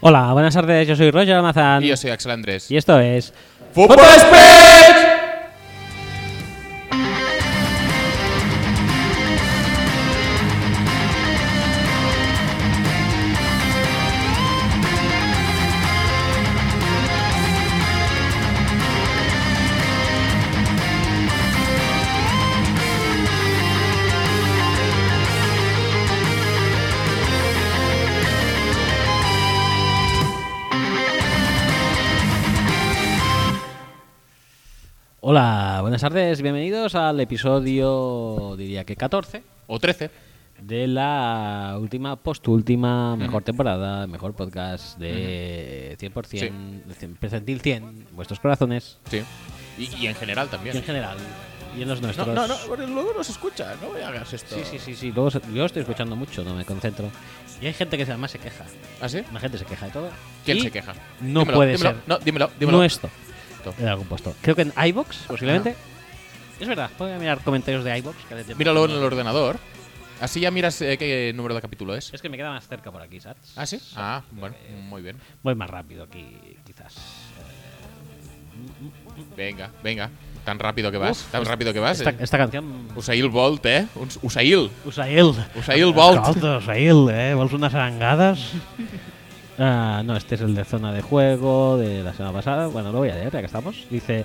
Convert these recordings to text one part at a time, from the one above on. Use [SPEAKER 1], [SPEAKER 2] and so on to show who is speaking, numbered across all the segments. [SPEAKER 1] Hola, buenas tardes, yo soy Roger Almazán
[SPEAKER 2] Y yo soy Axel Andrés.
[SPEAKER 1] y esto es...
[SPEAKER 2] ¡Fútbol
[SPEAKER 1] Hola, buenas tardes, bienvenidos al episodio, diría que 14,
[SPEAKER 2] O 13.
[SPEAKER 1] de la última, postúltima, mejor temporada, mejor podcast de 100%, de cien- percentil 100, en vuestros corazones,
[SPEAKER 2] Sí. Y, y en
[SPEAKER 1] y
[SPEAKER 2] general
[SPEAKER 1] en
[SPEAKER 2] también.
[SPEAKER 1] general, y en los
[SPEAKER 2] No,
[SPEAKER 1] nuestros.
[SPEAKER 2] no, no, porque luego nos escucha, no me hagas esto.
[SPEAKER 1] Sí, sí, sí, sí, luego se- yo estoy escuchando mucho, no me concentro. Y hay gente que se- además se queja,
[SPEAKER 2] ¿Ah, sí?
[SPEAKER 1] la gente se queja de todo.
[SPEAKER 2] ¿Quién
[SPEAKER 1] Y
[SPEAKER 2] se queja?
[SPEAKER 1] No
[SPEAKER 2] Dímelo,
[SPEAKER 1] puede
[SPEAKER 2] dímelo,
[SPEAKER 1] ser.
[SPEAKER 2] No, dímelo, dímelo.
[SPEAKER 1] No esto.
[SPEAKER 2] Esto.
[SPEAKER 1] En algún puesto. Creo que en iBox, posiblemente. Es verdad, voy a mirar comentarios de iBox.
[SPEAKER 2] Míralo en el ordenador. Así ya miras eh, qué número de capítulo es.
[SPEAKER 1] Es que me queda más cerca por aquí, ¿sabes?
[SPEAKER 2] ¿Ah, sí? Ah, bueno, muy bien.
[SPEAKER 1] Voy más rápido aquí, quizás.
[SPEAKER 2] Venga, venga. Tan rápido que vas,
[SPEAKER 1] Uf, pues
[SPEAKER 2] tan rápido que vas.
[SPEAKER 1] Esta,
[SPEAKER 2] eh.
[SPEAKER 1] esta canción.
[SPEAKER 2] Usail Bolt, eh. Uns- Usail.
[SPEAKER 1] Usail.
[SPEAKER 2] Usail Bolt.
[SPEAKER 1] Escolta, Usail, ¿eh? ¿Vols unas arangadas? Ah, no, este es el de zona de juego de la semana pasada. Bueno, lo voy a leer, ya que estamos. Dice.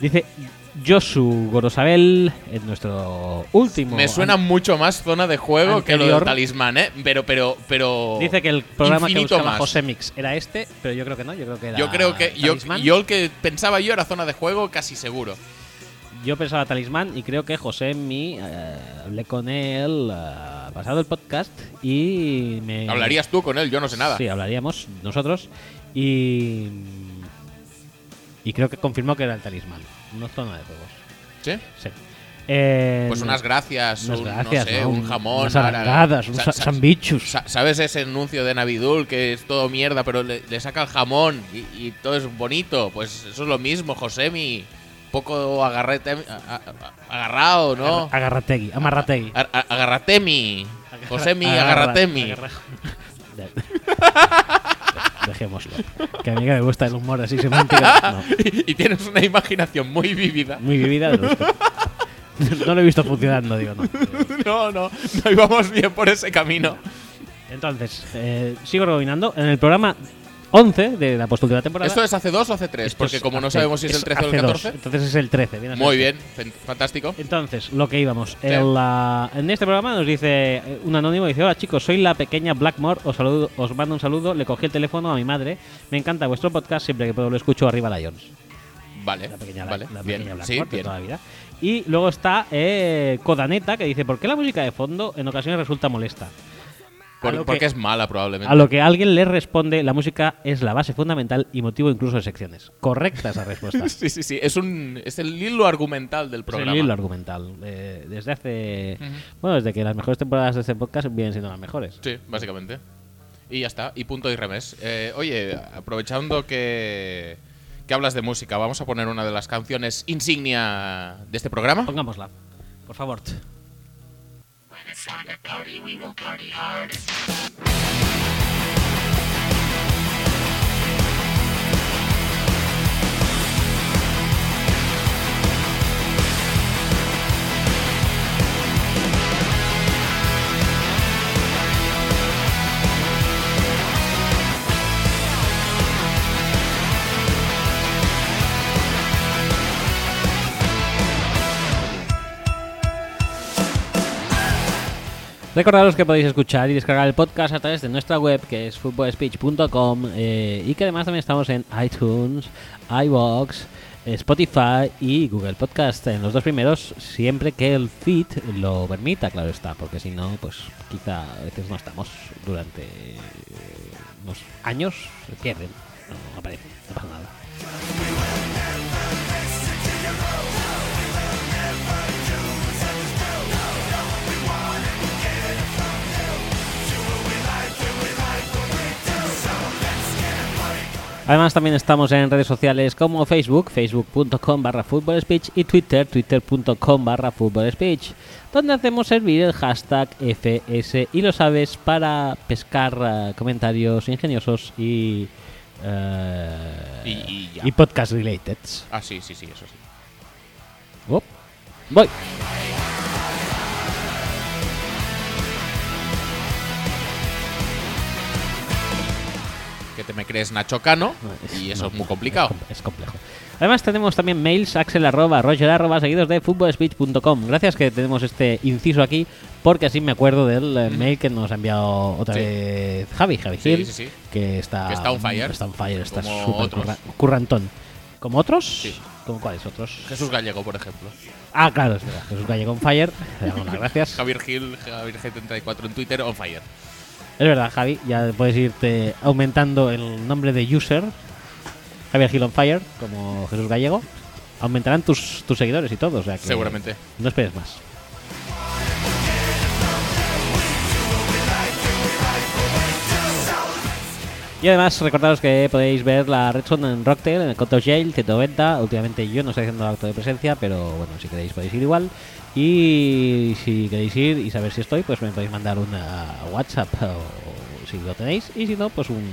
[SPEAKER 1] Dice Josu Gorosabel en nuestro último.
[SPEAKER 2] Me suena mucho más zona de juego que lo
[SPEAKER 1] Anterior.
[SPEAKER 2] del talismán, eh. Pero, pero, pero.
[SPEAKER 1] Dice que el programa que
[SPEAKER 2] infinito
[SPEAKER 1] buscaba
[SPEAKER 2] más.
[SPEAKER 1] José Mix era este, pero yo creo que no, yo creo que era
[SPEAKER 2] Yo creo que. Yo,
[SPEAKER 1] Talismán.
[SPEAKER 2] yo el que pensaba yo era zona de juego casi seguro.
[SPEAKER 1] Yo pensaba Talismán y creo que José Mi eh, hablé con él eh, pasado el podcast y me
[SPEAKER 2] Hablarías tú con él, yo no sé nada.
[SPEAKER 1] Sí, hablaríamos nosotros y y creo que confirmó que era el Talismán, no zona de juegos.
[SPEAKER 2] ¿Sí?
[SPEAKER 1] Sí. Eh,
[SPEAKER 2] Pues unas gracias,
[SPEAKER 1] unas
[SPEAKER 2] un,
[SPEAKER 1] gracias,
[SPEAKER 2] no sé,
[SPEAKER 1] ¿no?
[SPEAKER 2] un jamón,
[SPEAKER 1] unas
[SPEAKER 2] ahora-
[SPEAKER 1] arangadas, un
[SPEAKER 2] sa-
[SPEAKER 1] sa-
[SPEAKER 2] sa-
[SPEAKER 1] sandwichus.
[SPEAKER 2] sa- ¿Sabes ese anuncio de Navidul que es todo mierda, pero le, le saca el jamón y, y todo es bonito? Pues eso es lo mismo, Josemi. Poco agarrete, a- a- a- agarrado, ¿no?
[SPEAKER 1] Agarrategui, amarrategui.
[SPEAKER 2] A- a- agarratemi. Josemi,
[SPEAKER 1] Agarra-
[SPEAKER 2] agarratemi.
[SPEAKER 1] agarra- Ya. Dejémoslo. Que a mí que me gusta el humor así semántico. no.
[SPEAKER 2] Y, y tienes una imaginación muy vívida.
[SPEAKER 1] Muy vivida. lo respeto. No lo he visto funcionando, digo, no.
[SPEAKER 2] No, no, no íbamos bien por ese camino.
[SPEAKER 1] Entonces, eh, sigo rebobinando. En el programa 11 de la postúltima temporada.
[SPEAKER 2] ¿Esto es hace dos o hace tres?
[SPEAKER 1] esto
[SPEAKER 2] Porque
[SPEAKER 1] es
[SPEAKER 2] como no
[SPEAKER 1] hace-
[SPEAKER 2] sabemos si es el 13 o el
[SPEAKER 1] hace dos.
[SPEAKER 2] 14.
[SPEAKER 1] Entonces es el 13. viene a ser
[SPEAKER 2] Muy
[SPEAKER 1] el
[SPEAKER 2] bien, fen- fantástico.
[SPEAKER 1] Entonces, lo que íbamos. El, ah, en este programa nos dice eh, un anónimo, dice, hola chicos, soy la pequeña Blackmore, os, saludo, os mando un saludo, le cogí el teléfono a mi madre, me encanta vuestro podcast, siempre que puedo lo escucho arriba Lions.
[SPEAKER 2] Vale,
[SPEAKER 1] La pequeña,
[SPEAKER 2] vale,
[SPEAKER 1] la,
[SPEAKER 2] bien,
[SPEAKER 1] pequeña
[SPEAKER 2] sí,
[SPEAKER 1] Blackmore de
[SPEAKER 2] bien.
[SPEAKER 1] toda la vida. Y luego está eh, Codaneta, que dice, ¿por qué la música de fondo en ocasiones resulta molesta?
[SPEAKER 2] Por-
[SPEAKER 1] A lo
[SPEAKER 2] porque
[SPEAKER 1] que-
[SPEAKER 2] es mala probablemente.
[SPEAKER 1] A lo que alguien le responde, la música es la base fundamental y motivo incluso de secciones. Correcta esa respuesta.
[SPEAKER 2] Sí, sí, sí. Es, un, es el hilo argumental
[SPEAKER 1] Es
[SPEAKER 2] del
[SPEAKER 1] el
[SPEAKER 2] programa.
[SPEAKER 1] hilo argumental. Eh, desde hace.
[SPEAKER 2] Ujú.
[SPEAKER 1] Bueno, desde que las mejores temporadas de este podcast vienen siendo las mejores.
[SPEAKER 2] Sí, básicamente. Y ya está. Y punto y remés. Eh, oye, aprovechando que, que hablas de música, vamos a poner una de las canciones insignia de este programa.
[SPEAKER 1] Pongámosla, por favor. Recordaros que podéis escuchar y descargar el podcast a través de nuestra web, que es footballspeech.com, eh, y que además también estamos en iTunes, iBox, Spotify y Google Podcast, en los dos primeros, siempre que el feed lo permita, claro está, porque si no, pues quizá a veces no estamos durante eh, unos años, se pierden, no, no aparece, no pasa nada. Además también estamos en redes sociales como Facebook, facebook.com barra Football Speech y Twitter, twitter.com barra Football Speech, donde hacemos servir el hashtag FS y lo sabes para pescar eh, comentarios ingeniosos y, eh,
[SPEAKER 2] Y- y ya.
[SPEAKER 1] podcast related.
[SPEAKER 2] Ah, sí, sí, sí, eso sí.
[SPEAKER 1] Op. Voy.
[SPEAKER 2] Que te me crees Nacho Cano y eso
[SPEAKER 1] no,
[SPEAKER 2] es muy complicado.
[SPEAKER 1] com- Es complejo. Además tenemos también mails, axel arroba, roger arroba, seguidos de footballspeech.com. Gracias que tenemos este inciso aquí, porque así me acuerdo del eh, mail que nos ha enviado otra
[SPEAKER 2] Mm. Sí.
[SPEAKER 1] vez Javi, Javi
[SPEAKER 2] Sí,
[SPEAKER 1] Gil,
[SPEAKER 2] sí, sí.
[SPEAKER 1] que está...
[SPEAKER 2] Que está on fire.
[SPEAKER 1] Está on fire, está
[SPEAKER 2] Como
[SPEAKER 1] súper
[SPEAKER 2] otros.
[SPEAKER 1] curra- currantón. ¿Como otros?
[SPEAKER 2] Sí.
[SPEAKER 1] ¿Como cuáles otros?
[SPEAKER 2] Jesús Gallego, por ejemplo.
[SPEAKER 1] Ah, claro, es verdad. Jesús Gallego on fire. Le damos las gracias.
[SPEAKER 2] Javier Gil, Javier G34 en Twitter, on fire.
[SPEAKER 1] Es verdad, Javi, ya puedes irte aumentando el nombre de user, Javier Gil on Fire, como Jesús Gallego. Aumentarán tus, tus seguidores y todo, o sea que
[SPEAKER 2] Seguramente.
[SPEAKER 1] No esperes más. Y además recordaros que podéis ver la Red Zone en Rocktail, en el Coto Jail 190. Últimamente yo no estoy haciendo acto de presencia, pero bueno, si queréis podéis ir igual. Y si queréis ir y saber si estoy, pues me podéis mandar una WhatsApp o si lo tenéis. Y si no, pues un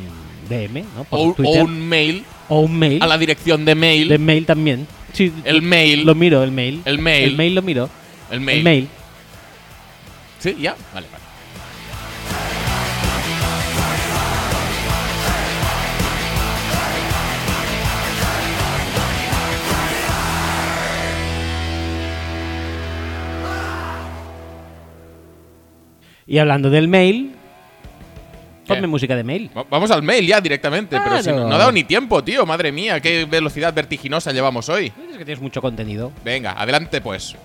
[SPEAKER 1] DM, ¿no? Por
[SPEAKER 2] O, un- o
[SPEAKER 1] Twitter.
[SPEAKER 2] un mail
[SPEAKER 1] O un mail.
[SPEAKER 2] a la dirección de mail.
[SPEAKER 1] De mail también. Sí,
[SPEAKER 2] El mail.
[SPEAKER 1] Lo miro, el mail.
[SPEAKER 2] El mail.
[SPEAKER 1] El mail lo miro.
[SPEAKER 2] el mail.
[SPEAKER 1] El mail.
[SPEAKER 2] Sí, ya. Vale, vale.
[SPEAKER 1] Y hablando del mail,
[SPEAKER 2] ¿Qué?
[SPEAKER 1] ponme música de mail.
[SPEAKER 2] Va- Vamos al mail ya directamente, pero si
[SPEAKER 1] Claro.
[SPEAKER 2] no, no ha dado ni tiempo, tío. Madre mía, qué velocidad vertiginosa llevamos hoy.
[SPEAKER 1] Es que tienes mucho contenido.
[SPEAKER 2] Venga, adelante pues.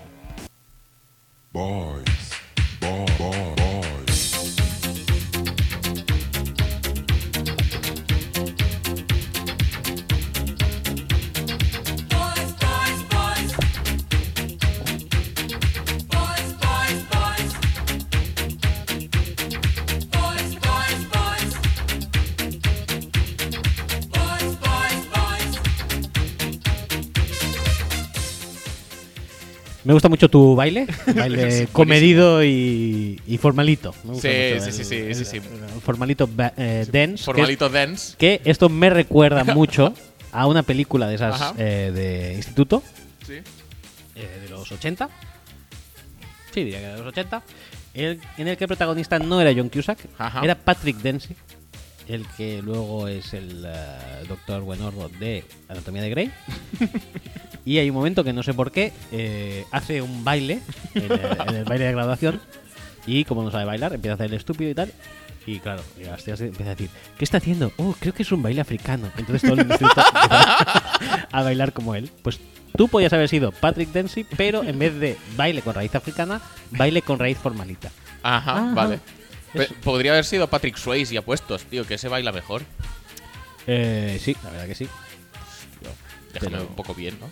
[SPEAKER 3] Boys. Boy, boy, boys.
[SPEAKER 4] Boys, boys, boys. Boys, boys, boys. Boys, boys, boys. Boys, boys, boys.
[SPEAKER 1] Me gusta mucho tu baile. Baile
[SPEAKER 2] Sí,
[SPEAKER 1] comedido y, y formalito. Me gusta
[SPEAKER 2] Sí,
[SPEAKER 1] mucho
[SPEAKER 2] sí, sí, sí, sí, sí.
[SPEAKER 1] Formalito ba- eh, dance. que
[SPEAKER 2] Formalito dance.
[SPEAKER 1] es- Que, esto me recuerda mucho a una película de esas
[SPEAKER 2] Ajá.
[SPEAKER 1] eh, de instituto,
[SPEAKER 2] Sí.
[SPEAKER 1] eh, de los 80. Sí, diría que de los 80. el- en el que el protagonista no era John Cusack,
[SPEAKER 2] Ajá.
[SPEAKER 1] era Patrick Dempsey, el que luego es el eh, doctor Buenorro de Anatomía de Grey. y hay un momento que no sé por qué eh, hace un baile en el, en el baile de graduación y como no sabe bailar empieza a hacer el estúpido y tal. Y claro, y las tías empiezan a decir, ¿qué está haciendo? Oh, creo que es un baile africano. Entonces todo el instituto empieza a bailar como él. Pues tú podías haber sido Patrick Dempsey, pero en vez de baile con raíz africana, baile con raíz formalita.
[SPEAKER 2] Ajá,
[SPEAKER 1] Ajá.
[SPEAKER 2] vale. Pe-
[SPEAKER 1] Eso.
[SPEAKER 2] Podría haber sido Patrick Swayze y apuestos, tío, que se baila mejor.
[SPEAKER 1] Eh, sí, la verdad que sí.
[SPEAKER 2] Déjame
[SPEAKER 1] Pero-
[SPEAKER 2] un poco bien, ¿no?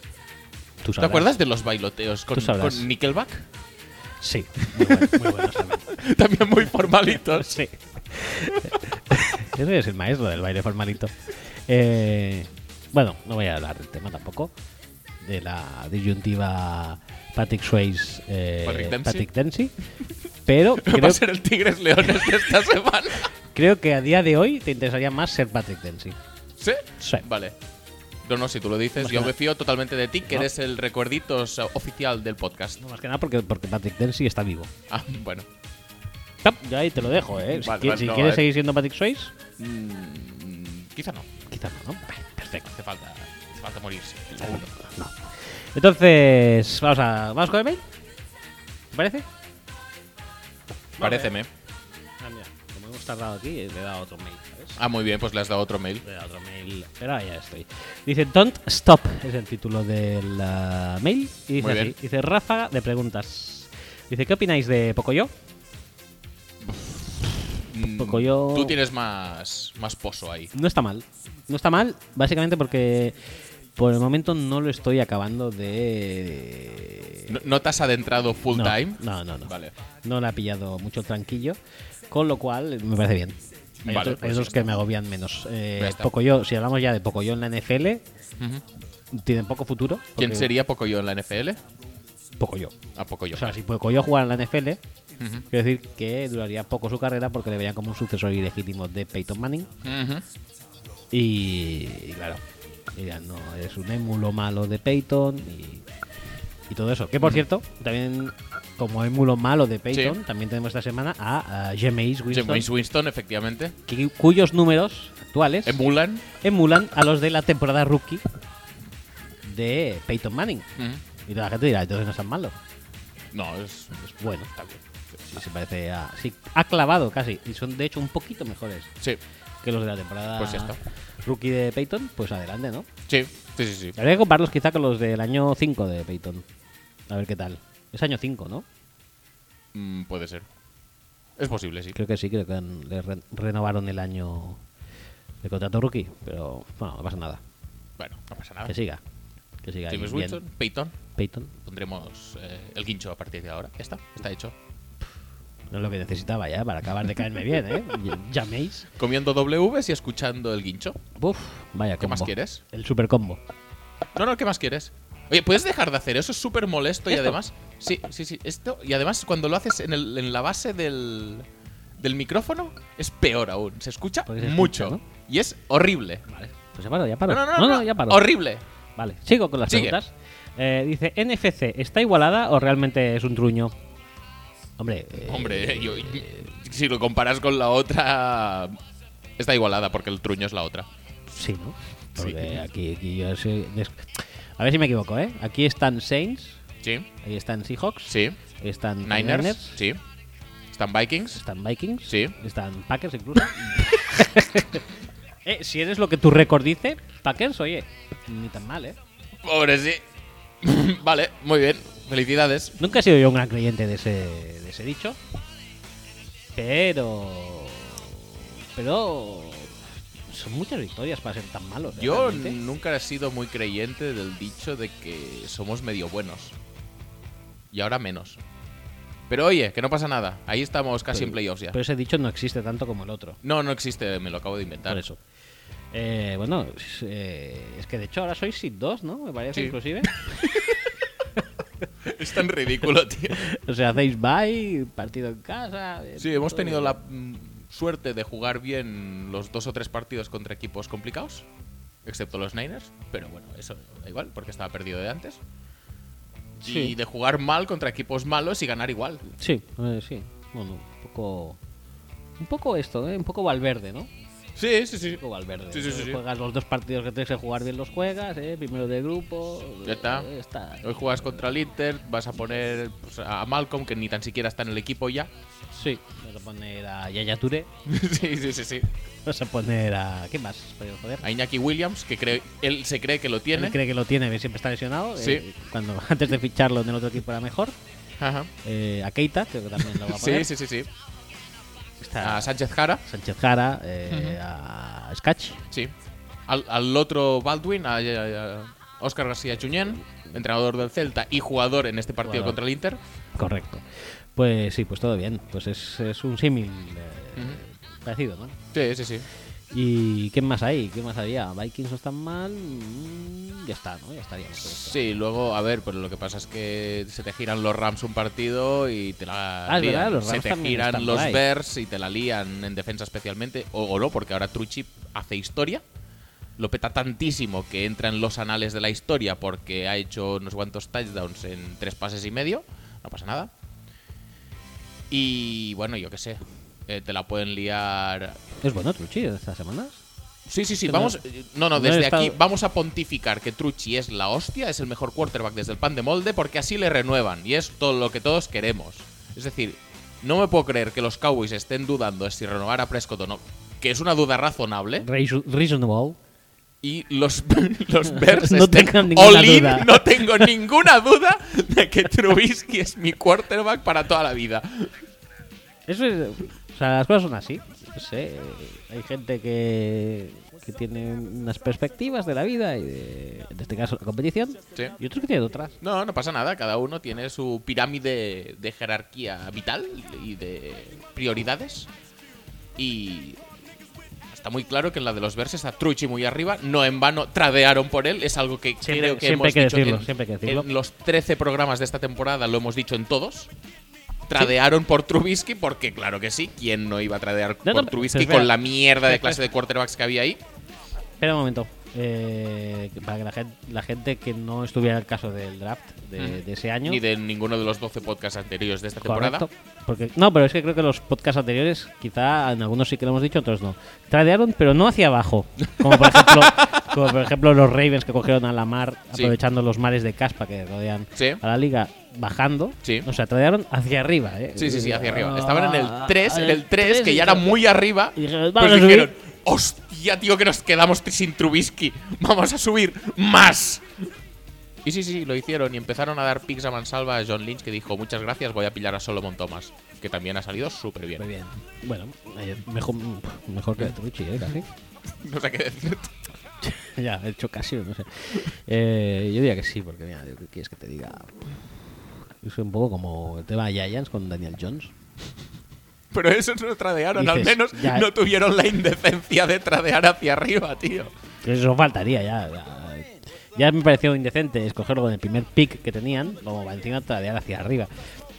[SPEAKER 1] Tú
[SPEAKER 2] ¿Te
[SPEAKER 1] sabrás.
[SPEAKER 2] acuerdas de los bailoteos con,
[SPEAKER 1] Tú sabrás.
[SPEAKER 2] con Nickelback?
[SPEAKER 1] Sí, muy bueno, muy bueno también.
[SPEAKER 2] También muy formalitos.
[SPEAKER 1] Sí. Ese es el maestro del baile formalito. Eh, bueno, no voy a hablar del tema tampoco. De la disyuntiva Patrick Swayze, eh,
[SPEAKER 2] Patrick Dempsey.
[SPEAKER 1] Dempsey. Pero
[SPEAKER 2] Va
[SPEAKER 1] creo,
[SPEAKER 2] a ser el Tigres Leones de esta semana.
[SPEAKER 1] creo que a día de hoy te interesaría más ser Patrick Dempsey.
[SPEAKER 2] ¿Sí?
[SPEAKER 1] Sí.
[SPEAKER 2] Vale. No, no, si tú lo dices, yo me fío totalmente de ti, que eres el recuerditos eh, oficial del podcast.
[SPEAKER 1] No, más que nada porque, porque Patrick Dempsey está vivo.
[SPEAKER 2] Ah, bueno.
[SPEAKER 1] Tap, Yo ahí te lo dejo, ¿eh? Si,
[SPEAKER 2] Vale,
[SPEAKER 1] qui-
[SPEAKER 2] vale,
[SPEAKER 1] si
[SPEAKER 2] no,
[SPEAKER 1] quieres
[SPEAKER 2] vale.
[SPEAKER 1] seguir siendo Patrick Swayze,
[SPEAKER 2] Mm, quizá no.
[SPEAKER 1] quizá no, ¿no? Vale, Perfecto.
[SPEAKER 2] Hace falta, hace falta morirse.
[SPEAKER 1] No. Entonces, vamos a. ¿Vamos con el mail? ¿Te parece?
[SPEAKER 2] Paréceme.
[SPEAKER 1] Ah, mira, como hemos tardado aquí, eh, le he dado otro mail, ¿sabes?
[SPEAKER 2] Ah, muy bien, pues le has dado otro mail.
[SPEAKER 1] Le he dado otro mail, pero ahí ya estoy. Dice Don't Stop, es el título del ah, mail. Y dice
[SPEAKER 2] Muy
[SPEAKER 1] así:
[SPEAKER 2] bien.
[SPEAKER 1] dice Ráfaga de preguntas. Dice, ¿qué opináis de Pocoyo?
[SPEAKER 2] Mm,
[SPEAKER 1] Poco yo-
[SPEAKER 2] Tú tienes más, más pozo ahí.
[SPEAKER 1] No está mal. No está mal, básicamente porque por el momento no lo estoy acabando de.
[SPEAKER 2] No, no te has adentrado full
[SPEAKER 1] Eh, no,
[SPEAKER 2] time.
[SPEAKER 1] No, no, no.
[SPEAKER 2] Vale.
[SPEAKER 1] No le ha pillado mucho tranquillo. Con lo cual, me parece bien. Hay,
[SPEAKER 2] Vale,
[SPEAKER 1] otros,
[SPEAKER 2] pues
[SPEAKER 1] hay otros
[SPEAKER 2] ya
[SPEAKER 1] que
[SPEAKER 2] está.
[SPEAKER 1] me agobian menos. Eh,
[SPEAKER 2] Ya está.
[SPEAKER 1] Pocoyo, si hablamos ya de Pocoyo en la NFL,
[SPEAKER 2] Ujú.
[SPEAKER 1] tienen poco futuro.
[SPEAKER 2] ¿Quién
[SPEAKER 1] porque
[SPEAKER 2] sería Pocoyo en la NFL?
[SPEAKER 1] Pocoyo.
[SPEAKER 2] A Pocoyo.
[SPEAKER 1] O sea, si Pocoyo jugara en la NFL,
[SPEAKER 2] Ah, Ujú.
[SPEAKER 1] quiero decir que duraría poco su carrera porque le verían como un sucesor ilegítimo de Peyton Manning.
[SPEAKER 2] Ujú.
[SPEAKER 1] Y, y claro, dirían, no, es un émulo malo de Peyton y, y todo eso. Que por cierto, también como émulo malo de Peyton,
[SPEAKER 2] Sí.
[SPEAKER 1] también tenemos esta semana a, a Jameis Winston,
[SPEAKER 2] James Winston, efectivamente.
[SPEAKER 1] que- cuyos números actuales
[SPEAKER 2] Emulan.
[SPEAKER 1] emulan a los de la temporada rookie de Peyton Manning.
[SPEAKER 2] Ujú.
[SPEAKER 1] Y toda la gente dirá, entonces no es tan malo.
[SPEAKER 2] No, es.
[SPEAKER 1] Es bueno, está bien. Sí, se parece a. Sí, ha clavado casi. Y son de hecho un poquito mejores
[SPEAKER 2] Sí,
[SPEAKER 1] que los de la temporada
[SPEAKER 2] Pues ya está.
[SPEAKER 1] rookie de Peyton. Pues adelante, ¿no?
[SPEAKER 2] sí, sí, sí. sí.
[SPEAKER 1] Habría que compararlos quizá con los del año 5 de Peyton. A ver qué tal. Es año 5, ¿no?
[SPEAKER 2] Mm, puede ser. Es posible, sí.
[SPEAKER 1] Creo que sí, creo que han- le re- renovaron el año de contrato rookie. Pero bueno, no pasa nada.
[SPEAKER 2] Bueno, no pasa nada.
[SPEAKER 1] Que siga. Que siga. ahí
[SPEAKER 2] Ah. James
[SPEAKER 1] bien.
[SPEAKER 2] Winston, Peyton.
[SPEAKER 1] Peyton.
[SPEAKER 2] Pondremos eh, el guincho a partir de ahora. Ya está, está hecho.
[SPEAKER 1] No es lo que necesitaba ya para acabar de caerme bien, ¿eh? Llaméis.
[SPEAKER 2] Comiendo Ws y escuchando el guincho.
[SPEAKER 1] Uf, vaya
[SPEAKER 2] ¿Qué más
[SPEAKER 1] combo.
[SPEAKER 2] quieres?
[SPEAKER 1] El super combo.
[SPEAKER 2] No, no, ¿qué más quieres? Oye, ¿puedes dejar de hacer? Eso es súper molesto y además. Sí, sí, sí. Esto. Y además, cuando lo haces en, el- en la base del, del micrófono, es peor aún. Se escucha
[SPEAKER 1] Porque se
[SPEAKER 2] mucho.
[SPEAKER 1] escucha,
[SPEAKER 2] Y es horrible.
[SPEAKER 1] Vale. Pues ya paro, ya paro.
[SPEAKER 2] No, no, no, no,
[SPEAKER 1] ya paro.
[SPEAKER 2] Horrible.
[SPEAKER 1] Vale, sigo con las
[SPEAKER 2] Sigue.
[SPEAKER 1] preguntas. Eh, dice, ¿NFC está igualada o realmente es un truño? Hombre, eh,
[SPEAKER 2] Hombre, yo- si lo comparas con la otra. Está igualada porque el truño es la otra.
[SPEAKER 1] sí, ¿no?
[SPEAKER 2] Sí.
[SPEAKER 1] Porque aquí, aquí yo soy des- A ver si me equivoco, ¿eh? Aquí están Saints,
[SPEAKER 2] Sí,
[SPEAKER 1] ahí están Seahawks,
[SPEAKER 2] sí.
[SPEAKER 1] ahí están
[SPEAKER 2] Niners,
[SPEAKER 1] Niners,
[SPEAKER 2] sí. Están Vikings.
[SPEAKER 1] están Vikings,
[SPEAKER 2] Sí.
[SPEAKER 1] están Packers incluso. Eh, si eres lo que tu récord dice, Packers, oye, ni tan mal, ¿eh?
[SPEAKER 2] Pobre, sí. vale, muy bien. Felicidades.
[SPEAKER 1] Nunca he sido yo un gran creyente de ese, de ese dicho. Pero. Pero. Son muchas victorias para ser tan malos. ¿eh?
[SPEAKER 2] Yo
[SPEAKER 1] Realmente.
[SPEAKER 2] nunca he sido muy creyente del dicho de que somos medio buenos. Y ahora menos. Pero oye, que no pasa nada. Ahí estamos casi en playoffs ya.
[SPEAKER 1] Pero ese dicho no existe tanto como el otro.
[SPEAKER 2] No, no existe, me lo acabo de
[SPEAKER 1] Por
[SPEAKER 2] inventar.
[SPEAKER 1] eso. Eh, bueno, es, eh, es que de hecho ahora sois SID 2, ¿no? Me parece
[SPEAKER 2] Sí.
[SPEAKER 1] inclusive.
[SPEAKER 2] Es tan ridículo, tío.
[SPEAKER 1] o sea, hacéis bye, partido en casa. eh,
[SPEAKER 2] Sí, hemos
[SPEAKER 1] todo.
[SPEAKER 2] tenido la mm, suerte de jugar bien los dos o tres partidos contra equipos complicados, excepto los Niners, pero bueno, eso da igual, porque estaba perdido de antes.
[SPEAKER 1] Sí.
[SPEAKER 2] Y de jugar mal contra equipos malos y ganar igual.
[SPEAKER 1] Sí, eh, sí. Bueno, un poco. Un poco esto, ¿eh? Un poco Valverde, ¿no?
[SPEAKER 2] Sí, sí, sí.
[SPEAKER 1] Chico Valverde.
[SPEAKER 2] Sí, sí, sí, sí.
[SPEAKER 1] Juegas los dos partidos que tienes que jugar bien, los juegas, ¿eh? primero de grupo.
[SPEAKER 2] Ya está.
[SPEAKER 1] eh, está.
[SPEAKER 2] Hoy juegas contra el Inter, vas a poner pues, a Malcolm, que ni tan siquiera está en el equipo ya.
[SPEAKER 1] Sí. Vas a poner a Yaya Touré.
[SPEAKER 2] sí, sí, sí, sí.
[SPEAKER 1] Vas a poner a. ¿Qué más? Podríamos poner.
[SPEAKER 2] A Iñaki Williams, que cree, él se cree que lo tiene.
[SPEAKER 1] Él cree que lo tiene, que siempre está lesionado.
[SPEAKER 2] Sí.
[SPEAKER 1] eh, cuando antes de ficharlo en el otro equipo era mejor.
[SPEAKER 2] Ajá.
[SPEAKER 1] Eh, a Keita, creo que también lo va a
[SPEAKER 2] Sí,
[SPEAKER 1] poner.
[SPEAKER 2] sí, Ah. sí, sí.
[SPEAKER 1] Está
[SPEAKER 2] A Sánchez Jara,
[SPEAKER 1] Sánchez Jara, eh, a Sketch.
[SPEAKER 2] sí. Al, al otro Baldwin, a, Oscar García Chuñén, entrenador del Celta y jugador en este partido
[SPEAKER 1] Jugador.
[SPEAKER 2] contra el Inter.
[SPEAKER 1] Correcto. Pues sí, pues todo bien. Pues es, es un símil eh, parecido, ¿no?
[SPEAKER 2] Sí, sí, sí.
[SPEAKER 1] ¿Y qué más hay? ¿Qué más había? Vikings no están mal. mm, ya está, ¿no? Ya estaríamos. con esto.
[SPEAKER 2] Sí, luego, a ver, pero lo que pasa es que se te giran los Rams un partido y te la
[SPEAKER 1] Ah, es
[SPEAKER 2] lían.
[SPEAKER 1] verdad, los
[SPEAKER 2] se
[SPEAKER 1] Rams
[SPEAKER 2] te
[SPEAKER 1] también están
[SPEAKER 2] giran
[SPEAKER 1] por
[SPEAKER 2] los
[SPEAKER 1] ahí.
[SPEAKER 2] Bears y te la lían en defensa especialmente, o, o no, porque ahora Truchi hace historia. Lo peta tantísimo que entra en los anales de la historia porque ha hecho unos cuantos touchdowns en tres pases y medio. No pasa nada. Y bueno, yo qué sé. eh, te la pueden liar
[SPEAKER 1] Es bueno, Truchi, estas semanas.
[SPEAKER 2] Sí, sí, sí,
[SPEAKER 1] Que no-
[SPEAKER 2] vamos. eh, No, no,
[SPEAKER 1] no he
[SPEAKER 2] desde
[SPEAKER 1] estado-
[SPEAKER 2] aquí vamos a pontificar que Trucci es la hostia, es el mejor quarterback desde el pan de molde, porque así le renuevan y es todo lo que todos queremos. Es decir, no me puedo creer que los Cowboys estén dudando si renovar a Prescott o no, que es una duda razonable,
[SPEAKER 1] Reason- Reasonable.
[SPEAKER 2] y los, los Bears
[SPEAKER 1] No
[SPEAKER 2] estén
[SPEAKER 1] tengan ninguna
[SPEAKER 2] all in,
[SPEAKER 1] duda.
[SPEAKER 2] No tengo ninguna duda de que Trubisky es mi quarterback para toda la vida.
[SPEAKER 1] Eso es. O sea, las cosas son así. No sé. Hay gente que, que tiene unas perspectivas de la vida y de, en este caso, la competición.
[SPEAKER 2] Sí.
[SPEAKER 1] Y otros que tienen otras.
[SPEAKER 2] No, no pasa nada, cada uno tiene su pirámide de jerarquía vital y de prioridades. Y está muy claro que en la de los verses a Trucci muy arriba, no en vano tradearon por él, es algo que
[SPEAKER 1] Siempre-
[SPEAKER 2] creo que
[SPEAKER 1] siempre
[SPEAKER 2] hemos
[SPEAKER 1] hay que
[SPEAKER 2] dicho
[SPEAKER 1] decirlo,
[SPEAKER 2] en,
[SPEAKER 1] siempre hay que decirlo.
[SPEAKER 2] en los 13 programas de esta temporada, lo hemos dicho en todos. Tradearon por Trubisky porque, claro que sí, ¿quién no iba a tradear
[SPEAKER 1] No, no,
[SPEAKER 2] por
[SPEAKER 1] pero
[SPEAKER 2] Trubisky
[SPEAKER 1] espera.
[SPEAKER 2] con la mierda de
[SPEAKER 1] Espera,
[SPEAKER 2] clase de quarterbacks que había ahí?
[SPEAKER 1] Espera un momento. Eh, para que la gen- la gente, que no estuviera al caso del draft de,
[SPEAKER 2] Mm.
[SPEAKER 1] de ese año.
[SPEAKER 2] Ni de ninguno de los 12 podcasts anteriores de esta temporada.
[SPEAKER 1] Correcto. Porque, no, pero es que creo que los podcasts anteriores, quizá en algunos sí que lo hemos dicho, otros no. Tradearon, pero no hacia abajo. Como por ejemplo, como por ejemplo los Ravens que cogieron a la mar,
[SPEAKER 2] Sí.
[SPEAKER 1] aprovechando los mares de caspa que rodean
[SPEAKER 2] Sí.
[SPEAKER 1] a la liga, bajando.
[SPEAKER 2] Sí.
[SPEAKER 1] O sea, tradearon hacia arriba. ¿eh?
[SPEAKER 2] Sí, sí, sí, hacia arriba.
[SPEAKER 1] Ah,
[SPEAKER 2] Estaban en el 3, en el 3,
[SPEAKER 1] tres,
[SPEAKER 2] que ya era muy arriba.
[SPEAKER 1] y dijeron, "Vamos
[SPEAKER 2] Pues
[SPEAKER 1] a subir".
[SPEAKER 2] dijeron, hostia, tío, que nos quedamos sin Trubisky. Vamos a subir más. Y sí, sí, lo hicieron y empezaron a dar picks a mansalva a John Lynch, que dijo, muchas gracias, voy a pillar a Solomon Thomas, que también ha salido súper
[SPEAKER 1] Muy
[SPEAKER 2] bien.
[SPEAKER 1] bien. Bueno, eh, mejor, mejor que Trucci, ¿eh? Casi.
[SPEAKER 2] No sé qué decirte.
[SPEAKER 1] Ya, he hecho casi, no sé. Eh, yo diría que sí, porque mira, ¿qué quieres que te diga? Es un poco como el tema de Giants con Daniel Jones.
[SPEAKER 2] Pero eso no lo tradearon, al
[SPEAKER 1] Dices,
[SPEAKER 2] menos
[SPEAKER 1] ya-
[SPEAKER 2] no tuvieron la indecencia de tradear hacia arriba, tío.
[SPEAKER 1] Eso faltaría ya. Ya, ya me pareció indecente escogerlo con el primer pick que tenían, como para encima tradear hacia arriba.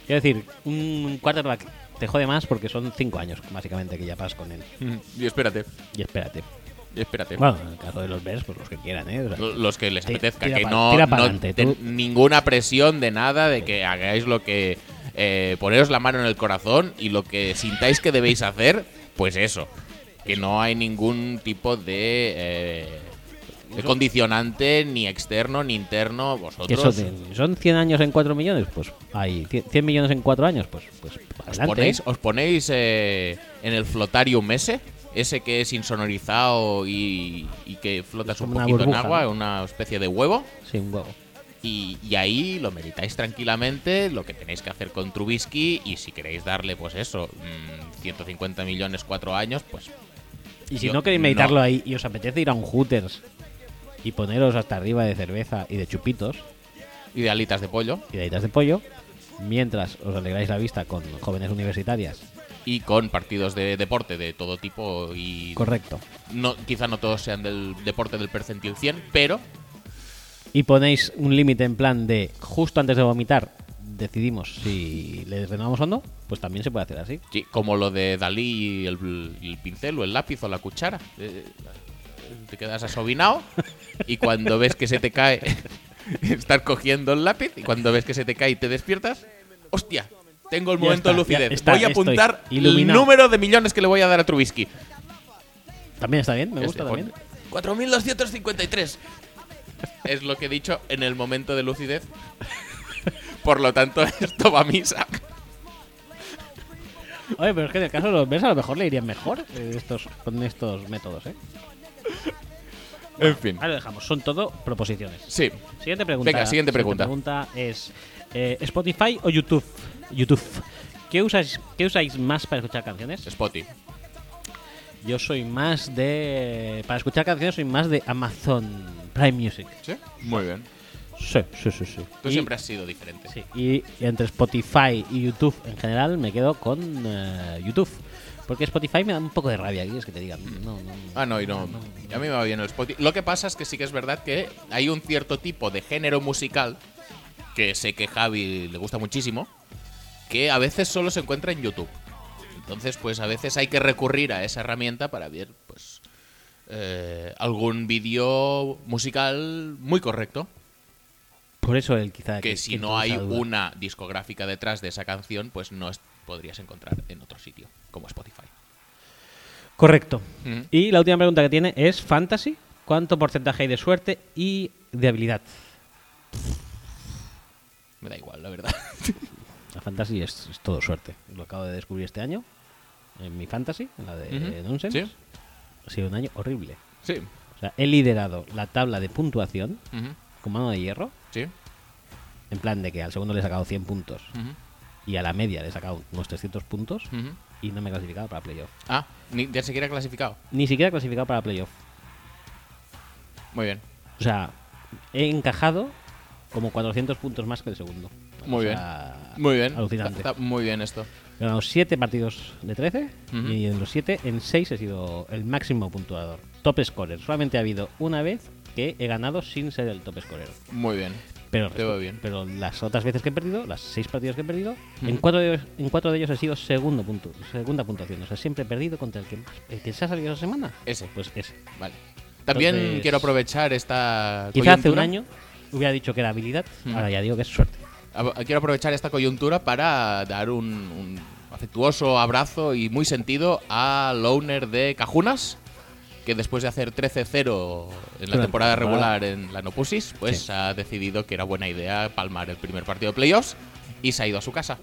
[SPEAKER 1] Quiero decir, un quarterback te jode más porque son cinco años, básicamente, que ya pasas con él.
[SPEAKER 2] Y espérate,
[SPEAKER 1] Y espérate.
[SPEAKER 2] y espérate.
[SPEAKER 1] Bueno, en el caso de los Bears, pues los que quieran, ¿eh? O sea,
[SPEAKER 2] los que les
[SPEAKER 1] Tira-
[SPEAKER 2] apetezca,
[SPEAKER 1] tira
[SPEAKER 2] que
[SPEAKER 1] pa-
[SPEAKER 2] no,
[SPEAKER 1] tira
[SPEAKER 2] no
[SPEAKER 1] pa'lante,
[SPEAKER 2] ten-
[SPEAKER 1] tú.
[SPEAKER 2] ninguna presión de nada, de que hagáis lo que eh, poneros la mano en el corazón y lo que sintáis que debéis hacer, pues eso, que no hay ningún tipo de, eh, de condicionante ni externo ni interno,
[SPEAKER 1] que son,
[SPEAKER 2] vosotros
[SPEAKER 1] de- son 100 años en 4 millones, pues hay 100 100 millones en 4 años, pues, pues
[SPEAKER 2] os
[SPEAKER 1] adelante.
[SPEAKER 2] ponéis, os ponéis eh, en el flotarium ese, ese que es insonorizado y, y que flotas
[SPEAKER 1] Es
[SPEAKER 2] un
[SPEAKER 1] como una
[SPEAKER 2] poquito en
[SPEAKER 1] burbuja,
[SPEAKER 2] agua,
[SPEAKER 1] ¿no?
[SPEAKER 2] una especie de huevo.
[SPEAKER 1] Sí, un huevo.
[SPEAKER 2] Y, y ahí lo meditáis tranquilamente, lo que tenéis que hacer con Trubisky y si queréis darle, pues eso, mm, 150 millones cuatro años, pues
[SPEAKER 1] Y si
[SPEAKER 2] Yo-
[SPEAKER 1] no queréis meditarlo
[SPEAKER 2] no.
[SPEAKER 1] ahí y os apetece ir a un Hooters y poneros hasta arriba de cerveza y de chupitos
[SPEAKER 2] y de alitas de pollo
[SPEAKER 1] y de alitas de pollo, mientras os alegráis la vista con jóvenes universitarias,
[SPEAKER 2] y con partidos de deporte de todo tipo y
[SPEAKER 1] correcto,
[SPEAKER 2] no, quizá no todos sean del deporte del percentil 100, pero
[SPEAKER 1] y ponéis un límite en plan de justo antes de vomitar decidimos si le renovamos o no, pues también se puede hacer así.
[SPEAKER 2] sí, como lo de Dalí y el, el pincel o el lápiz o la cuchara. eh, te quedas asobinado y cuando ves que se te cae, estás cogiendo el lápiz y cuando ves que se te cae y te despiertas, hostia, tengo el
[SPEAKER 1] Ya
[SPEAKER 2] momento de
[SPEAKER 1] está, ya
[SPEAKER 2] lucidez.
[SPEAKER 1] está,
[SPEAKER 2] voy a
[SPEAKER 1] estoy
[SPEAKER 2] apuntar el
[SPEAKER 1] iluminado.
[SPEAKER 2] número de millones que le voy a dar a Trubisky. Este,
[SPEAKER 1] También está bien, me
[SPEAKER 2] Ya
[SPEAKER 1] gusta
[SPEAKER 2] se
[SPEAKER 1] también.
[SPEAKER 2] pone 4.253. Es lo que he dicho en el momento de lucidez. Por lo tanto, esto va a misa.
[SPEAKER 1] Oye, pero es que en el caso de los Bears a lo mejor le irían mejor eh, estos, con estos métodos, ¿eh?
[SPEAKER 2] En fin.
[SPEAKER 1] Ahora lo dejamos, son todo proposiciones.
[SPEAKER 2] Sí,
[SPEAKER 1] Siguiente pregunta.
[SPEAKER 2] Venga, siguiente pregunta.
[SPEAKER 1] es: eh, ¿Spotify o YouTube? YouTube. ¿Qué usáis, ¿Qué usáis más para escuchar canciones?
[SPEAKER 2] Spotty.
[SPEAKER 1] Yo soy más de. Para escuchar canciones, soy más de Amazon Prime Music.
[SPEAKER 2] ¿Sí? Muy bien.
[SPEAKER 1] Sí, sí, sí. sí.
[SPEAKER 2] Tú
[SPEAKER 1] y,
[SPEAKER 2] siempre has sido diferente.
[SPEAKER 1] sí, y entre Spotify y YouTube en general me quedo con eh, YouTube. Porque Spotify me da un poco de rabia, es que te digan. No, no,
[SPEAKER 2] Ah, no, y no. A mí me va bien el Spotify. Lo que pasa es que sí que es verdad que hay un cierto tipo de género musical que sé que Javi le gusta muchísimo, que a veces solo se encuentra en YouTube. Entonces, pues a veces hay que recurrir a esa herramienta para ver, pues, eh, algún vídeo musical muy correcto.
[SPEAKER 1] Por eso él quizá.
[SPEAKER 2] Que si no
[SPEAKER 1] tuvo
[SPEAKER 2] hay
[SPEAKER 1] esa duda.
[SPEAKER 2] una discográfica detrás de esa canción, pues no es- podrías encontrar en otro sitio, como Spotify.
[SPEAKER 1] Correcto.
[SPEAKER 2] Ujú.
[SPEAKER 1] Y la última pregunta que tiene es fantasy. ¿Cuánto porcentaje hay de suerte y de habilidad?
[SPEAKER 2] Me da igual, la verdad.
[SPEAKER 1] La fantasy es, es todo suerte. Lo acabo de descubrir este año. En mi fantasy, en la de
[SPEAKER 2] Ujú.
[SPEAKER 1] Nonsense.
[SPEAKER 2] Sí.
[SPEAKER 1] Ha sido un año horrible.
[SPEAKER 2] Sí.
[SPEAKER 1] O sea, he liderado la tabla de puntuación
[SPEAKER 2] Ujú.
[SPEAKER 1] con mano de hierro.
[SPEAKER 2] Sí.
[SPEAKER 1] En plan de que al segundo le he sacado 100 puntos
[SPEAKER 2] Ujú.
[SPEAKER 1] y a la media le he sacado unos 300 puntos
[SPEAKER 2] Ujú.
[SPEAKER 1] y no me he clasificado para playoff.
[SPEAKER 2] Ah, ni, ya siquiera clasificado.
[SPEAKER 1] Ni siquiera he clasificado para playoff.
[SPEAKER 2] Muy bien.
[SPEAKER 1] O sea, he encajado como 400 puntos más que el segundo.
[SPEAKER 2] Muy
[SPEAKER 1] O sea,
[SPEAKER 2] Muy bien.
[SPEAKER 1] Ah, Alucinante.
[SPEAKER 2] Está, está muy bien esto.
[SPEAKER 1] He ganado 7 partidos de 13
[SPEAKER 2] Ujú.
[SPEAKER 1] y en los 7, en 6 he sido el máximo puntuador. Top scorer. Solamente ha habido una vez que he ganado sin ser el top scorer.
[SPEAKER 2] Muy bien.
[SPEAKER 1] Pero,
[SPEAKER 2] Te veo bien.
[SPEAKER 1] pero las otras veces que he perdido, las 6 partidos que he perdido, en, cuatro de, en cuatro de ellos he sido segundo punto, segunda puntuación. O sea, siempre he perdido contra el que, más- el que se ha salido esa semana.
[SPEAKER 2] Ese.
[SPEAKER 1] Pues ese.
[SPEAKER 2] Vale. También
[SPEAKER 1] Entonces-
[SPEAKER 2] quiero aprovechar esta
[SPEAKER 1] Quizá hace un
[SPEAKER 2] coyuntura.
[SPEAKER 1] año hubiera dicho que era habilidad,
[SPEAKER 2] Mm.
[SPEAKER 1] ahora ya digo que es suerte.
[SPEAKER 2] A- Quiero aprovechar esta coyuntura para dar un, un afectuoso abrazo y muy sentido al owner de Cajunas, que después de hacer 13-0 en la
[SPEAKER 1] Durante
[SPEAKER 2] temporada
[SPEAKER 1] la temporada.
[SPEAKER 2] regular en la Nopusis, pues
[SPEAKER 1] Sí.
[SPEAKER 2] ha decidido que era buena idea palmar el primer partido de playoffs y se ha ido a su casa.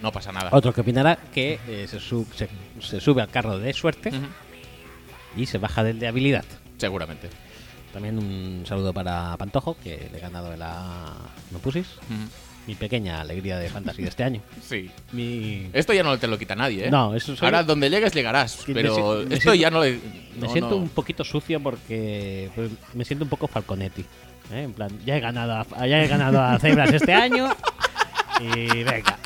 [SPEAKER 2] No pasa nada.
[SPEAKER 1] Otro que opinará que eh, se, su- se- se sube al carro de suerte
[SPEAKER 2] Ujú.
[SPEAKER 1] y se baja del de habilidad.
[SPEAKER 2] Seguramente.
[SPEAKER 1] También un saludo para Pantojo, que le he ganado en la Nopusis.
[SPEAKER 2] Ujú.
[SPEAKER 1] Mi pequeña alegría de fantasy de este año.
[SPEAKER 2] Sí.
[SPEAKER 1] Mi...
[SPEAKER 2] Esto ya no te lo quita nadie, ¿eh?
[SPEAKER 1] No, eso soy-
[SPEAKER 2] Ahora donde llegues llegarás,
[SPEAKER 1] Que me
[SPEAKER 2] pero
[SPEAKER 1] si- me
[SPEAKER 2] esto
[SPEAKER 1] siento-
[SPEAKER 2] ya no le...
[SPEAKER 1] Me
[SPEAKER 2] no,
[SPEAKER 1] siento
[SPEAKER 2] no.
[SPEAKER 1] un poquito sucio porque pues, me siento un poco Falconetti. ¿eh? En plan, ya he ganado a, ya he ganado a Zebras este año y venga.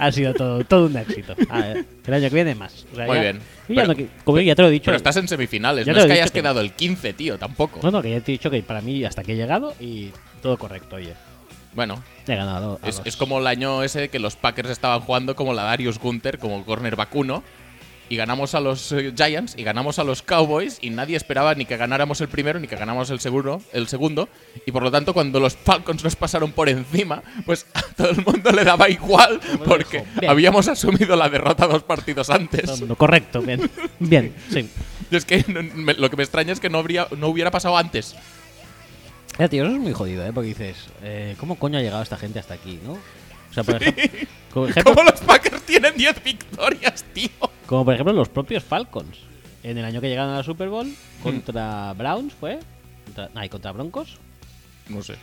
[SPEAKER 1] Ha sido todo, todo un éxito. A ver, el año que viene más. O sea,
[SPEAKER 2] Muy
[SPEAKER 1] ya-
[SPEAKER 2] bien.
[SPEAKER 1] yo ya
[SPEAKER 2] Pero-
[SPEAKER 1] no qui- como ya te lo he dicho.
[SPEAKER 2] Pero estás en semifinales,
[SPEAKER 1] Ya
[SPEAKER 2] no
[SPEAKER 1] te
[SPEAKER 2] es
[SPEAKER 1] lo
[SPEAKER 2] que
[SPEAKER 1] he dicho
[SPEAKER 2] hayas
[SPEAKER 1] que-
[SPEAKER 2] quedado el 15, tío, tampoco.
[SPEAKER 1] No, no, que ya te he dicho que para mí hasta aquí he llegado y todo correcto, oye.
[SPEAKER 2] Bueno,
[SPEAKER 1] He ganado. a
[SPEAKER 2] Es,
[SPEAKER 1] dos.
[SPEAKER 2] es como el año ese que los Packers estaban jugando como la Darius Gunter, como corner vacuno. Y ganamos a los eh, Giants y ganamos a los Cowboys y nadie esperaba ni que ganáramos el primero ni que ganáramos el, seguro, el segundo. Y por lo tanto, cuando los Falcons nos pasaron por encima, pues a todo el mundo le daba igual porque
[SPEAKER 1] dijo, "Bien".
[SPEAKER 2] habíamos asumido la derrota dos partidos
[SPEAKER 1] Todo el
[SPEAKER 2] antes.
[SPEAKER 1] mundo correcto, bien. Bien, sí.
[SPEAKER 2] Y es que no- me- lo que me extraña es que no, habría, no hubiera pasado antes.
[SPEAKER 1] Ya, tío, eso es muy jodido, ¿eh? Porque dices, eh, ¿cómo coño ha llegado esta gente hasta aquí, no? O sea, por ejemplo, como ejemplo-
[SPEAKER 2] Como los Packers tienen 10 victorias, tío.
[SPEAKER 1] como por ejemplo los propios Falcons. En el año que llegaron a la Super Bowl, contra Browns fue. Contra, ay, contra Broncos.
[SPEAKER 2] No sé.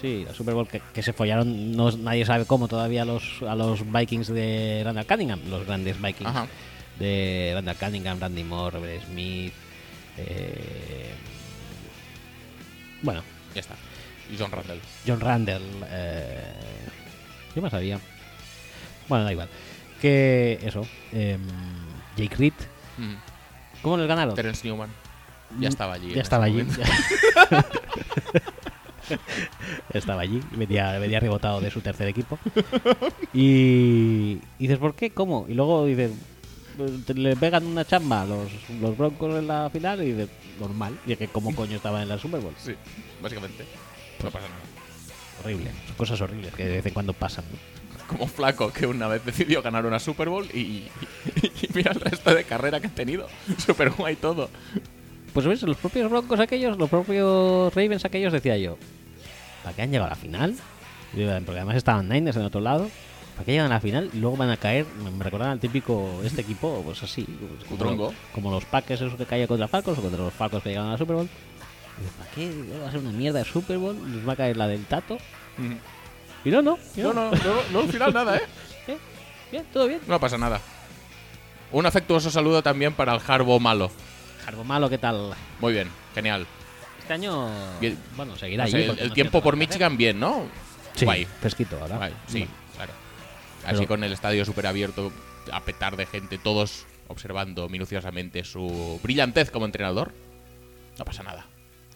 [SPEAKER 1] Sí, la Super Bowl que, que se follaron, no, nadie sabe cómo todavía a los, a los Vikings de Randall Cunningham, los grandes Vikings
[SPEAKER 2] Ajá.
[SPEAKER 1] de Randall Cunningham, Randy Moore, Robert Smith. eh, bueno,
[SPEAKER 2] Ya está. Y John Randall.
[SPEAKER 1] John Randall. Eh, ¿Qué más había? Bueno, da igual. Que eso. em, Jake Reed.
[SPEAKER 2] Mm.
[SPEAKER 1] ¿Cómo les ganaron?
[SPEAKER 2] Terence Newman. Ya estaba allí. en
[SPEAKER 1] Mm, Ya estaba
[SPEAKER 2] ese
[SPEAKER 1] allí.
[SPEAKER 2] momento.
[SPEAKER 1] estaba allí. Venía, venía rebotado de su tercer equipo. Y, y dices, ¿por qué? ¿Cómo? Y luego dices, "Pues te- le pegan una chamba a los, los Broncos en la final y dices, normal. Y es que, ¿cómo coño estaba en la Super Bowl?
[SPEAKER 2] Sí, básicamente. No pasa nada.
[SPEAKER 1] Horrible. Son cosas horribles que de vez en cuando pasan. ¿no?
[SPEAKER 2] Como flaco que una vez decidió ganar una Super Bowl y, y- y mira el resto de carrera que ha tenido. Super guay todo.
[SPEAKER 1] Pues ves, los propios Broncos aquellos, los propios Ravens aquellos, decía yo, ¿para qué han llegado a la final? Y yo, Porque además estaban Niners en otro lado. ¿Para qué llegan a la final? Y luego van a caer, me me recordaban al típico, este equipo, pues así. pues como-
[SPEAKER 2] Cutrongo.
[SPEAKER 1] Como los Packers esos que caían contra Falcons o contra los Falcons que llegaban a la Super Bowl. Y yo, ¿Para qué? Luego Va a ser una mierda de Super Bowl, les va a caer la del Tato. Y no, no. y
[SPEAKER 2] Mm. No, no, no, no, al final nada, ¿eh?
[SPEAKER 1] Bien, bien, todo bien.
[SPEAKER 2] No pasa nada. Un afectuoso saludo también para el Harbo Malo.
[SPEAKER 1] Jarbo malo, ¿qué tal?
[SPEAKER 2] Muy bien, genial.
[SPEAKER 1] Este año,
[SPEAKER 2] Bien.
[SPEAKER 1] bueno, seguirá
[SPEAKER 2] O
[SPEAKER 1] allí
[SPEAKER 2] sea, el,
[SPEAKER 1] porque
[SPEAKER 2] el
[SPEAKER 1] no tiene
[SPEAKER 2] tiempo por
[SPEAKER 1] otra cosa que
[SPEAKER 2] Michigan, bien, ¿no?
[SPEAKER 1] hacer. Sí,
[SPEAKER 2] Guay.
[SPEAKER 1] fresquito ahora.
[SPEAKER 2] Guay, sí, claro. Así
[SPEAKER 1] Pero-
[SPEAKER 2] con el estadio súper abierto, a petar de gente, todos observando minuciosamente su brillantez como entrenador. No pasa nada.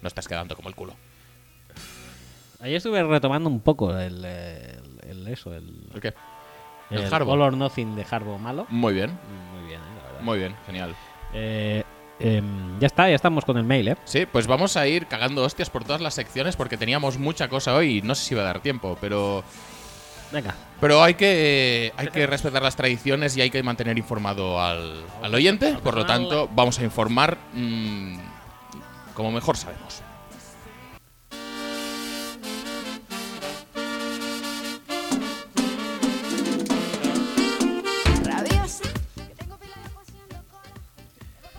[SPEAKER 2] No estás quedando como el culo.
[SPEAKER 1] Ayer estuve retomando un poco el, el- el eso, el,
[SPEAKER 2] ¿Por qué?
[SPEAKER 1] el,
[SPEAKER 2] el Harbo.
[SPEAKER 1] All or Nothing de Harbo malo.
[SPEAKER 2] Muy bien,
[SPEAKER 1] Muy bien, eh, la verdad.
[SPEAKER 2] muy bien, genial.
[SPEAKER 1] Eh, em, ya está, ya estamos con el mail, ¿eh?
[SPEAKER 2] Sí, pues vamos a ir cagando hostias por todas las secciones porque teníamos mucha cosa hoy y no sé si va a dar tiempo, pero,
[SPEAKER 1] Venga,
[SPEAKER 2] pero hay, que, hay que respetar las tradiciones y hay que mantener informado al, al oyente. Por lo tanto, vamos a informar mm, como mejor sabemos.
[SPEAKER 5] rabiosa. Que tengo pila de pasión, loco.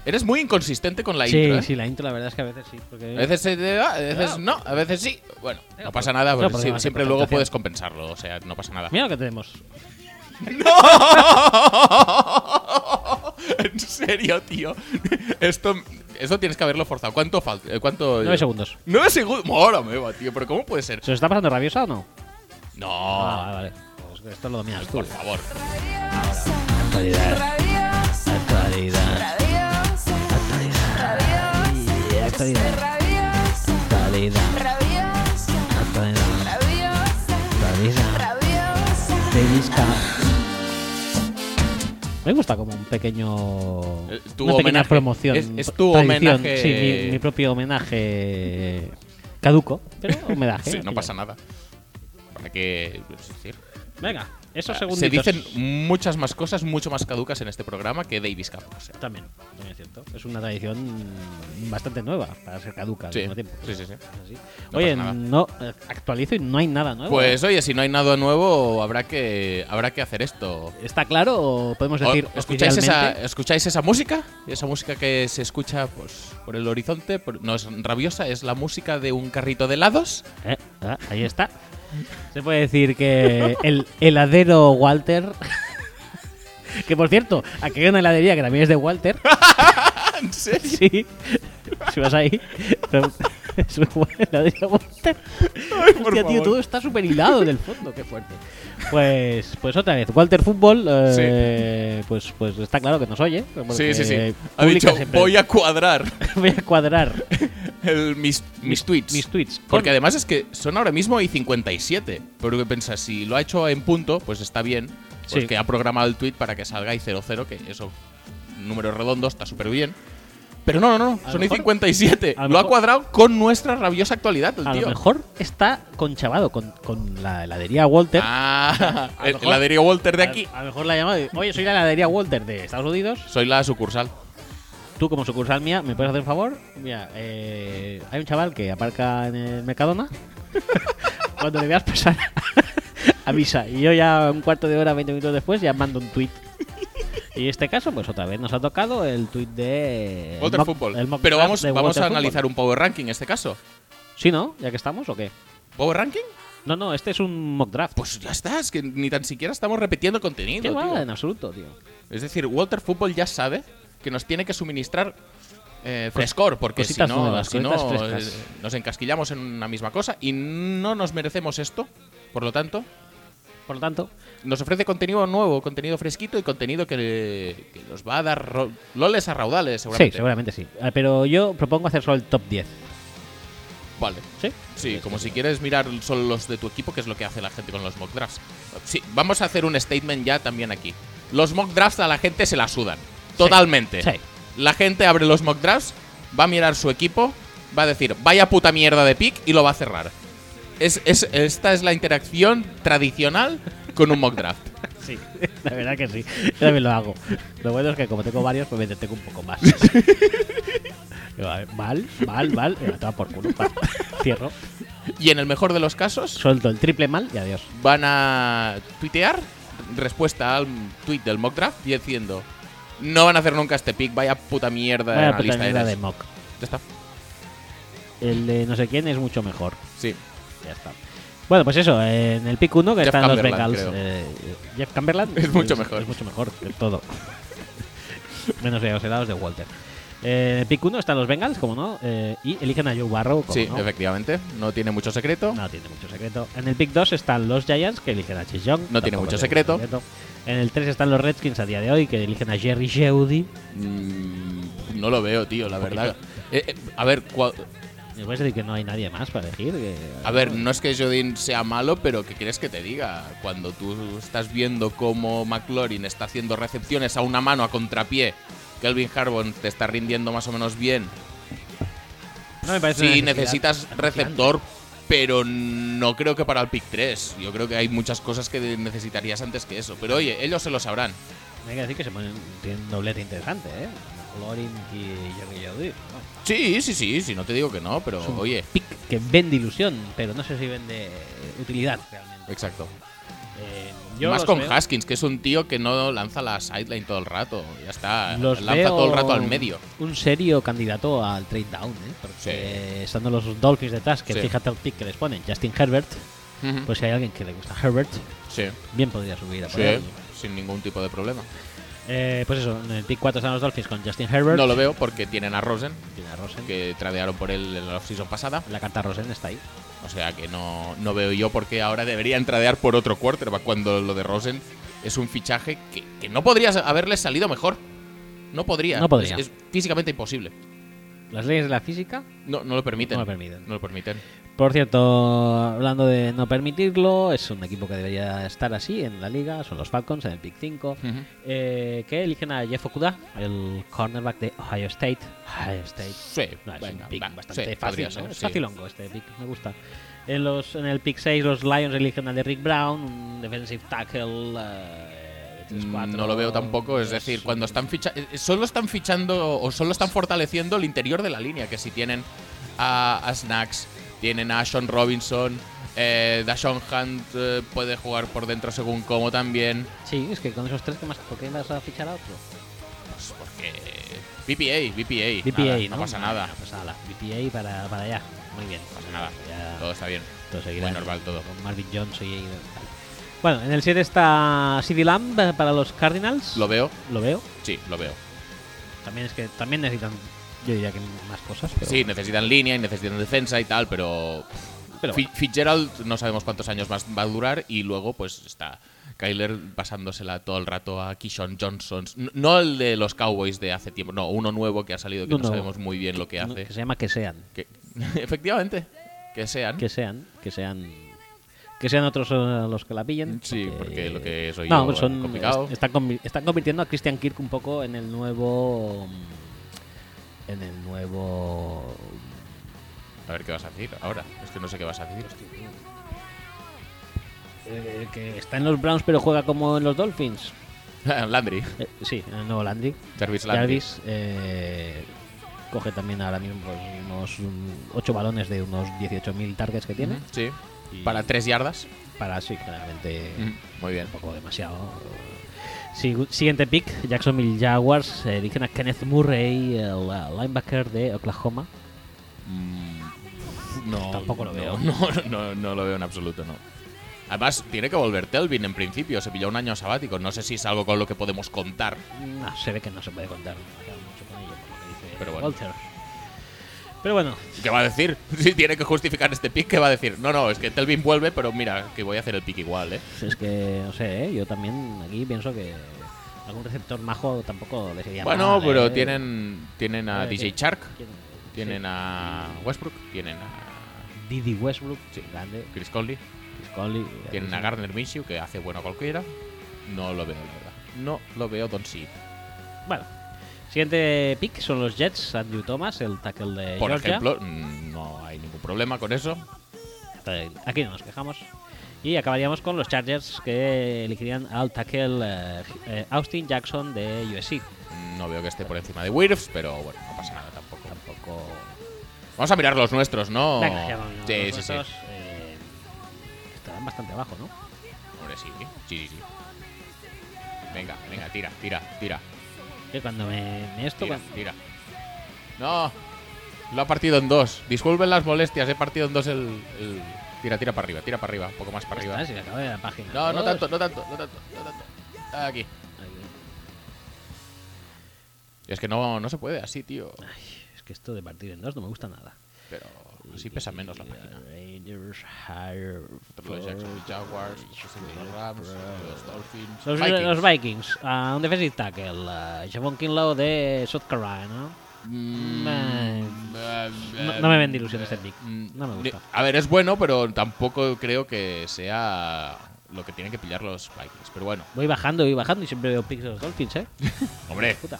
[SPEAKER 2] Eres muy inconsistente con la
[SPEAKER 1] sí,
[SPEAKER 2] intro. ¿eh?
[SPEAKER 1] sí, la intro la verdad es que a veces sí. Porque
[SPEAKER 2] A veces se te va, a veces no, a veces sí. Bueno, no pasa nada,
[SPEAKER 1] No,
[SPEAKER 2] porque
[SPEAKER 1] porque
[SPEAKER 2] sí-
[SPEAKER 1] va a ser
[SPEAKER 2] siempre luego
[SPEAKER 1] presentación.
[SPEAKER 2] puedes compensarlo, o sea, no pasa nada.
[SPEAKER 1] Mira lo que tenemos.
[SPEAKER 2] ¡No! En serio, tío. Esto, esto tienes que haberlo forzado. ¿Cuánto falta? ¿Cuánto?
[SPEAKER 1] Nueve segundos.
[SPEAKER 2] Nueve segundos. Ahora me va, tío. Pero ¿cómo puede ser?
[SPEAKER 1] ¿Se os está pasando rabiosa o no?
[SPEAKER 2] No.
[SPEAKER 1] Ah, vale. vale. Pues que esto lo dominas tú.
[SPEAKER 2] Por favor.
[SPEAKER 1] Actualidad. Actualidad. Actualidad. Actualidad. Actualidad. Actualidad. Actualidad. Pellizca. Me gusta como un pequeño.
[SPEAKER 2] Eh, tu
[SPEAKER 1] una pequeña
[SPEAKER 2] homenaje.
[SPEAKER 1] promoción.
[SPEAKER 2] Es- es tu
[SPEAKER 1] tradición.
[SPEAKER 2] homenaje.
[SPEAKER 1] Sí, mi, mi propio homenaje. Caduco, pero homenaje.
[SPEAKER 2] Sí, no
[SPEAKER 1] Aquello.
[SPEAKER 2] pasa nada. ¿Para qué? Es decir,
[SPEAKER 1] Venga, esos
[SPEAKER 2] se
[SPEAKER 1] segunditos.
[SPEAKER 2] dicen muchas más cosas, mucho más caducas en este programa que Davis Cup. o sea.
[SPEAKER 1] También, también es cierto. Es una tradición bastante nueva para ser caduca al
[SPEAKER 2] Sí,
[SPEAKER 1] mismo tiempo.
[SPEAKER 2] sí, sí, sí.
[SPEAKER 1] Es así.
[SPEAKER 2] No
[SPEAKER 1] Oye,
[SPEAKER 2] pasa nada.
[SPEAKER 1] no eh, actualizo y no hay nada nuevo.
[SPEAKER 2] Pues oye, si no hay nada nuevo, habrá que, habrá que hacer esto.
[SPEAKER 1] ¿Está claro o podemos decir
[SPEAKER 2] O- ¿escucháis, esa,
[SPEAKER 1] oficialmente?
[SPEAKER 2] ¿Escucháis esa música? Esa música que se escucha pues, por el horizonte. por- no es rabiosa, es la música de un carrito de helados.
[SPEAKER 1] Eh, ah, ahí está. Se puede decir que el heladero Walter... que por cierto, aquí hay una heladería que también es de Walter.
[SPEAKER 2] ¿En serio?
[SPEAKER 1] Sí. Si vas ahí... Es una buena heladería Walter. Hostia, tío, todo está súper hilado en el fondo, qué fuerte. Pues, pues otra vez, Walter Fútbol, eh, pues, pues está claro que nos oye. porque
[SPEAKER 2] Sí, sí, sí. Ha
[SPEAKER 1] publica
[SPEAKER 2] dicho,
[SPEAKER 1] siempre-
[SPEAKER 2] voy a cuadrar
[SPEAKER 1] voy a cuadrar
[SPEAKER 2] el- mis, mis tweets.
[SPEAKER 1] mis tweets. con-
[SPEAKER 2] Porque además es que son ahora mismo y 57. Pero que piensas, si lo ha hecho en punto, pues está bien. Pues
[SPEAKER 1] Sí.
[SPEAKER 2] que ha programado el tweet para que salga y 00, que eso, número redondo, está súper bien. Pero no, no,
[SPEAKER 1] A
[SPEAKER 2] no,
[SPEAKER 1] lo
[SPEAKER 2] son y
[SPEAKER 1] mejor-
[SPEAKER 2] 57.
[SPEAKER 1] a lo
[SPEAKER 2] Lo ha
[SPEAKER 1] mejor-
[SPEAKER 2] cuadrado con nuestra rabiosa actualidad, el
[SPEAKER 1] a
[SPEAKER 2] tío.
[SPEAKER 1] lo mejor está conchavado con, con la heladería Walter.
[SPEAKER 2] Ah,
[SPEAKER 1] A lo
[SPEAKER 2] el-
[SPEAKER 1] mejor-
[SPEAKER 2] la de Walter de
[SPEAKER 1] A-
[SPEAKER 2] aquí.
[SPEAKER 1] A, lo mejor la ha llamado y, oye, soy la heladería Walter de Estados Unidos.
[SPEAKER 2] Soy la sucursal.
[SPEAKER 1] Tú, como sucursal mía, ¿me puedes hacer un favor? Mira, eh, hay un chaval que aparca en el Mercadona. Cuando le veas pasar, avisa. Y yo ya un cuarto de hora, 20 minutos después, ya mando un tweet. Y en este caso, pues otra vez nos ha tocado el tweet de... el
[SPEAKER 2] Walter
[SPEAKER 1] mock-
[SPEAKER 2] Fútbol.
[SPEAKER 1] el mock
[SPEAKER 2] Pero
[SPEAKER 1] draft
[SPEAKER 2] vamos,
[SPEAKER 1] de
[SPEAKER 2] vamos
[SPEAKER 1] Walter
[SPEAKER 2] a
[SPEAKER 1] Fútbol.
[SPEAKER 2] analizar un power ranking en este caso.
[SPEAKER 1] ¿Sí, no? ¿Ya que estamos o qué?
[SPEAKER 2] ¿Power ranking?
[SPEAKER 1] No, no, este es un mock draft.
[SPEAKER 2] Pues ya está, es que ni tan siquiera estamos repitiendo contenido.
[SPEAKER 1] ¿Qué va?
[SPEAKER 2] tío.
[SPEAKER 1] En absoluto, tío.
[SPEAKER 2] Es decir, Walter Football ya sabe que nos tiene que suministrar eh, frescor, porque si
[SPEAKER 1] Pues cositas
[SPEAKER 2] no,
[SPEAKER 1] nuevas,
[SPEAKER 2] si no,
[SPEAKER 1] cositas frescas.
[SPEAKER 2] eh, nos encasquillamos en una misma cosa y no nos merecemos esto. Por lo tanto,
[SPEAKER 1] Por lo tanto,
[SPEAKER 2] nos ofrece contenido nuevo, contenido fresquito y contenido que, que nos va a dar ro- loles a
[SPEAKER 1] sí,
[SPEAKER 2] raudales, seguramente.
[SPEAKER 1] seguramente sí. Ah, Pero yo propongo hacer solo el top 10.
[SPEAKER 2] Vale.
[SPEAKER 1] ¿Sí?
[SPEAKER 2] Sí, como si quieres mirar solo los de tu equipo, que es lo que hace la gente con los mock drafts. Sí, vamos a hacer un statement ya también aquí. Los mock drafts a la gente se la sudan. Totalmente.
[SPEAKER 1] Sí.
[SPEAKER 2] La gente abre los mock drafts, va a mirar su equipo, va a decir, vaya puta mierda de pick y lo va a cerrar. Es, es- esta es la interacción tradicional con un mock draft.
[SPEAKER 1] Sí, la verdad que sí. Yo también lo hago. Lo bueno es que como tengo varios, pues me detengo un poco más. Digo, a ver, Mal, mal, mal. Me toma por culo. pa. Cierro.
[SPEAKER 2] Y en el mejor de los casos,
[SPEAKER 1] Suelto el triple mal y adiós.
[SPEAKER 2] van a tuitear respuesta al tweet del mock draft diciendo, no van a hacer nunca este pick, vaya puta mierda de
[SPEAKER 1] Vaya puta
[SPEAKER 2] analista
[SPEAKER 1] mierda
[SPEAKER 2] eres".
[SPEAKER 1] de mock.
[SPEAKER 2] Ya está.
[SPEAKER 1] El de no sé quién es mucho mejor.
[SPEAKER 2] Sí.
[SPEAKER 1] Ya está. Bueno, pues eso, eh, en el pick 1 que
[SPEAKER 2] Jeff
[SPEAKER 1] están los
[SPEAKER 2] Cumberland,
[SPEAKER 1] Bengals.
[SPEAKER 2] creo.
[SPEAKER 1] eh, Jeff Cumberland
[SPEAKER 2] Es mucho mejor.
[SPEAKER 1] Es mucho mejor que todo. Menos de los helados de Walter. Eh, en el pick 1 están los Bengals, como no, eh, y eligen a Joe Barrow, como
[SPEAKER 2] Sí,
[SPEAKER 1] no.
[SPEAKER 2] efectivamente. No tiene mucho secreto.
[SPEAKER 1] No tiene mucho secreto. En el pick 2 están los Giants, que eligen a Chase Young.
[SPEAKER 2] No tiene
[SPEAKER 1] Tampoco
[SPEAKER 2] mucho secreto.
[SPEAKER 1] En el 3 están los Redskins a día de hoy, que eligen a Jerry Jeudy.
[SPEAKER 2] Mm, no lo veo, tío, la
[SPEAKER 1] Un
[SPEAKER 2] verdad. Eh, eh, a ver, cua-
[SPEAKER 1] Me puedes decir que no hay nadie más para elegir. Que-
[SPEAKER 2] a ver, no es que Jodin sea malo, pero ¿qué quieres que te diga? Cuando tú estás viendo cómo McLaurin está haciendo recepciones a una mano a contrapié, Kelvin Harbon te está rindiendo más o menos bien.
[SPEAKER 1] No me parece
[SPEAKER 2] Sí,
[SPEAKER 1] una necesidad
[SPEAKER 2] necesitas receptor, pero no creo que para el pick 3. Yo creo que hay muchas cosas que necesitarías antes que eso. Pero oye, ellos se lo sabrán.
[SPEAKER 1] Hay que decir que se ponen, tienen un doblete interesante, ¿eh? McLaurin y Jerry Jeudy. ¿no?
[SPEAKER 2] Sí, sí, sí, sí, no te digo que no, pero
[SPEAKER 1] Es un
[SPEAKER 2] Oh, oye,
[SPEAKER 1] pick que vende ilusión, pero no sé si vende utilidad realmente.
[SPEAKER 2] exacto.
[SPEAKER 1] Eh, yo
[SPEAKER 2] Más
[SPEAKER 1] los
[SPEAKER 2] con
[SPEAKER 1] veo-
[SPEAKER 2] Haskins, que es un tío que no lanza la sideline todo el rato. Ya está.
[SPEAKER 1] Los
[SPEAKER 2] Ah, lanza
[SPEAKER 1] veo
[SPEAKER 2] todo el rato al medio.
[SPEAKER 1] Un serio candidato al trade down, ¿eh? Porque estando los Dolphins detrás, que
[SPEAKER 2] Sí.
[SPEAKER 1] fíjate el pick que les ponen, Justin Herbert, pues si hay alguien que le gusta Herbert,
[SPEAKER 2] sí,
[SPEAKER 1] bien podría subir a por
[SPEAKER 2] sí,
[SPEAKER 1] él.
[SPEAKER 2] sin ningún tipo de problema.
[SPEAKER 1] Eh, pues eso, en el pick 4 están los Dolphins con Justin Herbert.
[SPEAKER 2] No lo veo porque tienen a Rosen,
[SPEAKER 1] Tiene a Rosen.
[SPEAKER 2] que tradearon por él en la offseason pasada.
[SPEAKER 1] La carta Rosen está ahí.
[SPEAKER 2] O sea que no, no veo yo por qué ahora deberían tradear por otro quarterback cuando lo de Rosen es un fichaje que, que no podría haberle salido mejor. No podría.
[SPEAKER 1] No podría.
[SPEAKER 2] Es, es físicamente imposible.
[SPEAKER 1] Las leyes de la física
[SPEAKER 2] No, no lo permiten.
[SPEAKER 1] no lo permiten.
[SPEAKER 2] No lo permiten.
[SPEAKER 1] Por cierto, hablando de no permitirlo, es un equipo que debería estar así en la liga, son los Falcons en el pick 5,
[SPEAKER 2] Ujú.
[SPEAKER 1] eh, que eligen a Jeff Okuda, el cornerback de Ohio State. Ohio State.
[SPEAKER 2] Sí,
[SPEAKER 1] No, es
[SPEAKER 2] venga,
[SPEAKER 1] un pick
[SPEAKER 2] va,
[SPEAKER 1] bastante
[SPEAKER 2] sí,
[SPEAKER 1] fácil,
[SPEAKER 2] podría
[SPEAKER 1] ¿no?
[SPEAKER 2] ser,
[SPEAKER 1] Es
[SPEAKER 2] sí.
[SPEAKER 1] facilongo este pick, me gusta. En, los, en el pick 6 los Lions eligen a Derrick Brown, un defensive tackle eh, de 3-4.
[SPEAKER 2] Mm, No lo veo tampoco, es decir, cuando están ficha eh, solo están fichando o solo están fortaleciendo el interior de la línea, que si tienen a, a Snacks, tienen a Sean Robinson, eh, Dashon Hunt eh, puede jugar por dentro según como también,
[SPEAKER 1] Sí, es que con esos tres que más, ¿por qué vas a fichar a otro?
[SPEAKER 2] pues porque BPA, BPA,
[SPEAKER 1] BPA,
[SPEAKER 2] nada,
[SPEAKER 1] ¿no? Ah,
[SPEAKER 2] no pasa nada,
[SPEAKER 1] No pasa nada. BPA para, para allá. Muy bien.
[SPEAKER 2] no pasa nada,
[SPEAKER 1] Ya
[SPEAKER 2] todo está bien,
[SPEAKER 1] todo seguirá.
[SPEAKER 2] muy normal todo.
[SPEAKER 1] Con Marvin Jones y y tal. Bueno, en el 7 está CD Lamb eh, para los Cardinals.
[SPEAKER 2] Lo veo,
[SPEAKER 1] Lo veo.
[SPEAKER 2] sí, lo veo.
[SPEAKER 1] También es que también necesitan, yo diría que más cosas. Pero
[SPEAKER 2] Sí, necesitan línea y necesitan defensa y tal, pero.
[SPEAKER 1] Pero
[SPEAKER 2] Fi- Fitzgerald no sabemos cuántos años más va a durar y luego, pues está Kyler pasándosela todo el rato a Kishon Johnson. N- No el de los Cowboys de hace tiempo, no, uno nuevo que ha salido que
[SPEAKER 1] Uno
[SPEAKER 2] no,
[SPEAKER 1] nuevo.
[SPEAKER 2] sabemos muy bien lo que
[SPEAKER 1] no,
[SPEAKER 2] hace.
[SPEAKER 1] que se llama que sean.
[SPEAKER 2] Que- efectivamente, que sean.
[SPEAKER 1] Que sean, que sean. Que sean otros eh, los que la pillen.
[SPEAKER 2] Sí, porque lo que soy
[SPEAKER 1] no,
[SPEAKER 2] yo es
[SPEAKER 1] son,
[SPEAKER 2] complicado.
[SPEAKER 1] es- Están, convi- están convirtiendo a Christian Kirk un poco en el nuevo. mm, En el nuevo.
[SPEAKER 2] A ver qué vas a decir ahora. Es que no sé qué vas a decir.
[SPEAKER 1] eh, que está en los Browns pero juega como en los Dolphins.
[SPEAKER 2] Landry,
[SPEAKER 1] Eh, sí, en el nuevo Landry.
[SPEAKER 2] Jarvis Landry.
[SPEAKER 1] Jarvis eh, coge también ahora mismo pues, unos 8 balones de unos 18.000 targets que tiene.
[SPEAKER 2] Sí. Para tres yardas.
[SPEAKER 1] Para sí, claramente
[SPEAKER 2] Mm, Muy bien.
[SPEAKER 1] un poco demasiado. Sigu- siguiente pick, Jacksonville Jaguars. eh, eligen a Kenneth Murray, el eh, linebacker de Oklahoma.
[SPEAKER 2] Mm, No.
[SPEAKER 1] Tampoco lo
[SPEAKER 2] no,
[SPEAKER 1] veo.
[SPEAKER 2] No, no, no lo veo en absoluto, no. Además, tiene que volver Telvin en principio. Se pilló un año sabático. No sé si es algo con lo que podemos contar.
[SPEAKER 1] No, Ah, se ve que no se puede contar mucho con ello, por lo que dice
[SPEAKER 2] Pero bueno.
[SPEAKER 1] Walter. Pero bueno,
[SPEAKER 2] ¿Qué va a decir? Si tiene que justificar este pick, ¿qué va a decir? No, no, es que Telvin vuelve, pero mira, que voy a hacer el pick igual, ¿eh?
[SPEAKER 1] es que no sé, ¿eh? yo también aquí pienso que algún receptor majo tampoco le sería
[SPEAKER 2] Bueno,
[SPEAKER 1] mal,
[SPEAKER 2] pero
[SPEAKER 1] ¿eh?
[SPEAKER 2] tienen, tienen a
[SPEAKER 1] Eh,
[SPEAKER 2] DJ
[SPEAKER 1] que-
[SPEAKER 2] Shark,
[SPEAKER 1] Tienen-
[SPEAKER 2] tienen
[SPEAKER 1] sí.
[SPEAKER 2] a Westbrook, tienen a
[SPEAKER 1] Didi Westbrook,
[SPEAKER 2] Sí.
[SPEAKER 1] grande,
[SPEAKER 2] Chris Conley,
[SPEAKER 1] Chris Conley, eh,
[SPEAKER 2] tienen a
[SPEAKER 1] grandísimo.
[SPEAKER 2] Gardner Minshew, que hace bueno a cualquiera. No lo veo, la verdad. No lo veo, Don Seed.
[SPEAKER 1] Bueno, siguiente pick son los Jets, Andrew Thomas, el tackle de
[SPEAKER 2] Por
[SPEAKER 1] Georgia.
[SPEAKER 2] ejemplo, mm, no hay ningún problema con eso.
[SPEAKER 1] Eh, Aquí no nos quejamos. Y acabaríamos con los Chargers que elegirían al tackle eh, eh, Austin Jackson de USC.
[SPEAKER 2] No veo que esté por encima de Wirfs, pero bueno, no pasa nada tampoco.
[SPEAKER 1] Tampoco.
[SPEAKER 2] Vamos a mirar los nuestros, ¿no?
[SPEAKER 1] Venga, ya vamos,
[SPEAKER 2] Oh, sí,
[SPEAKER 1] los
[SPEAKER 2] sí, sí.
[SPEAKER 1] otros, eh, estarán bastante abajo, ¿no?
[SPEAKER 2] Hombre, sí, sí, sí, sí. Venga, venga, tira, tira, tira,
[SPEAKER 1] Que cuando me, me esto.
[SPEAKER 2] tira,
[SPEAKER 1] cuando-
[SPEAKER 2] tira. No, lo ha partido en dos. Disculpen las molestias, he partido en dos el, el- Tira, tira para arriba, tira para arriba, un poco más para
[SPEAKER 1] Ya está,
[SPEAKER 2] arriba.
[SPEAKER 1] si se acaba de la página.
[SPEAKER 2] No, no
[SPEAKER 1] dos.
[SPEAKER 2] tanto, no tanto, no tanto, no tanto. Aquí.
[SPEAKER 1] Ay,
[SPEAKER 2] Es que no, no se puede así, tío.
[SPEAKER 1] Es que esto de partir en dos no me gusta nada.
[SPEAKER 2] Pero así pesa menos la página.
[SPEAKER 1] Raiders hire Pues
[SPEAKER 2] Los Jacksonville Jaguars, los Rams, los Dolphins,
[SPEAKER 1] Los
[SPEAKER 2] Vikings.
[SPEAKER 1] los Vikings, a un defensive tackle, a Javon Kinlaw de South Carolina.
[SPEAKER 2] Mm,
[SPEAKER 1] Mm, No- no me vende ilusiones el pick.
[SPEAKER 2] mm,
[SPEAKER 1] No me gusta.
[SPEAKER 2] eh, A ver, es bueno, pero tampoco creo que sea lo que tienen que pillar los Vikings. Pero bueno,
[SPEAKER 1] Voy bajando, voy bajando y siempre veo picks de los Dolphins, ¿eh?
[SPEAKER 2] hombre,
[SPEAKER 1] Puta.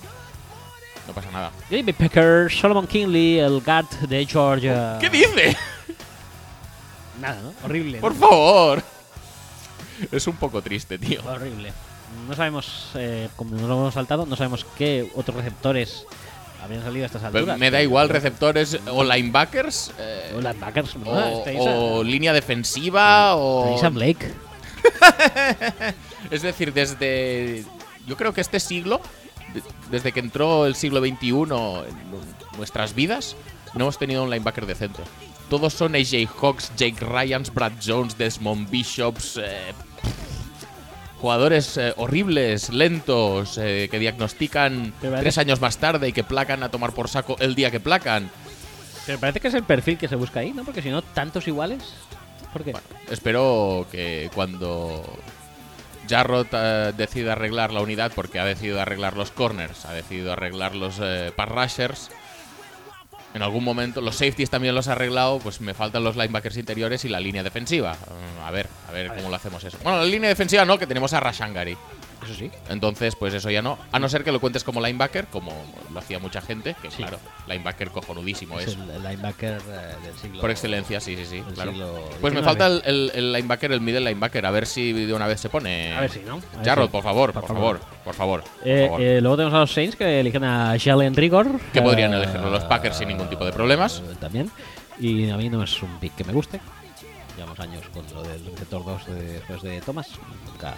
[SPEAKER 2] no pasa nada.
[SPEAKER 1] Jamie Picker, Solomon Kinley, el guard de Georgia.
[SPEAKER 2] ¿Qué dice?
[SPEAKER 1] Nada, ¿no? Horrible. ¿no?
[SPEAKER 2] Por favor. Es un poco triste, tío.
[SPEAKER 1] Horrible. No sabemos, eh, como nos lo hemos saltado, no sabemos qué otros receptores habrían salido a estas
[SPEAKER 2] Pero
[SPEAKER 1] alturas.
[SPEAKER 2] me da igual receptores o linebackers eh,
[SPEAKER 1] O las backers, ¿no?
[SPEAKER 2] o,
[SPEAKER 1] Estáis a-
[SPEAKER 2] o línea defensiva o...
[SPEAKER 1] estáis a Blake.
[SPEAKER 2] Es decir, desde. Yo creo que este siglo, de- desde que entró el siglo XXI en nu- nuestras vidas, no hemos tenido un linebacker decente. Todos son AJ Hawks, Jake Ryans, Brad Jones, Desmond Bishops. eh, jugadores eh, horribles, lentos, eh, que diagnostican
[SPEAKER 1] Pero vale.
[SPEAKER 2] tres años más tarde y que placan a tomar por saco el día que placan.
[SPEAKER 1] Pero parece que es el perfil que se busca ahí, ¿no? Porque si no, tantos iguales. ¿Por qué?
[SPEAKER 2] Espero que cuando Jarrod eh, decida arreglar la unidad, porque ha decidido arreglar los corners, ha decidido arreglar los eh, pass rushers, en algún momento los safeties también los ha arreglado, pues me faltan los linebackers interiores y la línea defensiva. Mm, A ver, a ver cómo lo hacemos eso. Bueno, la línea defensiva no, que tenemos a Rashangari.
[SPEAKER 1] Eso sí.
[SPEAKER 2] Entonces, pues eso ya no. A no ser que lo cuentes como linebacker, como lo hacía mucha gente, que claro, linebacker cojonudísimo
[SPEAKER 1] Es
[SPEAKER 2] es.
[SPEAKER 1] el linebacker eh, del siglo.
[SPEAKER 2] Por excelencia, sí, sí, sí.
[SPEAKER 1] del
[SPEAKER 2] claro.
[SPEAKER 1] siglo
[SPEAKER 2] Pues me
[SPEAKER 1] XIX.
[SPEAKER 2] falta el, el- el linebacker, el middle linebacker. A ver si de una vez se pone.
[SPEAKER 1] A ver si, ¿no? A ver
[SPEAKER 2] Jarrod,
[SPEAKER 1] si.
[SPEAKER 2] por favor,
[SPEAKER 1] Por
[SPEAKER 2] por favor, por favor. por
[SPEAKER 1] Eh,
[SPEAKER 2] favor.
[SPEAKER 1] eh, luego tenemos a los Saints que eligen a Jalen Rigor.
[SPEAKER 2] Que podrían
[SPEAKER 1] eh,
[SPEAKER 2] elegirlo los Packers sin ningún tipo de problemas.
[SPEAKER 1] eh, También. Y a mí no es un pick que me guste. Llevamos años con lo del receptor 2 de- después de Thomas. Nunca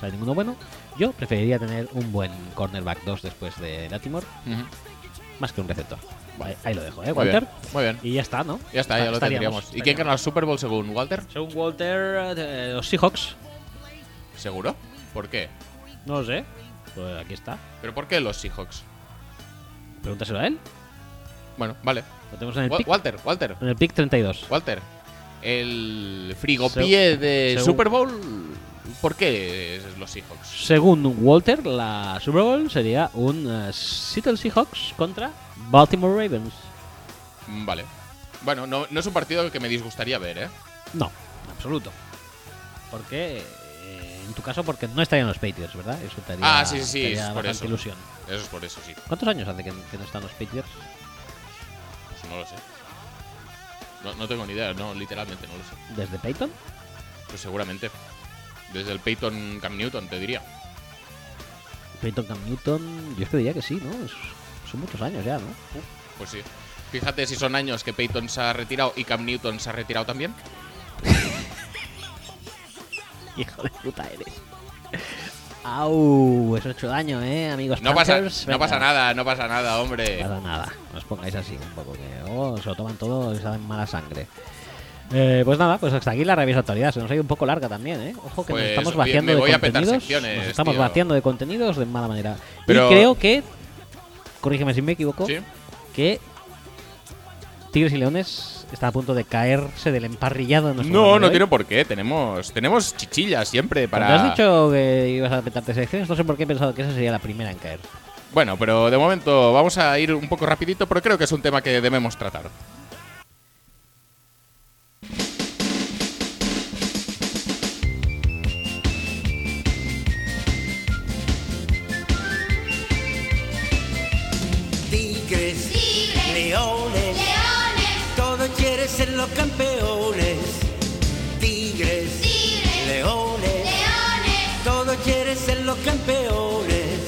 [SPEAKER 1] sale ninguno bueno. Yo preferiría tener un buen cornerback 2 después de Latimore,
[SPEAKER 2] Ujú.
[SPEAKER 1] más que un receptor. Ahí, ahí lo dejo, ¿eh,
[SPEAKER 2] Muy
[SPEAKER 1] Walter?
[SPEAKER 2] bien, muy bien.
[SPEAKER 1] Y ya está, ¿no?
[SPEAKER 2] Ya está, ya lo
[SPEAKER 1] Estaríamos,
[SPEAKER 2] tendríamos. ¿Y quién
[SPEAKER 1] estaríamos.
[SPEAKER 2] gana el Super Bowl según Walter?
[SPEAKER 1] Según Walter, eh, los Seahawks.
[SPEAKER 2] ¿Seguro? ¿Por qué?
[SPEAKER 1] No lo sé. Pues aquí está.
[SPEAKER 2] ¿Pero por qué los Seahawks?
[SPEAKER 1] Pregúntaselo a él.
[SPEAKER 2] Bueno, vale.
[SPEAKER 1] Lo tenemos en el
[SPEAKER 2] Wa-
[SPEAKER 1] pick,
[SPEAKER 2] Walter, Walter,
[SPEAKER 1] en el pick 32.
[SPEAKER 2] Walter. El frigopié de
[SPEAKER 1] según-
[SPEAKER 2] Super Bowl. ¿Por qué es los Seahawks?
[SPEAKER 1] Según Walter, la Super Bowl sería un eh, Seattle Seahawks contra Baltimore Ravens.
[SPEAKER 2] Mm, Vale. Bueno, no, no es un partido que me disgustaría ver, ¿eh?
[SPEAKER 1] No, en absoluto. Porque, eh, en tu caso, porque no estarían los Patriots, ¿verdad? Eso te haría,
[SPEAKER 2] Ah, sí, sí, sí,
[SPEAKER 1] te haría
[SPEAKER 2] es por
[SPEAKER 1] bastante
[SPEAKER 2] eso.
[SPEAKER 1] ilusión.
[SPEAKER 2] Eso es por eso, sí.
[SPEAKER 1] ¿Cuántos años hace que, que no están los Patriots?
[SPEAKER 2] Pues no lo sé. No, no tengo ni idea, no, literalmente no lo sé.
[SPEAKER 1] ¿Desde Peyton?
[SPEAKER 2] Pues seguramente. Desde el Peyton Cam Newton, te diría.
[SPEAKER 1] Peyton Cam Newton, yo es que diría que sí, ¿no? Es- son muchos años ya, ¿no?
[SPEAKER 2] Pues sí. Fíjate si son años que Peyton se ha retirado y Cam Newton se ha retirado también.
[SPEAKER 1] Hijo de puta eres. Au, eso ha hecho daño, ¿eh, amigos?
[SPEAKER 2] No pasa,
[SPEAKER 1] Panthers?
[SPEAKER 2] no pasa
[SPEAKER 1] Venga.
[SPEAKER 2] nada, no pasa nada,
[SPEAKER 1] No
[SPEAKER 2] hombre.
[SPEAKER 1] pasa nada, no os pongáis así un poco, que luego se lo toman todo y saben mala sangre. Eh, pues nada, pues hasta aquí la revista de actualidad. Se nos ha ido un poco larga también, ¿eh? Ojo que
[SPEAKER 2] Pues,
[SPEAKER 1] nos estamos
[SPEAKER 2] bien,
[SPEAKER 1] vaciando
[SPEAKER 2] me voy
[SPEAKER 1] de
[SPEAKER 2] a petar
[SPEAKER 1] contenidos.
[SPEAKER 2] secciones,
[SPEAKER 1] nos estamos
[SPEAKER 2] tío.
[SPEAKER 1] vaciando de contenidos de mala manera.
[SPEAKER 2] Pero-
[SPEAKER 1] Y creo que, corrígeme si me equivoco,
[SPEAKER 2] Sí.
[SPEAKER 1] que Tigres y Leones está a punto de caerse del emparrillado. de nuestro
[SPEAKER 2] No,
[SPEAKER 1] programa de
[SPEAKER 2] no
[SPEAKER 1] hoy.
[SPEAKER 2] tiene por qué. Tenemos, tenemos chichillas siempre
[SPEAKER 1] ¿eh? Cuando
[SPEAKER 2] para.
[SPEAKER 1] has dicho que ibas a petarte secciones, no sé por qué he pensado que esa sería la primera en caer.
[SPEAKER 2] Bueno, pero de momento vamos a ir un poco rapidito, pero creo que es un tema que debemos tratar.
[SPEAKER 6] Tigres, leones, todos quieren ser los campeones. Tigres, leones, todos quieren ser los campeones.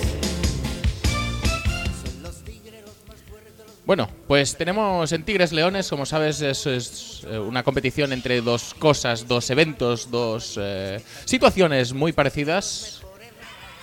[SPEAKER 6] Son los tigres los más fuertes, los
[SPEAKER 2] Bueno, pues tenemos en Tigres Leones, como sabes, es, es, eh, una competición entre dos cosas, dos eventos, dos eh, situaciones muy parecidas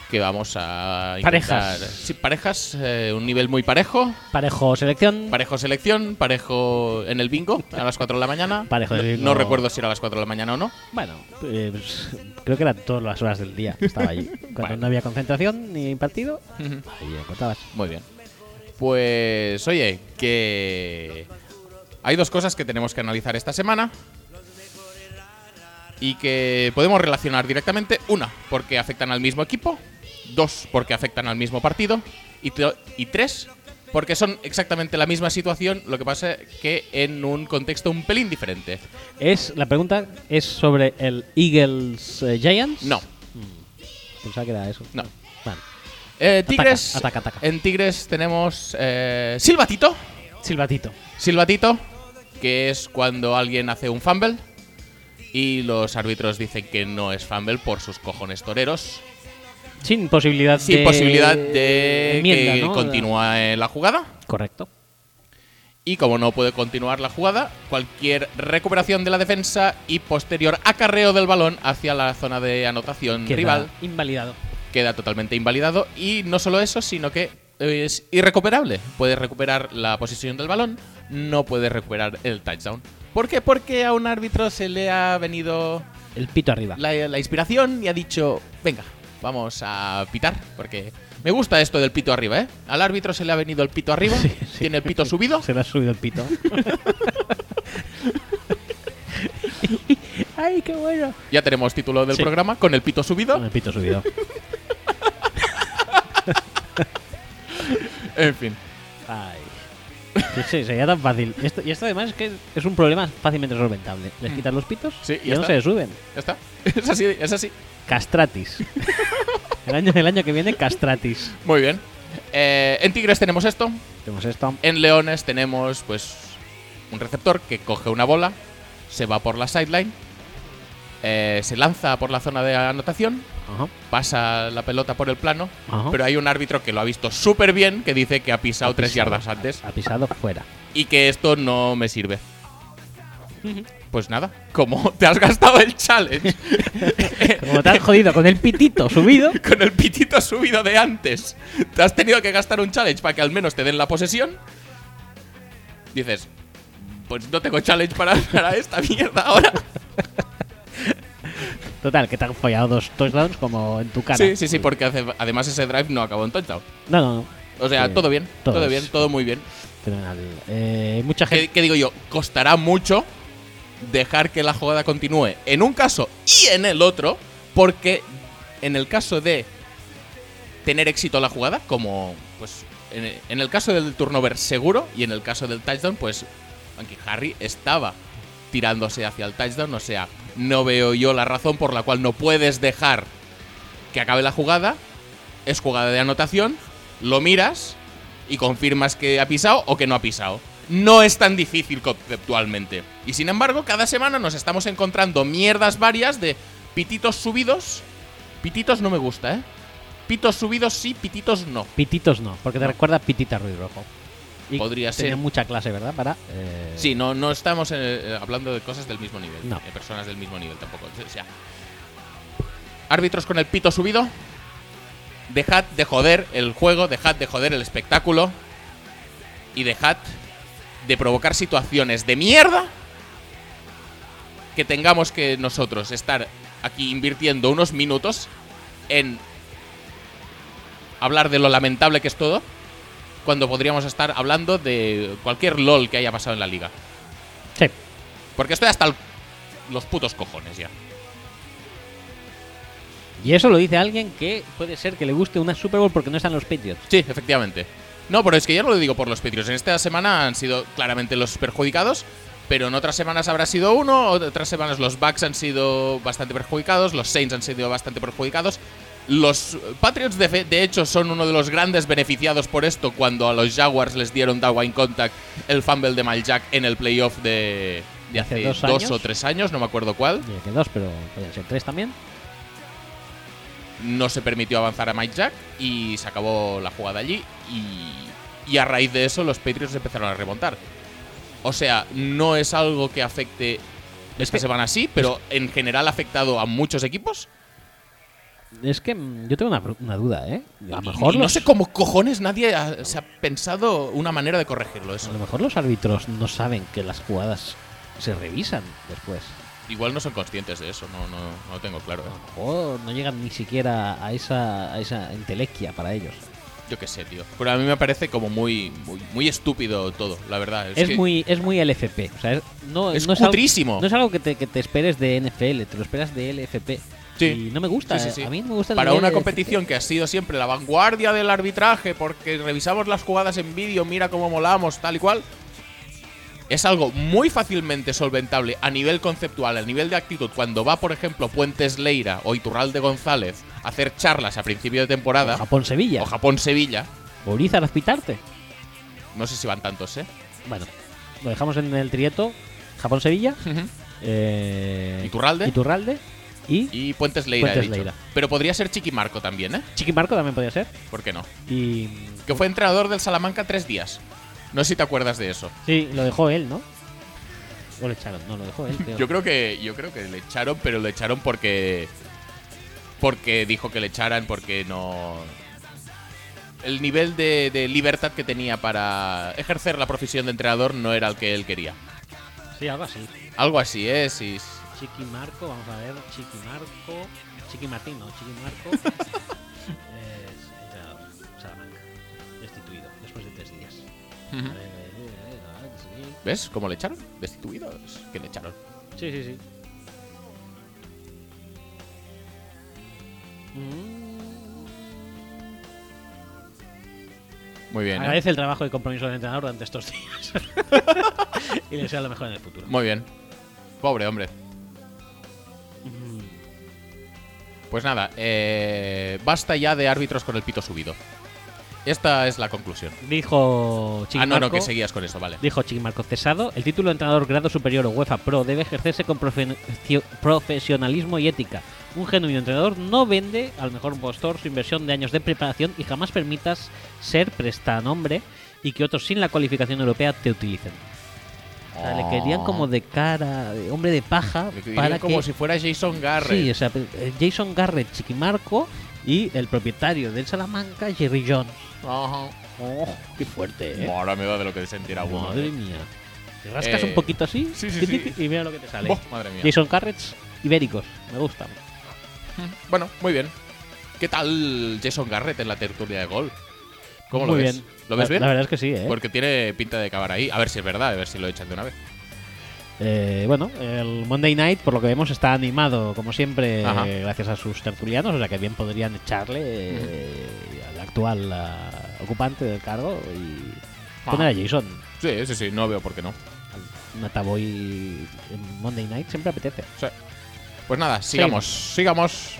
[SPEAKER 2] que vamos a intentar-
[SPEAKER 1] Parejas.
[SPEAKER 2] Sí, parejas, eh, un nivel muy parejo,
[SPEAKER 1] Parejo, selección.
[SPEAKER 2] parejo selección, parejo en el bingo a las 4 de la mañana.
[SPEAKER 1] Parejo
[SPEAKER 2] no,
[SPEAKER 1] en el bingo.
[SPEAKER 2] no recuerdo si era a las 4 de la mañana o no.
[SPEAKER 1] Bueno, eh, pues, creo que eran todas las horas del día que estaba allí. Cuando
[SPEAKER 2] Vale.
[SPEAKER 1] no había concentración ni partido, ahí lo contabas.
[SPEAKER 2] Muy bien. Pues oye, que hay dos cosas que tenemos que analizar esta semana y que podemos relacionar directamente. Una, porque afectan al mismo equipo. Dos, porque afectan al mismo partido. Y, te- y tres, porque son exactamente la misma situación, lo que pasa que en un contexto un pelín diferente.
[SPEAKER 1] Es, la pregunta es sobre el Eagles eh, Giants.
[SPEAKER 2] No.
[SPEAKER 1] Pensaba que era eso.
[SPEAKER 2] No.
[SPEAKER 1] Vale.
[SPEAKER 2] Eh, tigres.
[SPEAKER 1] ataca, ataca.
[SPEAKER 2] En Tigres tenemos eh, Silbatito.
[SPEAKER 1] Silbatito.
[SPEAKER 2] Silbatito, que es cuando alguien hace un fumble y los árbitros dicen que no es fumble por sus cojones toreros,
[SPEAKER 1] Sin posibilidad
[SPEAKER 2] sin
[SPEAKER 1] de.
[SPEAKER 2] posibilidad de
[SPEAKER 1] enmienda,
[SPEAKER 2] que
[SPEAKER 1] ¿no?
[SPEAKER 2] continúe la jugada.
[SPEAKER 1] Correcto.
[SPEAKER 2] Y como no puede continuar la jugada, cualquier recuperación de la defensa y posterior acarreo del balón hacia la zona de anotación
[SPEAKER 1] Queda
[SPEAKER 2] Mm. rival
[SPEAKER 1] Invalidado.
[SPEAKER 2] queda totalmente invalidado. Y no solo eso, sino que es irrecuperable. Puedes recuperar la posición del balón, no puedes recuperar el touchdown. ¿Por qué? Porque a un árbitro se le ha venido
[SPEAKER 1] El pito arriba.
[SPEAKER 2] la, la inspiración y ha dicho, venga, vamos a pitar, porque me gusta esto del pito arriba, ¿eh? Al árbitro se le ha venido el pito arriba,
[SPEAKER 1] Sí, sí.
[SPEAKER 2] tiene el pito subido.
[SPEAKER 1] Se le ha subido el pito. ¡Ay, qué bueno!
[SPEAKER 2] Ya tenemos título del
[SPEAKER 1] Sí.
[SPEAKER 2] programa, con el pito
[SPEAKER 1] Con
[SPEAKER 2] subido.
[SPEAKER 1] el pito subido.
[SPEAKER 2] En fin.
[SPEAKER 1] Ay. Sí, sí, sería tan fácil. Y esto, y esto además es que es un problema fácilmente solventable. Les quitan los pitos
[SPEAKER 2] Mm. Sí,
[SPEAKER 1] y
[SPEAKER 2] ya
[SPEAKER 1] ya no
[SPEAKER 2] está.
[SPEAKER 1] se les suben.
[SPEAKER 2] Ya está. Es así, es así.
[SPEAKER 1] Castratis. el, año, el año que viene, castratis.
[SPEAKER 2] Muy bien. Eh, en Tigres tenemos esto.
[SPEAKER 1] Tenemos esto.
[SPEAKER 2] En Leones tenemos, pues, un receptor que coge una bola, se va por la sideline, eh, se lanza por la zona de anotación,
[SPEAKER 1] Ajá.
[SPEAKER 2] pasa la pelota por el plano,
[SPEAKER 1] Ajá.
[SPEAKER 2] pero hay un árbitro que lo ha visto súper bien que dice que ha pisado tres
[SPEAKER 1] Pisado-
[SPEAKER 2] yardas antes
[SPEAKER 1] Ha pisado fuera.
[SPEAKER 2] y que esto no me sirve. Pues nada, como te has gastado el challenge
[SPEAKER 1] Como te has jodido con el pitito subido.
[SPEAKER 2] con el pitito subido de antes, te has tenido que gastar un challenge para que al menos te den la posesión. Dices, pues no tengo challenge para, para esta mierda ahora.
[SPEAKER 1] Total, que te han follado dos touchdowns como en tu cara.
[SPEAKER 2] Sí, sí, sí, porque hace- además ese drive no acabó en touchdown.
[SPEAKER 1] No, no, no.
[SPEAKER 2] O sea,
[SPEAKER 1] Sí,
[SPEAKER 2] todo bien, todo,
[SPEAKER 1] todo es-
[SPEAKER 2] bien, todo muy bien.
[SPEAKER 1] Fenomenal. Eh, mucha gente.
[SPEAKER 2] ¿Qué, qué digo yo? Costará mucho dejar que la jugada continúe en un caso y en el otro, porque en el caso de tener éxito la jugada, como pues en e- en el caso del turnover seguro y en el caso del touchdown, pues aunque Harry estaba tirándose hacia el touchdown, o sea, no veo yo la razón por la cual no puedes dejar que acabe la jugada, es jugada de anotación, lo miras y confirmas que ha pisado o que no ha pisado. No es tan difícil conceptualmente. Y sin embargo, cada semana nos estamos encontrando mierdas varias de pititos subidos. Pititos no me gusta, ¿eh? Pitos subidos sí, pititos no.
[SPEAKER 1] Pititos no, porque te recuerda a Pitita Ruiz Rojo. Y
[SPEAKER 2] Podría
[SPEAKER 1] tenía
[SPEAKER 2] ser.
[SPEAKER 1] mucha clase, ¿verdad? Para. eh,
[SPEAKER 2] Sí, no, no estamos eh, hablando de cosas del mismo nivel.
[SPEAKER 1] No.
[SPEAKER 2] De personas del mismo nivel tampoco. O sea, árbitros con el pito subido. Dejad de joder el juego, dejad de joder el espectáculo. Y dejad de provocar situaciones de mierda que tengamos que nosotros estar aquí invirtiendo unos minutos en hablar de lo lamentable que es todo cuando podríamos estar hablando de cualquier LOL que haya pasado en la liga.
[SPEAKER 1] Sí.
[SPEAKER 2] Porque estoy hasta el- los putos cojones ya.
[SPEAKER 1] Y eso lo dice alguien que puede ser que le guste una Super Bowl porque no están los Patriots.
[SPEAKER 2] Sí, efectivamente. No, pero es que ya no lo digo por los Patriots. En esta semana han sido claramente los perjudicados, pero en otras semanas habrá sido uno, otras semanas los Bucks han sido bastante perjudicados, los Saints han sido bastante perjudicados. Los Patriots, de, fe- de hecho, son uno de los grandes beneficiados por esto cuando a los Jaguars les dieron Dawa in Contact el fumble de Maljack en el playoff de, de hace,
[SPEAKER 1] Hace dos años.
[SPEAKER 2] o tres años, no me acuerdo cuál.
[SPEAKER 1] Diría que dos, pero podrían ser tres también.
[SPEAKER 2] no se permitió avanzar a Mike Jack y se acabó la jugada allí y, y a raíz de eso los Patriots empezaron a remontar. O sea, no es algo que afecte esta
[SPEAKER 1] que-
[SPEAKER 2] semana sí, pero en general ha afectado a muchos equipos.
[SPEAKER 1] Es que mm, yo tengo una, pr- una duda, ¿eh? A lo
[SPEAKER 2] Y-
[SPEAKER 1] mejor
[SPEAKER 2] y no
[SPEAKER 1] los-
[SPEAKER 2] sé cómo cojones nadie ha- se ha pensado una manera de corregirlo
[SPEAKER 1] a
[SPEAKER 2] eso.
[SPEAKER 1] lo mejor los árbitros no saben que las jugadas se revisan después.
[SPEAKER 2] Igual no son conscientes de eso, no, no, no lo tengo claro.
[SPEAKER 1] A lo
[SPEAKER 2] ¿eh?
[SPEAKER 1] mejor no llegan ni siquiera a esa, a esa entelequia para ellos.
[SPEAKER 2] Yo qué sé, tío. Pero a mí me parece como muy, muy, muy estúpido todo, la verdad. Es,
[SPEAKER 1] Es,
[SPEAKER 2] que-
[SPEAKER 1] muy es muy LFP. O sea, es, no,
[SPEAKER 2] Es
[SPEAKER 1] no algo-
[SPEAKER 2] cutrísimo.
[SPEAKER 1] no es algo que te, que te esperes de NFL, te lo esperas de LFP.
[SPEAKER 2] Sí.
[SPEAKER 1] Y no me gusta. eh.
[SPEAKER 2] Sí, sí, sí.
[SPEAKER 1] A mí no me gusta el
[SPEAKER 2] Para
[SPEAKER 1] de
[SPEAKER 2] una
[SPEAKER 1] LFP.
[SPEAKER 2] competición que ha sido siempre la vanguardia del arbitraje, porque revisamos las jugadas en vídeo, mira cómo molamos, tal y cual. Es algo muy fácilmente solventable a nivel conceptual, a nivel de actitud. Cuando va, por ejemplo, Puentes Leira o Iturralde González a hacer charlas a principio de temporada,
[SPEAKER 1] Japón-Sevilla.
[SPEAKER 2] o Japón-Sevilla,
[SPEAKER 1] Orizar a pitarte.
[SPEAKER 2] no sé si van tantos, ¿eh?
[SPEAKER 1] Bueno, lo dejamos en el trieto. Japón-Sevilla. eh,
[SPEAKER 2] Iturralde.
[SPEAKER 1] Iturralde. Y
[SPEAKER 2] Y Puentes Leira, he
[SPEAKER 1] Puentes
[SPEAKER 2] dicho.
[SPEAKER 1] Leira.
[SPEAKER 2] Pero podría ser Chiquimarco también, ¿eh?
[SPEAKER 1] Chiquimarco también podría ser.
[SPEAKER 2] ¿Por qué no?
[SPEAKER 1] Y.
[SPEAKER 2] Que fue entrenador del Salamanca tres días. No sé si te acuerdas de eso.
[SPEAKER 1] Sí, lo dejó él, ¿no? O lo echaron. No, lo dejó él. creo.
[SPEAKER 2] Yo creo que yo creo que le echaron, pero le echaron porque porque dijo que le echaran porque no el nivel de, de libertad que tenía para ejercer la profesión de entrenador no era el que él quería.
[SPEAKER 1] Sí, algo así.
[SPEAKER 2] Algo así, ¿eh? Si,
[SPEAKER 1] Chiqui Marco, vamos a ver, Chiqui Marco, Chiqui Martín, no, Chiqui Marco, es entrado en Salamanca, destituido después de tres días.
[SPEAKER 2] ¿Mm?
[SPEAKER 1] A ver, eh, eh, eh, sí.
[SPEAKER 2] ¿Ves cómo le echaron? Destituido. Es que le echaron.
[SPEAKER 1] Sí, sí, sí. Mm.
[SPEAKER 2] Muy bien. ¿eh?
[SPEAKER 1] Agradece el trabajo y compromiso del entrenador durante estos días. y le sea lo mejor en el futuro.
[SPEAKER 2] Muy bien. Pobre hombre. Pues nada, eh, basta ya de árbitros con el pito subido. Esta es la conclusión.
[SPEAKER 1] Dijo Chiqui
[SPEAKER 2] ah, no, no,
[SPEAKER 1] Marco-
[SPEAKER 2] que seguías con eso, vale.
[SPEAKER 1] Dijo Chiqui Marco cesado, el título de entrenador grado superior o UEFA Pro debe ejercerse con profe- cio- profesionalismo y ética. Un genuino entrenador no vende al mejor postor su inversión de años de preparación y jamás permitas ser prestanombre y que otros sin la cualificación europea te utilicen. O sea, Le querían
[SPEAKER 2] Oh.
[SPEAKER 1] como de cara, de hombre de paja,
[SPEAKER 2] Le querían
[SPEAKER 1] para
[SPEAKER 2] como
[SPEAKER 1] que...
[SPEAKER 2] si fuera Jason Garrett.
[SPEAKER 1] Sí, o sea, pe- eh, Jason Garrett, Chiqui Marco y el propietario del Salamanca, Jerry Jones.
[SPEAKER 2] Ajá.
[SPEAKER 1] Oh, qué fuerte, ¿eh?
[SPEAKER 2] Buah, ahora me da de lo que sentirá uno.
[SPEAKER 1] Madre
[SPEAKER 2] eh.
[SPEAKER 1] mía. Te rascas
[SPEAKER 2] Eh,
[SPEAKER 1] un poquito así
[SPEAKER 2] sí, sí,
[SPEAKER 1] ti,
[SPEAKER 2] sí.
[SPEAKER 1] ti, y mira lo que te sale.
[SPEAKER 2] Buah, madre mía.
[SPEAKER 1] Jason Carrets ibéricos, me gustan.
[SPEAKER 2] Bueno, muy bien. ¿Qué tal Jason Garrett en la tertulia de gol? ¿Cómo lo
[SPEAKER 1] Muy
[SPEAKER 2] ves?
[SPEAKER 1] bien.
[SPEAKER 2] ¿Lo ves
[SPEAKER 1] La-
[SPEAKER 2] bien?
[SPEAKER 1] La verdad es que sí, ¿eh?
[SPEAKER 2] Porque tiene pinta de acabar ahí. A ver si es verdad, a ver si lo echan de una vez.
[SPEAKER 1] Eh, Bueno, el Monday Night, por lo que vemos, está animado, como siempre,
[SPEAKER 2] Ajá.
[SPEAKER 1] eh, gracias a sus tertulianos, o sea que bien podrían echarle eh, al actual ah, ocupante del cargo y
[SPEAKER 2] Ah.
[SPEAKER 1] poner a Jason.
[SPEAKER 2] Sí, sí, sí, no veo por qué no.
[SPEAKER 1] Un ataboy en Monday Night siempre apetece.
[SPEAKER 2] Sí. Pues nada, sigamos, sigamos.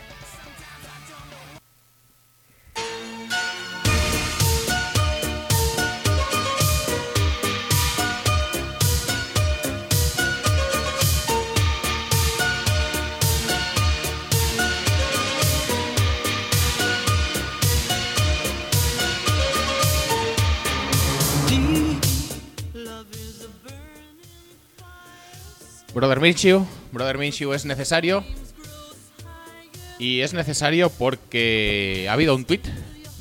[SPEAKER 2] Brother Minshew, Brother Minshew es necesario. Y es necesario porque ha habido un tweet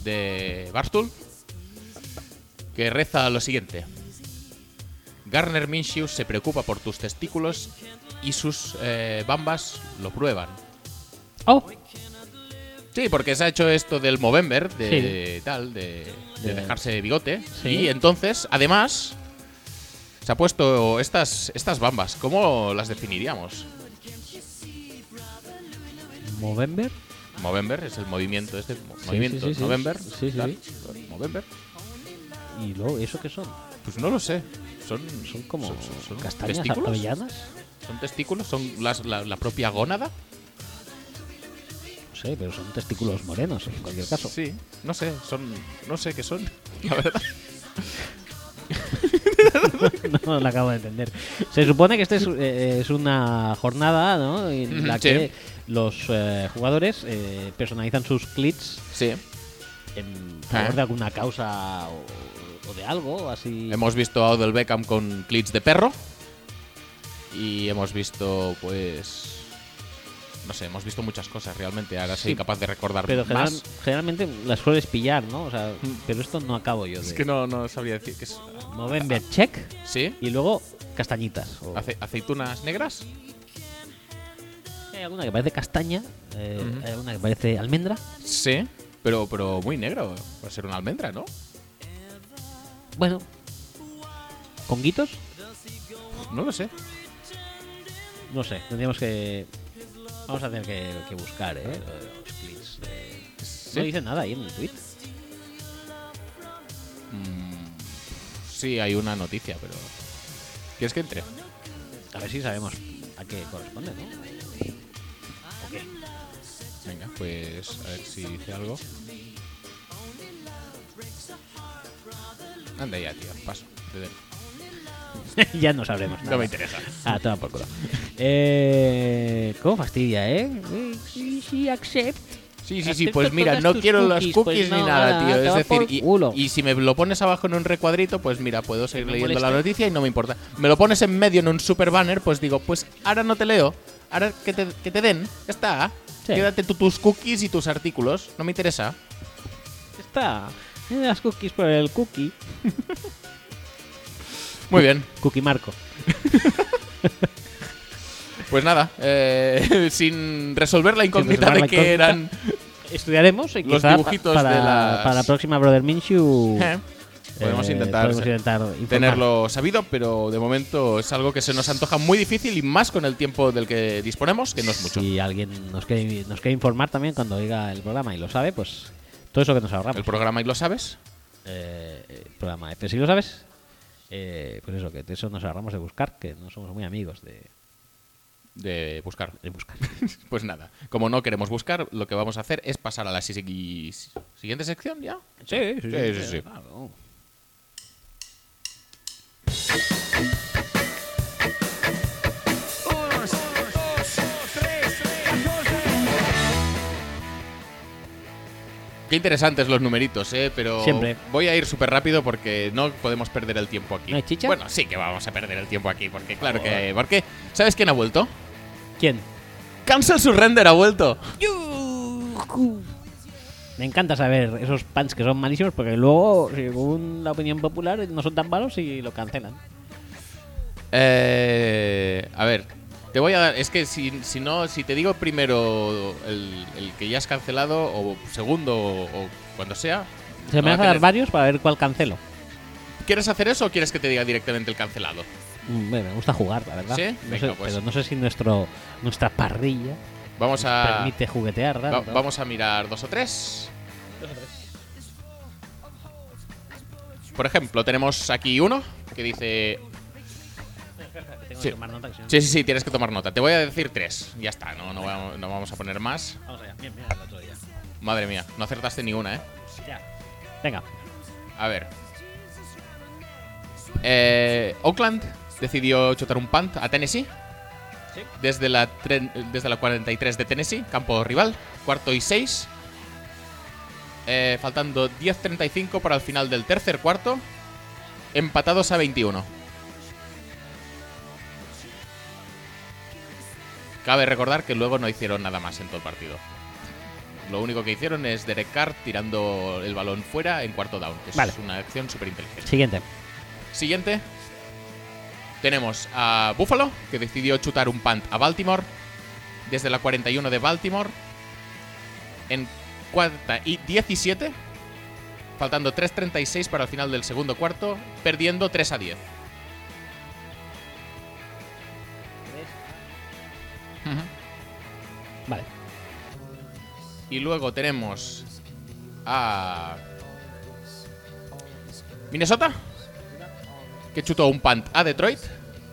[SPEAKER 2] de Barstool que reza lo siguiente. Garner Minshew se preocupa por tus testículos y sus eh, bambas lo prueban.
[SPEAKER 1] ¡Oh!
[SPEAKER 2] Sí, porque se ha hecho esto del Movember, de tal, de, de
[SPEAKER 1] De-
[SPEAKER 2] dejarse bigote.
[SPEAKER 1] Sí.
[SPEAKER 2] Y entonces, además, se ha puesto estas, estas bambas. ¿Cómo las definiríamos?
[SPEAKER 1] ¿Movember?
[SPEAKER 2] Movember es el movimiento, este mo- movimiento.
[SPEAKER 1] sí, sí.
[SPEAKER 2] November.
[SPEAKER 1] Sí, sí,
[SPEAKER 2] tal,
[SPEAKER 1] sí.
[SPEAKER 2] Movember.
[SPEAKER 1] ¿Y luego eso qué son?
[SPEAKER 2] Pues no lo sé. Son,
[SPEAKER 1] Son como
[SPEAKER 2] son- son
[SPEAKER 1] castañas
[SPEAKER 2] testículos.
[SPEAKER 1] avellanas.
[SPEAKER 2] Son testículos, son las- la, la propia gónada.
[SPEAKER 1] No sé, pero son testículos morenos en cualquier caso.
[SPEAKER 2] Sí, no sé, son, no sé qué son. La verdad.
[SPEAKER 1] no lo acabo de entender. Se supone que esta es, eh, es una jornada ¿no? en la
[SPEAKER 2] Sí.
[SPEAKER 1] que los eh, jugadores eh, personalizan sus clits
[SPEAKER 2] Sí.
[SPEAKER 1] en
[SPEAKER 2] Ah.
[SPEAKER 1] favor de alguna causa o, o de algo, así.
[SPEAKER 2] Hemos visto a Odell Beckham con clits de perro. Y hemos visto, pues. No sé, hemos visto muchas cosas realmente. Ahora soy
[SPEAKER 1] Sí,
[SPEAKER 2] capaz de recordar
[SPEAKER 1] pero general-
[SPEAKER 2] más.
[SPEAKER 1] generalmente las sueles pillar, ¿no? O sea, pero esto no acabo yo de.
[SPEAKER 2] Es que no, no sabría decir que es.
[SPEAKER 1] Movember check
[SPEAKER 2] ¿Sí?
[SPEAKER 1] y luego castañitas. o-
[SPEAKER 2] Ace- ¿Aceitunas negras?
[SPEAKER 1] Hay alguna que parece castaña, eh,
[SPEAKER 2] Ujú.
[SPEAKER 1] hay alguna que parece almendra.
[SPEAKER 2] Sí. Pero, pero muy negro. Va a ser una almendra, ¿no?
[SPEAKER 1] Bueno, conguitos.
[SPEAKER 2] No lo sé.
[SPEAKER 1] No sé, tendríamos que. Vamos a tener que, que buscar, ¿eh? Los clips. de-
[SPEAKER 2] Sí.
[SPEAKER 1] No dice nada ahí en el tweet.
[SPEAKER 2] Sí, hay una noticia, pero. ¿Quieres que entre?
[SPEAKER 1] A ver si sabemos a qué corresponde, ¿no? ¿O qué?
[SPEAKER 2] Venga, pues a ver si dice algo. Anda ya, tío, paso. Te dejo.
[SPEAKER 1] ya no sabremos nada.
[SPEAKER 2] No me interesa.
[SPEAKER 1] Ah, toma por culo. Eh, ¿Cómo fastidia, eh? Eh, Sí, sí, accept.
[SPEAKER 2] Sí, sí,
[SPEAKER 1] Acepto
[SPEAKER 2] sí, pues mira,
[SPEAKER 1] todas
[SPEAKER 2] no
[SPEAKER 1] tus
[SPEAKER 2] quiero las
[SPEAKER 1] cookies,
[SPEAKER 2] cookies
[SPEAKER 1] pues
[SPEAKER 2] ni
[SPEAKER 1] no,
[SPEAKER 2] nada,
[SPEAKER 1] nada,
[SPEAKER 2] tío.
[SPEAKER 1] te
[SPEAKER 2] Es
[SPEAKER 1] va
[SPEAKER 2] decir,
[SPEAKER 1] por
[SPEAKER 2] y,
[SPEAKER 1] culo.
[SPEAKER 2] y si me lo pones abajo en un recuadrito, pues mira, puedo seguir
[SPEAKER 1] no
[SPEAKER 2] leyendo la
[SPEAKER 1] moleste.
[SPEAKER 2] noticia y no me importa. Me lo pones en medio en un super banner, pues digo, pues ahora no te leo, ahora que te, que te den, ya está.
[SPEAKER 1] Sí.
[SPEAKER 2] Quédate tú tus cookies y tus artículos, no me interesa.
[SPEAKER 1] Está. Eh, Las cookies por el cookie.
[SPEAKER 2] Muy bien,
[SPEAKER 1] Cookie Marco.
[SPEAKER 2] Pues nada, eh, sin resolver la incógnita
[SPEAKER 1] resolver la
[SPEAKER 2] de que
[SPEAKER 1] incógnita.
[SPEAKER 2] eran.
[SPEAKER 1] Estudiaremos y
[SPEAKER 2] Los
[SPEAKER 1] quizá pa-
[SPEAKER 2] dibujitos
[SPEAKER 1] para,
[SPEAKER 2] de las-
[SPEAKER 1] para la próxima Brother Minshew
[SPEAKER 2] eh, podemos
[SPEAKER 1] eh,
[SPEAKER 2] intentar,
[SPEAKER 1] podemos intentar informar.
[SPEAKER 2] tenerlo sabido, pero de momento es algo que se nos antoja muy difícil y más con el tiempo del que disponemos, que no es mucho.
[SPEAKER 1] Si alguien nos quiere, nos quiere informar también cuando oiga el programa y lo sabe, pues todo eso que nos ahorramos.
[SPEAKER 2] El programa y lo sabes.
[SPEAKER 1] Eh, el programa F, si lo sabes, eh, pues eso, que de eso nos ahorramos de buscar, que no somos muy amigos de,
[SPEAKER 2] De buscar.
[SPEAKER 1] de buscar.
[SPEAKER 2] Pues nada, como no queremos buscar, lo que vamos a hacer es pasar a la si- si- siguiente sección, ¿ya?
[SPEAKER 1] Sí, Ah,
[SPEAKER 2] sí, sí, sí.
[SPEAKER 1] claro.
[SPEAKER 2] Qué interesantes los numeritos, ¿eh? Pero
[SPEAKER 1] Siempre.
[SPEAKER 2] voy a ir súper rápido porque no podemos perder el tiempo aquí.
[SPEAKER 1] ¿No hay chicha? Oh.
[SPEAKER 2] Bueno, sí que vamos a perder el tiempo aquí, porque claro que... Porque, ¿sabes quién ha vuelto?
[SPEAKER 1] ¿Quién?
[SPEAKER 2] Cancel Surrender ha vuelto.
[SPEAKER 1] Me encanta saber esos pants que son malísimos porque luego, según la opinión popular, no son tan malos y lo cancelan.
[SPEAKER 2] Eh, a ver, te voy a dar... Es que si, si no, si te digo primero el, el que ya has cancelado, o segundo, o, o cuando sea...
[SPEAKER 1] Se
[SPEAKER 2] no
[SPEAKER 1] me
[SPEAKER 2] va
[SPEAKER 1] van a dar
[SPEAKER 2] tener-
[SPEAKER 1] varios para ver cuál cancelo.
[SPEAKER 2] ¿Quieres hacer eso o quieres que te diga directamente el cancelado?
[SPEAKER 1] Mm, bueno, me gusta jugar, la verdad.
[SPEAKER 2] ¿Sí?
[SPEAKER 1] No
[SPEAKER 2] Venga,
[SPEAKER 1] sé-
[SPEAKER 2] pues.
[SPEAKER 1] Pero no sé si nuestro nuestra parrilla
[SPEAKER 2] Vamos a...
[SPEAKER 1] permite juguetear.
[SPEAKER 2] Ah. va-
[SPEAKER 1] ¿verdad?
[SPEAKER 2] vamos a mirar dos o tres. Por ejemplo, tenemos aquí uno que dice...
[SPEAKER 1] Tengo
[SPEAKER 2] sí.
[SPEAKER 1] que tomar nota, que si no-
[SPEAKER 2] Sí, sí, sí, tienes que tomar nota. Te voy a decir tres. Ya está, no, no, va- no vamos a poner más.
[SPEAKER 1] Vamos allá. Bien, bien, al otro día.
[SPEAKER 2] Madre mía, no acertaste ni una, ¿eh?
[SPEAKER 1] Ya. Venga.
[SPEAKER 2] A ver. Eh, Oakland decidió chutar un punt a Tennessee.
[SPEAKER 1] Sí.
[SPEAKER 2] Desde la, tren- desde la 43 de Tennessee, campo rival, cuarto y seis. Eh, faltando 10.35 para el final del tercer cuarto. Empatados a 21. Cabe recordar que luego no hicieron nada más en todo el partido. Lo único que hicieron es Derek Carr tirando el balón fuera en cuarto down. que
[SPEAKER 1] Vale.
[SPEAKER 2] Es una acción súper inteligente.
[SPEAKER 1] Siguiente.
[SPEAKER 2] Siguiente. Tenemos a Buffalo, que decidió chutar un punt a Baltimore. Desde la 41 de Baltimore. En cuarta y 17. Faltando 3.36 para el final del segundo cuarto. Perdiendo 3 a 10. Ujú.
[SPEAKER 1] Vale.
[SPEAKER 2] Y luego tenemos a Minnesota, que chutó un punt a Detroit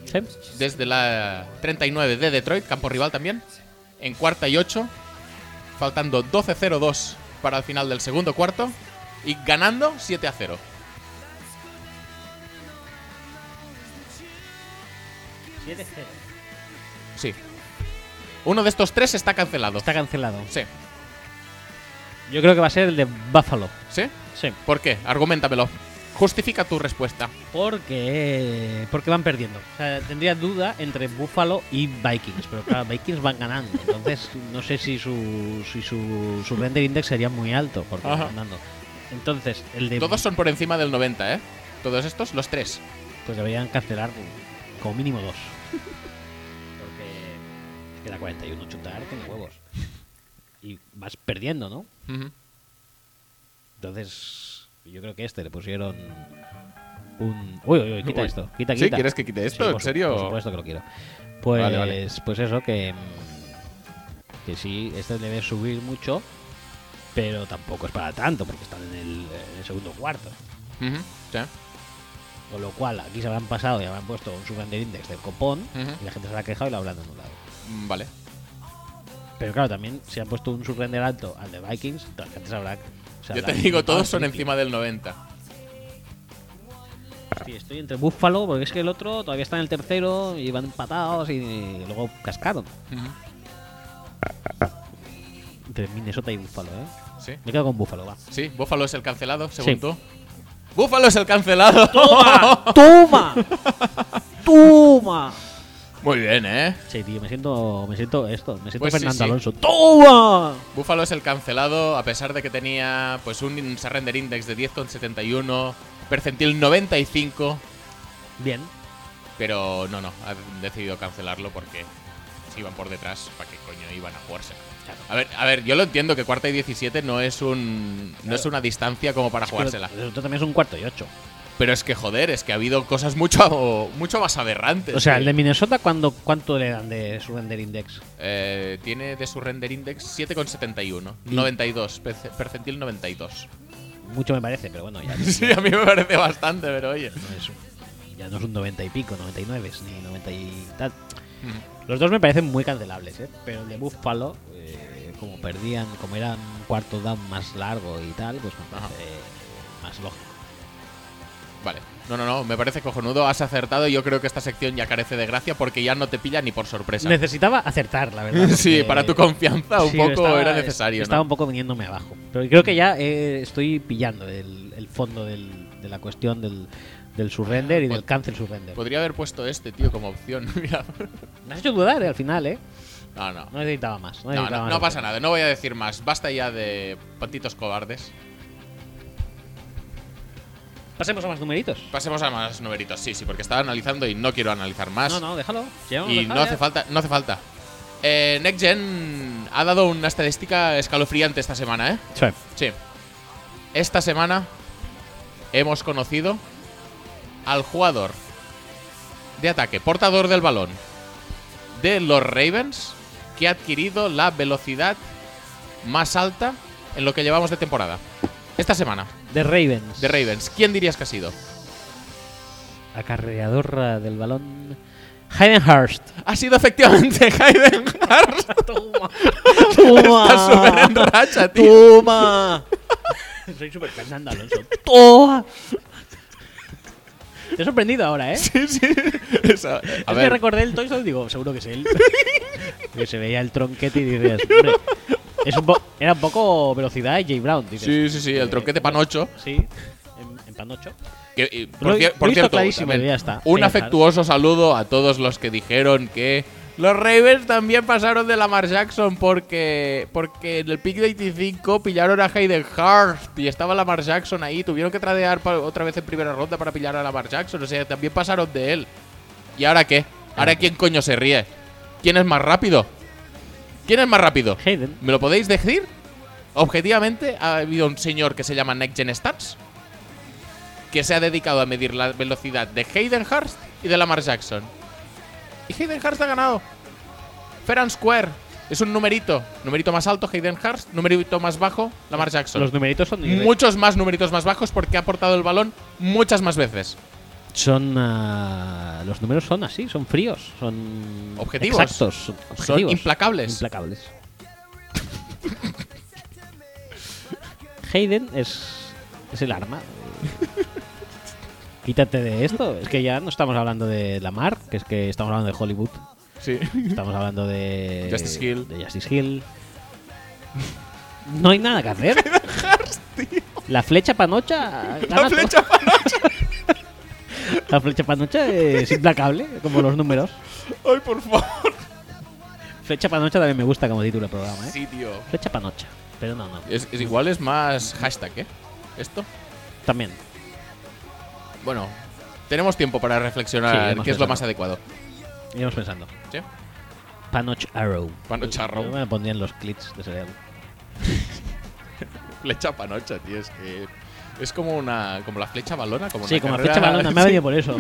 [SPEAKER 1] Sí.
[SPEAKER 2] desde la 39 de Detroit, campo rival también, en cuarta y ocho, faltando 12-0-2 para el final del segundo cuarto y ganando 7-0. Sí. Uno de estos tres está cancelado.
[SPEAKER 1] Está cancelado.
[SPEAKER 2] Sí,
[SPEAKER 1] Yo creo que va a ser el de Buffalo.
[SPEAKER 2] sí.
[SPEAKER 1] Sí.
[SPEAKER 2] ¿Por qué? Argumentamelo. Justifica tu respuesta.
[SPEAKER 1] Porque, porque van perdiendo. O sea, tendría duda entre Buffalo y Vikings, pero claro, Vikings van ganando. Entonces, no sé si su, si su, su render index sería muy alto porque van
[SPEAKER 2] Ajá.
[SPEAKER 1] ganando. Entonces, el de
[SPEAKER 2] Todos son por encima del 90, ¿eh? Todos estos, los tres.
[SPEAKER 1] pues deberían cancelar como mínimo dos. Porque queda 41 chutar, tiene huevos. Y vas perdiendo, ¿no?
[SPEAKER 2] Ujú.
[SPEAKER 1] Entonces, yo creo que este le pusieron un. Uy, uy, uy, quita
[SPEAKER 2] Uy.
[SPEAKER 1] esto. Quita,
[SPEAKER 2] ¿Sí?
[SPEAKER 1] quita.
[SPEAKER 2] ¿Quieres que quite esto?
[SPEAKER 1] por
[SPEAKER 2] ¿En
[SPEAKER 1] su-
[SPEAKER 2] serio?
[SPEAKER 1] Por supuesto que lo quiero. Pues,
[SPEAKER 2] Vale, vale.
[SPEAKER 1] pues eso, que. mm, Que sí, este debe subir mucho, pero tampoco es para tanto, porque están en el, en el segundo cuarto.
[SPEAKER 2] Ujú, sí.
[SPEAKER 1] Con lo cual, aquí se habrán pasado y habrán puesto un surrender index del copón,
[SPEAKER 2] Ujú.
[SPEAKER 1] y la gente se habrá quejado y lo habrán anulado.
[SPEAKER 2] Mm, Vale.
[SPEAKER 1] Pero claro, también si han puesto un surrender alto al de Vikings, la gente se habrá. se
[SPEAKER 2] Yo
[SPEAKER 1] habrá
[SPEAKER 2] te digo,
[SPEAKER 1] flipado
[SPEAKER 2] todos son
[SPEAKER 1] triple.
[SPEAKER 2] encima del 90.
[SPEAKER 1] Sí, estoy entre Búfalo, porque es que el otro todavía está en el tercero y van empatados y luego cascaron. Entre Minnesota y Búfalo, ¿eh?
[SPEAKER 2] Sí.
[SPEAKER 1] Me quedo con Búfalo, va.
[SPEAKER 2] Sí, Búfalo es el cancelado, según
[SPEAKER 1] Sí.
[SPEAKER 2] tú. ¡Búfalo es el cancelado!
[SPEAKER 1] ¡Toma! ¡Toma!
[SPEAKER 2] Muy bien, ¿eh?
[SPEAKER 1] Sí, tío, me siento, me siento esto, me siento
[SPEAKER 2] Pues sí,
[SPEAKER 1] Fernando
[SPEAKER 2] sí.
[SPEAKER 1] Alonso. ¡Toma!
[SPEAKER 2] Búfalo es el cancelado, a pesar de que tenía pues un surrender index de 10,71, percentil 95,
[SPEAKER 1] Bien,
[SPEAKER 2] pero no, no, han decidido cancelarlo porque si iban por detrás, ¿para qué coño iban a jugarse? A ver, a ver, yo lo entiendo que cuarta y 17 no es un no es una distancia como para jugársela.
[SPEAKER 1] Pero Esto también es un cuarto y ocho.
[SPEAKER 2] Pero es que joder, es que ha habido cosas mucho mucho más aberrantes.
[SPEAKER 1] O sea,
[SPEAKER 2] tío.
[SPEAKER 1] el de Minnesota, ¿cuándo, ¿cuánto le dan de su render index?
[SPEAKER 2] Eh, tiene de su render index 7,71. 92, perce- percentil 92.
[SPEAKER 1] Mucho me parece, pero bueno, ya,
[SPEAKER 2] Sí, a mí me parece bastante, pero oye.
[SPEAKER 1] no es, ya no es un 90 y pico, 99, es ni 90 y tal. Los dos me parecen muy cancelables, ¿eh? pero el de Buffalo, eh, como perdían, como era un cuarto down más largo y tal, pues me
[SPEAKER 2] Ajá.
[SPEAKER 1] parece más lógico.
[SPEAKER 2] Vale. No, no, no, me parece cojonudo, has acertado. Yo creo que esta sección ya carece de gracia porque ya no te pilla ni por sorpresa.
[SPEAKER 1] Necesitaba acertar, la verdad.
[SPEAKER 2] sí,
[SPEAKER 1] porque-
[SPEAKER 2] para tu confianza un
[SPEAKER 1] Sí,
[SPEAKER 2] poco
[SPEAKER 1] estaba-
[SPEAKER 2] era necesario. ¿no?
[SPEAKER 1] Estaba un poco viniéndome abajo. Pero creo que ya eh, estoy pillando el, el fondo del- de la cuestión del, del surrender y
[SPEAKER 2] Pod-
[SPEAKER 1] del cancel surrender.
[SPEAKER 2] Podría haber puesto este, tío, como opción. Mira.
[SPEAKER 1] Me has hecho dudar eh, al final, ¿eh?
[SPEAKER 2] No, no.
[SPEAKER 1] No necesitaba más. No,
[SPEAKER 2] No,
[SPEAKER 1] necesitaba
[SPEAKER 2] no,
[SPEAKER 1] más
[SPEAKER 2] no pasa nada, no voy a decir más. Basta ya de patitos cobardes.
[SPEAKER 1] Pasemos a más numeritos.
[SPEAKER 2] Pasemos a más numeritos, sí, sí, porque estaba analizando y no quiero analizar más.
[SPEAKER 1] No, no, déjalo.
[SPEAKER 2] Y no hace falta, no hace falta. Eh, Next Gen ha dado una estadística escalofriante esta semana, ¿eh?
[SPEAKER 1] falta.
[SPEAKER 2] Sí. Esta semana hemos conocido al jugador de ataque, portador del balón de los Ravens, que ha adquirido la velocidad más alta en lo que llevamos de temporada. Esta semana,
[SPEAKER 1] De Ravens.
[SPEAKER 2] de Ravens, ¿quién dirías que ha sido?
[SPEAKER 1] Acarreador eh, del balón. Hayden Hurst.
[SPEAKER 2] Ha sido efectivamente Hayden Hurst.
[SPEAKER 1] ¡Toma!
[SPEAKER 2] Está súper en racha, tío.
[SPEAKER 1] ¡Toma! Soy súper Fernando Alonso. ¡Toma! Te he sorprendido ahora, ¿eh?
[SPEAKER 2] Sí, sí. Esa-
[SPEAKER 1] A
[SPEAKER 2] a
[SPEAKER 1] es
[SPEAKER 2] ver,
[SPEAKER 1] que recordé el Toy Story y digo, seguro que es él. que se veía el tronquete y dices, hombre, es un po- era un poco velocidad Jay Brown. Dices,
[SPEAKER 2] Sí, sí, sí,
[SPEAKER 1] eh,
[SPEAKER 2] el tronquete panocho.
[SPEAKER 1] Sí, en, en panocho.
[SPEAKER 2] Que, y, por,
[SPEAKER 1] Lo he-
[SPEAKER 2] cier-
[SPEAKER 1] lo he
[SPEAKER 2] por
[SPEAKER 1] visto
[SPEAKER 2] cierto,
[SPEAKER 1] clarísimo,
[SPEAKER 2] también,
[SPEAKER 1] ya está.
[SPEAKER 2] un
[SPEAKER 1] Venga,
[SPEAKER 2] afectuoso saludo a todos los que dijeron que los Ravens también pasaron de Lamar Jackson porque, porque en el pick 25 pillaron a Hayden Hurst y estaba Lamar Jackson ahí. Tuvieron que tradear pa- otra vez en primera ronda para pillar a Lamar Jackson. O sea, también pasaron de él. ¿Y ahora qué? ¿Ahora quién coño se ríe? ¿Quién es más rápido? ¿Quién es más rápido?
[SPEAKER 1] Hayden.
[SPEAKER 2] ¿Me lo podéis decir? Objetivamente, ha habido un señor que se llama Next Gen Stats que se ha dedicado a medir la velocidad de Hayden Hurst y de Lamar Jackson. Y Hayden Hurst ha ganado. Fair and Square. Es un numerito. Numerito más alto, Hayden Hurst. Numerito más bajo, Lamar Jackson.
[SPEAKER 1] Los numeritos son, irre-
[SPEAKER 2] Muchos más numeritos más bajos porque ha portado el balón muchas más veces.
[SPEAKER 1] son ah, los números son así, son fríos, son
[SPEAKER 2] Objetivos.
[SPEAKER 1] exactos, son objetivos.
[SPEAKER 2] implacables.
[SPEAKER 1] Implacables. Hayden es es el arma. Quítate de esto, es que ya no estamos hablando de Lamar, que es que estamos hablando de Hollywood,
[SPEAKER 2] Sí.
[SPEAKER 1] estamos hablando de
[SPEAKER 2] Justice Hill.
[SPEAKER 1] de Justice Hill. No hay nada que hacer. La flecha panocha.
[SPEAKER 2] La
[SPEAKER 1] gana todo.
[SPEAKER 2] flecha para-
[SPEAKER 1] La flecha panocha es implacable, como los números.
[SPEAKER 2] Ay, por favor.
[SPEAKER 1] Flecha panocha también me gusta como título de programa, ¿eh?
[SPEAKER 2] Sí, tío.
[SPEAKER 1] Flecha panocha. Pero no, no.
[SPEAKER 2] Es, es igual, es más hashtag, ¿eh? Esto.
[SPEAKER 1] También.
[SPEAKER 2] Bueno, tenemos tiempo para
[SPEAKER 1] Sí,
[SPEAKER 2] reflexionar
[SPEAKER 1] hemos
[SPEAKER 2] qué es lo
[SPEAKER 1] pensado.
[SPEAKER 2] más adecuado.
[SPEAKER 1] Iremos pensando.
[SPEAKER 2] ¿Sí?
[SPEAKER 1] Panoch Arrow.
[SPEAKER 2] Panoch Arrow.
[SPEAKER 1] Yo me pondría en los clips de serial.
[SPEAKER 2] Flecha panocha, tío, es que es como una como la flecha balona, como
[SPEAKER 1] Sí,
[SPEAKER 2] una
[SPEAKER 1] como la
[SPEAKER 2] carrera-
[SPEAKER 1] flecha balona. Me ha
[SPEAKER 2] Sí.
[SPEAKER 1] venido por eso.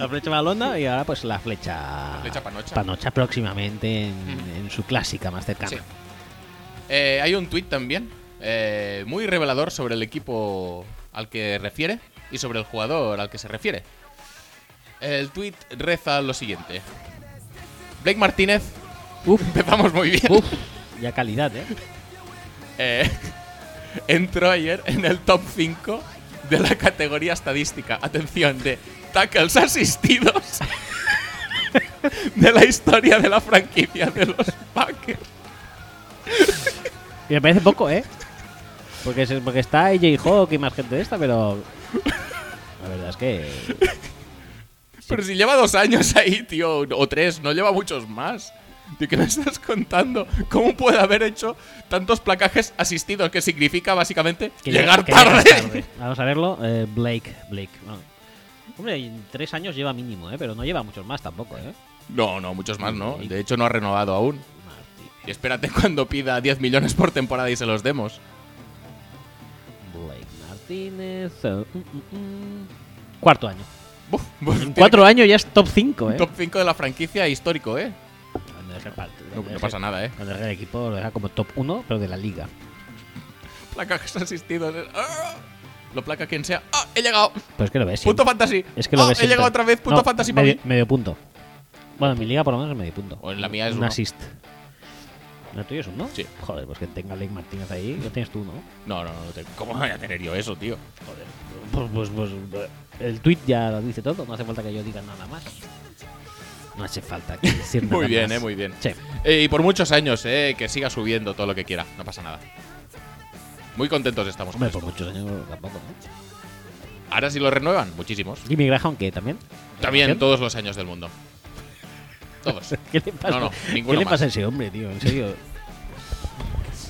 [SPEAKER 1] la flecha balona y ahora pues la flecha...
[SPEAKER 2] flecha panocha.
[SPEAKER 1] Panocha próximamente en, en su clásica más cercana.
[SPEAKER 2] Sí. Eh, hay un tuit también eh, muy revelador sobre el equipo al que refiere y sobre el jugador al que se refiere. El tuit reza lo siguiente. Blake Martínez,
[SPEAKER 1] Uf.
[SPEAKER 2] empezamos muy bien.
[SPEAKER 1] Uf. Ya calidad, ¿eh?
[SPEAKER 2] Eh, entró ayer en el top 5 de la categoría estadística. Atención, de tackles asistidos de la historia de la franquicia de los Packers.
[SPEAKER 1] Y me parece poco, ¿eh? Porque, se- porque está AJ Hawk y más gente de esta, pero. La verdad es que.
[SPEAKER 2] Pero si lleva dos años ahí, tío, o tres, no lleva muchos más. Tío, ¿qué me estás contando? ¿Cómo puede haber hecho tantos placajes asistidos? Que significa básicamente
[SPEAKER 1] que
[SPEAKER 2] llegar
[SPEAKER 1] que
[SPEAKER 2] tarde.
[SPEAKER 1] llegas Vamos a verlo. eh, Blake. Blake. bueno. Hombre, en tres años lleva mínimo, ¿eh? Pero no lleva muchos más tampoco, ¿eh?
[SPEAKER 2] No, no, muchos más no. De hecho, no ha renovado aún. Y espérate cuando pida 10 millones por temporada y se los demos.
[SPEAKER 1] Blake Martínez. eh, mm, mm, mm. Cuarto año.
[SPEAKER 2] Buf, pues
[SPEAKER 1] En
[SPEAKER 2] tiene
[SPEAKER 1] cuatro años ya es top 5, ¿eh?
[SPEAKER 2] Top 5 de la franquicia histórico, ¿eh?
[SPEAKER 1] Cuando deje el part-
[SPEAKER 2] No,
[SPEAKER 1] cuando
[SPEAKER 2] no
[SPEAKER 1] deje-
[SPEAKER 2] pasa nada, ¿eh?
[SPEAKER 1] Cuando deje el equipo lo deja como top 1, pero de la liga.
[SPEAKER 2] Placas asistidos. ¡Ah! Lo placa quien sea. ¡Ah! He llegado.
[SPEAKER 1] Pero es que lo ves.
[SPEAKER 2] Punto
[SPEAKER 1] siempre.
[SPEAKER 2] fantasy.
[SPEAKER 1] Es que lo
[SPEAKER 2] ¡Ah!
[SPEAKER 1] ves.
[SPEAKER 2] He llegado
[SPEAKER 1] siempre.
[SPEAKER 2] otra vez. Punto
[SPEAKER 1] No,
[SPEAKER 2] fantasy para
[SPEAKER 1] medio,
[SPEAKER 2] mí.
[SPEAKER 1] medio punto. Bueno, en mi liga por lo menos es medio punto.
[SPEAKER 2] O en la mía es
[SPEAKER 1] un
[SPEAKER 2] uno.
[SPEAKER 1] assist. ¿No tuyo es uno?
[SPEAKER 2] Sí.
[SPEAKER 1] Joder, pues que tenga Blake Martínez ahí, lo tienes tú, ¿no?
[SPEAKER 2] No, no, no. te- ¿Cómo voy a tener yo eso, tío?
[SPEAKER 1] Joder. Pues, pues, pues, el tweet ya lo dice todo, no hace falta que yo diga nada más. No hace falta que decir nada
[SPEAKER 2] Muy bien,
[SPEAKER 1] más.
[SPEAKER 2] eh, muy bien.
[SPEAKER 1] Sí.
[SPEAKER 2] Eh, y por muchos años, eh, que siga subiendo todo lo que quiera, no pasa nada. Muy contentos estamos.
[SPEAKER 1] Hombre,
[SPEAKER 2] con
[SPEAKER 1] por
[SPEAKER 2] esto.
[SPEAKER 1] muchos años tampoco, ¿no?
[SPEAKER 2] Ahora sí lo renuevan, muchísimos.
[SPEAKER 1] Jimmy Graham, que también.
[SPEAKER 2] También todos los años del mundo. Todos.
[SPEAKER 1] ¿Qué le pasa?
[SPEAKER 2] No, no,
[SPEAKER 1] ¿Qué
[SPEAKER 2] ninguno
[SPEAKER 1] le
[SPEAKER 2] más.
[SPEAKER 1] pasa a ese hombre, tío? En serio.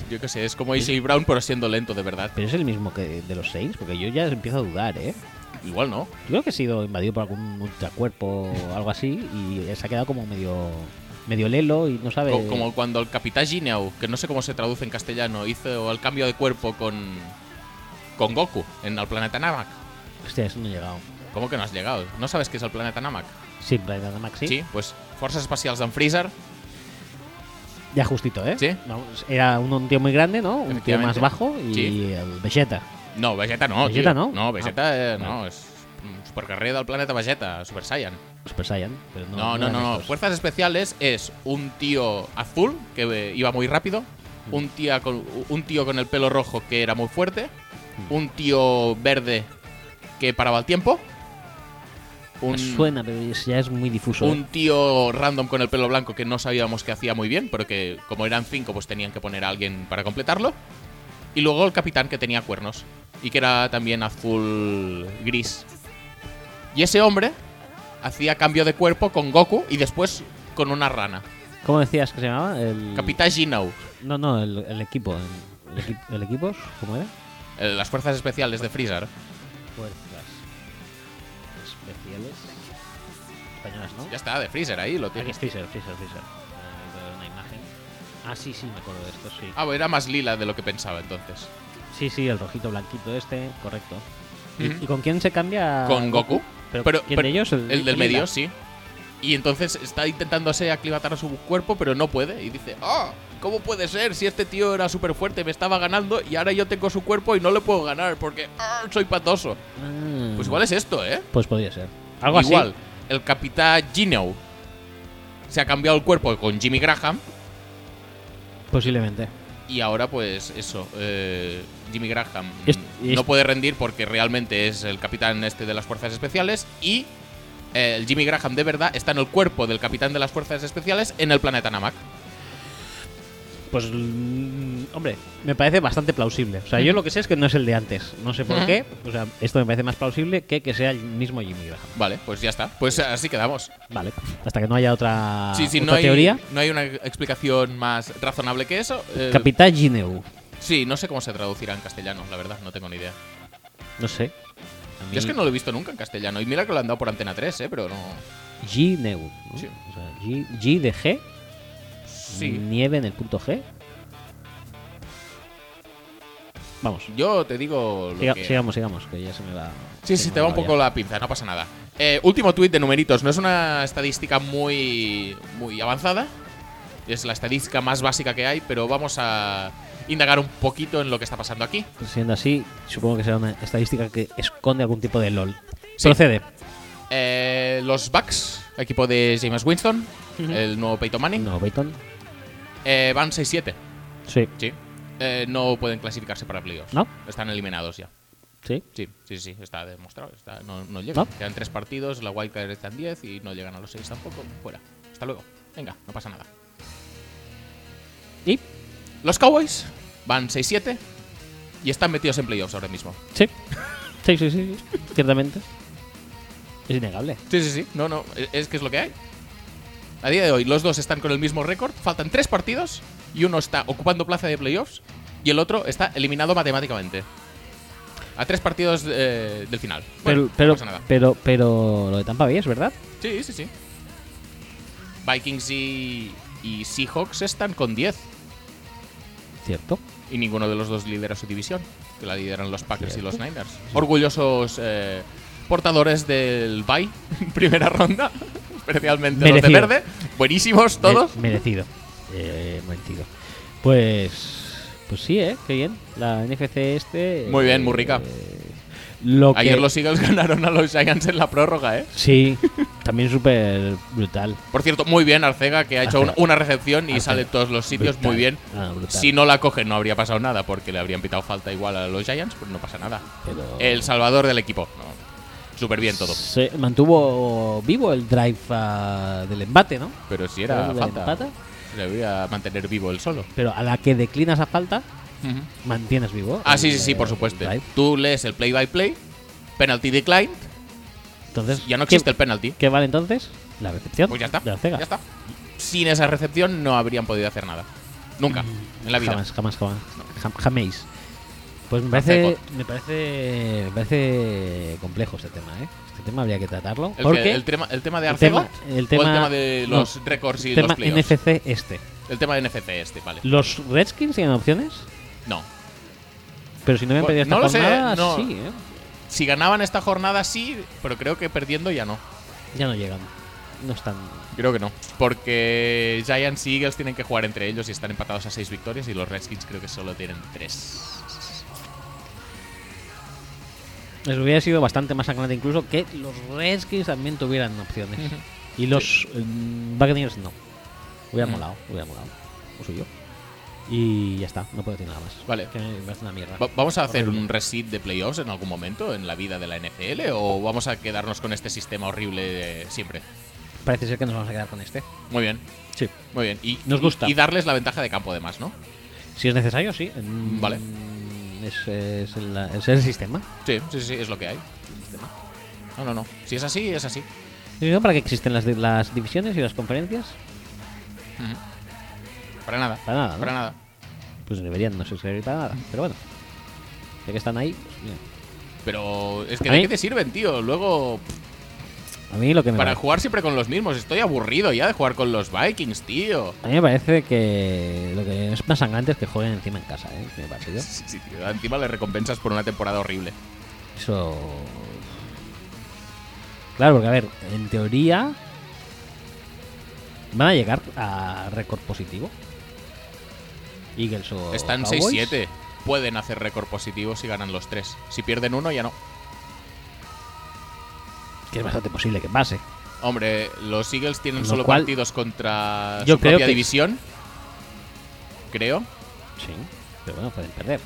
[SPEAKER 2] Yo qué sé, es como AJ Brown, pero siendo lento de verdad.
[SPEAKER 1] ¿Pero es el mismo que de los seis? Porque yo ya empiezo a dudar, ¿eh?
[SPEAKER 2] Igual no.
[SPEAKER 1] Yo creo que ha sido invadido por algún ultracuerpo o algo así y se ha quedado como medio medio lelo y no sabe.
[SPEAKER 2] Co- como cuando el capitán Gineau, que no sé cómo se traduce en castellano, hizo el cambio de cuerpo con. con Goku en el planeta Namak.
[SPEAKER 1] Hostia, eso no he llegado.
[SPEAKER 2] ¿Cómo que no has llegado? ¿No sabes qué es el planeta Namak?
[SPEAKER 1] Sí, Planeta Namak sí.
[SPEAKER 2] pues Fuerzas Espaciales en Freezer.
[SPEAKER 1] Ya justito, ¿eh?
[SPEAKER 2] Sí.
[SPEAKER 1] Vamos, era uno, un tío muy grande, ¿no? Un tío
[SPEAKER 2] Efectivamente.
[SPEAKER 1] más bajo y
[SPEAKER 2] Sí.
[SPEAKER 1] el Vegeta.
[SPEAKER 2] No, Vegeta no.
[SPEAKER 1] Vegeta
[SPEAKER 2] tío.
[SPEAKER 1] no?
[SPEAKER 2] No, Vegeta
[SPEAKER 1] Ah,
[SPEAKER 2] eh,
[SPEAKER 1] vale.
[SPEAKER 2] no. Es un supercarrera del planeta Vegeta, Super Saiyan.
[SPEAKER 1] Super Saiyan. Pero no,
[SPEAKER 2] No, no, no.
[SPEAKER 1] eran
[SPEAKER 2] no.
[SPEAKER 1] estos.
[SPEAKER 2] Fuerzas Especiales es un tío azul que eh, iba muy rápido.
[SPEAKER 1] Mm.
[SPEAKER 2] Un, tía con, un tío con el pelo rojo que era muy fuerte.
[SPEAKER 1] Mm.
[SPEAKER 2] Un tío verde que paraba el tiempo.
[SPEAKER 1] Me suena, pero es- ya es muy difuso. ¿eh?
[SPEAKER 2] un tío random con el pelo blanco que no sabíamos que hacía muy bien, pero que como eran cinco, pues tenían que poner a alguien para completarlo. Y luego el capitán que tenía cuernos y que era también azul gris. Y ese hombre hacía cambio de cuerpo con Goku y después con una rana.
[SPEAKER 1] ¿Cómo decías que se llamaba? El...
[SPEAKER 2] Capitán Ginou,
[SPEAKER 1] No, no, el, el equipo. El, el equi- el equipo, ¿cómo era?
[SPEAKER 2] eh, las fuerzas especiales de Freezer.
[SPEAKER 1] Fuerzas especiales españolas, ¿no?
[SPEAKER 2] Ya está, de Freezer ahí lo
[SPEAKER 1] Aquí
[SPEAKER 2] tiene.
[SPEAKER 1] es Freezer, Freezer, Freezer. Ah, ahí veo una imagen. Ah, sí, sí, me acuerdo de esto, sí.
[SPEAKER 2] Ah, bueno, era más lila de lo que pensaba entonces.
[SPEAKER 1] Sí, sí, el rojito blanquito este, correcto. ¿Y,
[SPEAKER 2] Ujú.
[SPEAKER 1] y con quién se cambia?
[SPEAKER 2] con Goku.
[SPEAKER 1] Pero, ¿quién de ellos?
[SPEAKER 2] El,
[SPEAKER 1] El-
[SPEAKER 2] del
[SPEAKER 1] el
[SPEAKER 2] medio,
[SPEAKER 1] Lila.
[SPEAKER 2] sí. Y entonces está intentándose aclimatar a su cuerpo, pero no puede. Y dice, ah, ¿cómo puede ser? Si este tío era súper fuerte, me estaba ganando y ahora yo tengo su cuerpo y no le puedo ganar porque ah, soy patoso.
[SPEAKER 1] Ah,
[SPEAKER 2] Pues igual es esto, ¿eh?
[SPEAKER 1] Pues podría ser. Algo
[SPEAKER 2] igual,
[SPEAKER 1] así.
[SPEAKER 2] el capitán Gino se ha cambiado el cuerpo con Jimmy Graham
[SPEAKER 1] Posiblemente.
[SPEAKER 2] y ahora pues eso, eh, Jimmy Graham
[SPEAKER 1] Es-
[SPEAKER 2] mm,
[SPEAKER 1] es-
[SPEAKER 2] no puede rendir porque realmente es el capitán este de las fuerzas especiales y eh, el Jimmy Graham de verdad está en el cuerpo del capitán de las fuerzas especiales en el planeta Namak.
[SPEAKER 1] Pues, mm, hombre, me parece bastante plausible. O sea, yo lo que sé es que no es el de antes. No sé por
[SPEAKER 2] Ujú.
[SPEAKER 1] qué. O sea, esto me parece más plausible que que sea el mismo Jimmy Graham.
[SPEAKER 2] Vale, pues ya está. Pues así quedamos.
[SPEAKER 1] Vale. Hasta que no haya otra,
[SPEAKER 2] sí, sí,
[SPEAKER 1] Ah, otra
[SPEAKER 2] no hay,
[SPEAKER 1] teoría.
[SPEAKER 2] no hay una explicación más razonable que eso. eh,
[SPEAKER 1] Capitán Gineu.
[SPEAKER 2] sí, no sé cómo se traducirá en castellano, la verdad, no tengo ni idea.
[SPEAKER 1] No sé. A mí-
[SPEAKER 2] Yo es que no lo he visto nunca en castellano. Y mira que lo han dado por Antena 3, ¿eh? Pero no...
[SPEAKER 1] Gineu. ¿no?
[SPEAKER 2] Sí.
[SPEAKER 1] O sea, G, G de G.
[SPEAKER 2] Sí.
[SPEAKER 1] Nieve en el punto G. Vamos.
[SPEAKER 2] Yo te digo lo
[SPEAKER 1] siga-
[SPEAKER 2] que...
[SPEAKER 1] Sigamos, sigamos, que ya se me va.
[SPEAKER 2] Sí,
[SPEAKER 1] se
[SPEAKER 2] sí,
[SPEAKER 1] me
[SPEAKER 2] te va un
[SPEAKER 1] la olla.
[SPEAKER 2] poco la pinza, no pasa nada. Eh, último tuit de numeritos. No es una estadística muy, muy avanzada. Es la estadística más básica que hay, pero vamos a indagar un poquito en lo que está pasando aquí.
[SPEAKER 1] Pues Siendo así, supongo que será una estadística que esconde algún tipo de LOL.
[SPEAKER 2] Sí.
[SPEAKER 1] Procede.
[SPEAKER 2] Eh, los Bucks, equipo de James Winston, el nuevo Peyton Manning,
[SPEAKER 1] No, Bayton.
[SPEAKER 2] eh, van 6-7.
[SPEAKER 1] Sí.
[SPEAKER 2] Sí. Eh, no pueden clasificarse para playoffs.
[SPEAKER 1] ¿No?
[SPEAKER 2] Están eliminados ya.
[SPEAKER 1] Sí.
[SPEAKER 2] Sí, sí, sí, está demostrado. está- no, no llegan.
[SPEAKER 1] ¿No?
[SPEAKER 2] Quedan tres partidos, la Wildcard está en 10 y no llegan a los 6 tampoco. Fuera. Hasta luego. Venga, no pasa nada.
[SPEAKER 1] Y.
[SPEAKER 2] Los Cowboys van 6-7 y están metidos en playoffs ahora mismo.
[SPEAKER 1] Sí. Sí, sí, sí. sí. Ciertamente. Es innegable.
[SPEAKER 2] Sí, sí, sí. No, no, e- es que es lo que hay. A día de hoy, los dos están con el mismo récord. Faltan tres partidos y uno está ocupando plaza de playoffs y el otro está eliminado matemáticamente. A tres partidos eh, del final. Bueno,
[SPEAKER 1] pero,
[SPEAKER 2] no pasa nada.
[SPEAKER 1] pero, pero, pero lo de Tampa Bay es verdad.
[SPEAKER 2] Sí, sí, sí. Vikings y, y Seahawks están con 10
[SPEAKER 1] ¿Cierto?
[SPEAKER 2] y ninguno de los dos lidera su división, que la lideran los Packers y los
[SPEAKER 1] Cierto.
[SPEAKER 2] Niners. Orgullosos eh, portadores del bye, primera ronda, especialmente
[SPEAKER 1] Merecido.
[SPEAKER 2] los de verde. Buenísimos todos.
[SPEAKER 1] Me- merecido. Eh, merecido. Pues. Pues sí, ¿eh? Qué bien. La NFC este.
[SPEAKER 2] Muy bien,
[SPEAKER 1] eh,
[SPEAKER 2] muy rica.
[SPEAKER 1] lo que-
[SPEAKER 2] Ayer los Eagles ganaron a los Giants en la prórroga, ¿eh?
[SPEAKER 1] Sí, también súper brutal.
[SPEAKER 2] Por cierto, muy bien Arcega, que ha hecho
[SPEAKER 1] Arcega.
[SPEAKER 2] una, una recepción y
[SPEAKER 1] Arcega.
[SPEAKER 2] sale de todos los sitios
[SPEAKER 1] Brutal.
[SPEAKER 2] muy bien.
[SPEAKER 1] Ah, brutal.
[SPEAKER 2] Si no la cogen no habría pasado nada, porque le habrían pitado falta igual a los Giants, pues no pasa nada.
[SPEAKER 1] Pero-
[SPEAKER 2] El salvador del equipo. No. Súper bien todo.
[SPEAKER 1] Se mantuvo vivo el drive ah, del embate, ¿no?
[SPEAKER 2] Pero si era
[SPEAKER 1] ¿Pero
[SPEAKER 2] falta.
[SPEAKER 1] empata?
[SPEAKER 2] Le voy a mantener vivo el solo.
[SPEAKER 1] Pero a la que declinas a falta, mantienes vivo.
[SPEAKER 2] Ah,
[SPEAKER 1] el,
[SPEAKER 2] sí, sí, sí, por
[SPEAKER 1] eh,
[SPEAKER 2] supuesto.
[SPEAKER 1] drive.
[SPEAKER 2] Tú lees el play by play, penalty declined,
[SPEAKER 1] Entonces,
[SPEAKER 2] ya no
[SPEAKER 1] ¿qué-
[SPEAKER 2] existe el penalty.
[SPEAKER 1] ¿Qué vale entonces? La recepción.
[SPEAKER 2] Pues ya está.
[SPEAKER 1] De Arcega.
[SPEAKER 2] Ya está. Sin esa recepción no habrían podido hacer nada. Nunca. En la vida.
[SPEAKER 1] Jamás, jamás, jamás. Jam- jaméis. Pues me parece,
[SPEAKER 2] Arcega.
[SPEAKER 1] me parece me parece complejo este tema, ¿eh? Este tema habría que tratarlo.
[SPEAKER 2] El,
[SPEAKER 1] porque
[SPEAKER 2] que- el tema, el tema de
[SPEAKER 1] el
[SPEAKER 2] Arcego
[SPEAKER 1] tema- el
[SPEAKER 2] o
[SPEAKER 1] tema-
[SPEAKER 2] el tema de
[SPEAKER 1] no,
[SPEAKER 2] los récords y
[SPEAKER 1] tema
[SPEAKER 2] los playoffs.
[SPEAKER 1] NFC este.
[SPEAKER 2] El tema de NFC este, vale.
[SPEAKER 1] Los Redskins tienen opciones,
[SPEAKER 2] No.
[SPEAKER 1] pero si no me han
[SPEAKER 2] Pues,
[SPEAKER 1] pedido esta
[SPEAKER 2] no lo sé,
[SPEAKER 1] jornada,
[SPEAKER 2] no.
[SPEAKER 1] sí, ¿eh?
[SPEAKER 2] Si ganaban esta jornada sí, pero creo que perdiendo ya no.
[SPEAKER 1] Ya no llegan. No están.
[SPEAKER 2] Creo que no. Porque Giants y Eagles tienen que jugar entre ellos y están empatados a seis victorias y los Redskins creo que solo tienen tres.
[SPEAKER 1] Les hubiera sido bastante más sangrante incluso que los Redskins también tuvieran opciones. y los mm, Buccaneers no. Hubiera
[SPEAKER 2] Ujú.
[SPEAKER 1] molado, hubiera molado. O soy yo. Y ya está, no puedo decir nada más.
[SPEAKER 2] Vale.
[SPEAKER 1] Que me parece una mierda.
[SPEAKER 2] Va- ¿Vamos a hacer un reset de playoffs en algún momento en la vida de la NFL o vamos a quedarnos con este sistema horrible de siempre?
[SPEAKER 1] Parece ser que nos vamos a quedar con este.
[SPEAKER 2] Muy bien,
[SPEAKER 1] Sí.
[SPEAKER 2] muy bien. Y,
[SPEAKER 1] Nos gusta.
[SPEAKER 2] Y, darles la ventaja de campo además, ¿no?
[SPEAKER 1] Si es necesario, sí. Mm,
[SPEAKER 2] Vale.
[SPEAKER 1] Es, es el, es el sistema.
[SPEAKER 2] Sí, sí, sí, es lo que hay. No, no, no. Si es así, es así.
[SPEAKER 1] ¿Y no para qué existen las, di- las divisiones y las conferencias?
[SPEAKER 2] Para nada.
[SPEAKER 1] Para nada, ¿no?
[SPEAKER 2] Para nada.
[SPEAKER 1] Pues deberían no servir para nada. Pero bueno. Ya que están ahí, pues mira.
[SPEAKER 2] Pero es que
[SPEAKER 1] ¿A
[SPEAKER 2] de
[SPEAKER 1] mí?
[SPEAKER 2] qué te sirven, tío. Luego,
[SPEAKER 1] A mí lo que me
[SPEAKER 2] para
[SPEAKER 1] parece-
[SPEAKER 2] jugar siempre con los mismos. Estoy aburrido ya de jugar con los Vikings, tío.
[SPEAKER 1] A mí me parece que lo que es más sangrante es que jueguen encima en casa, ¿eh? Me parece yo.
[SPEAKER 2] Sí, sí, tío. Encima le recompensas por una temporada horrible.
[SPEAKER 1] Eso. Claro, porque a ver, en teoría. Van a llegar a récord positivo. Eagles o.
[SPEAKER 2] Están
[SPEAKER 1] Cowboys.
[SPEAKER 2] 6-7. Pueden hacer récord positivo si ganan los tres. Si pierden uno, ya no.
[SPEAKER 1] Que es bastante posible que pase.
[SPEAKER 2] Hombre, los Eagles tienen
[SPEAKER 1] Lo
[SPEAKER 2] solo
[SPEAKER 1] cual-
[SPEAKER 2] partidos contra
[SPEAKER 1] Yo
[SPEAKER 2] su
[SPEAKER 1] creo
[SPEAKER 2] propia
[SPEAKER 1] que-
[SPEAKER 2] división. Creo.
[SPEAKER 1] Sí. Pero bueno, pueden perder.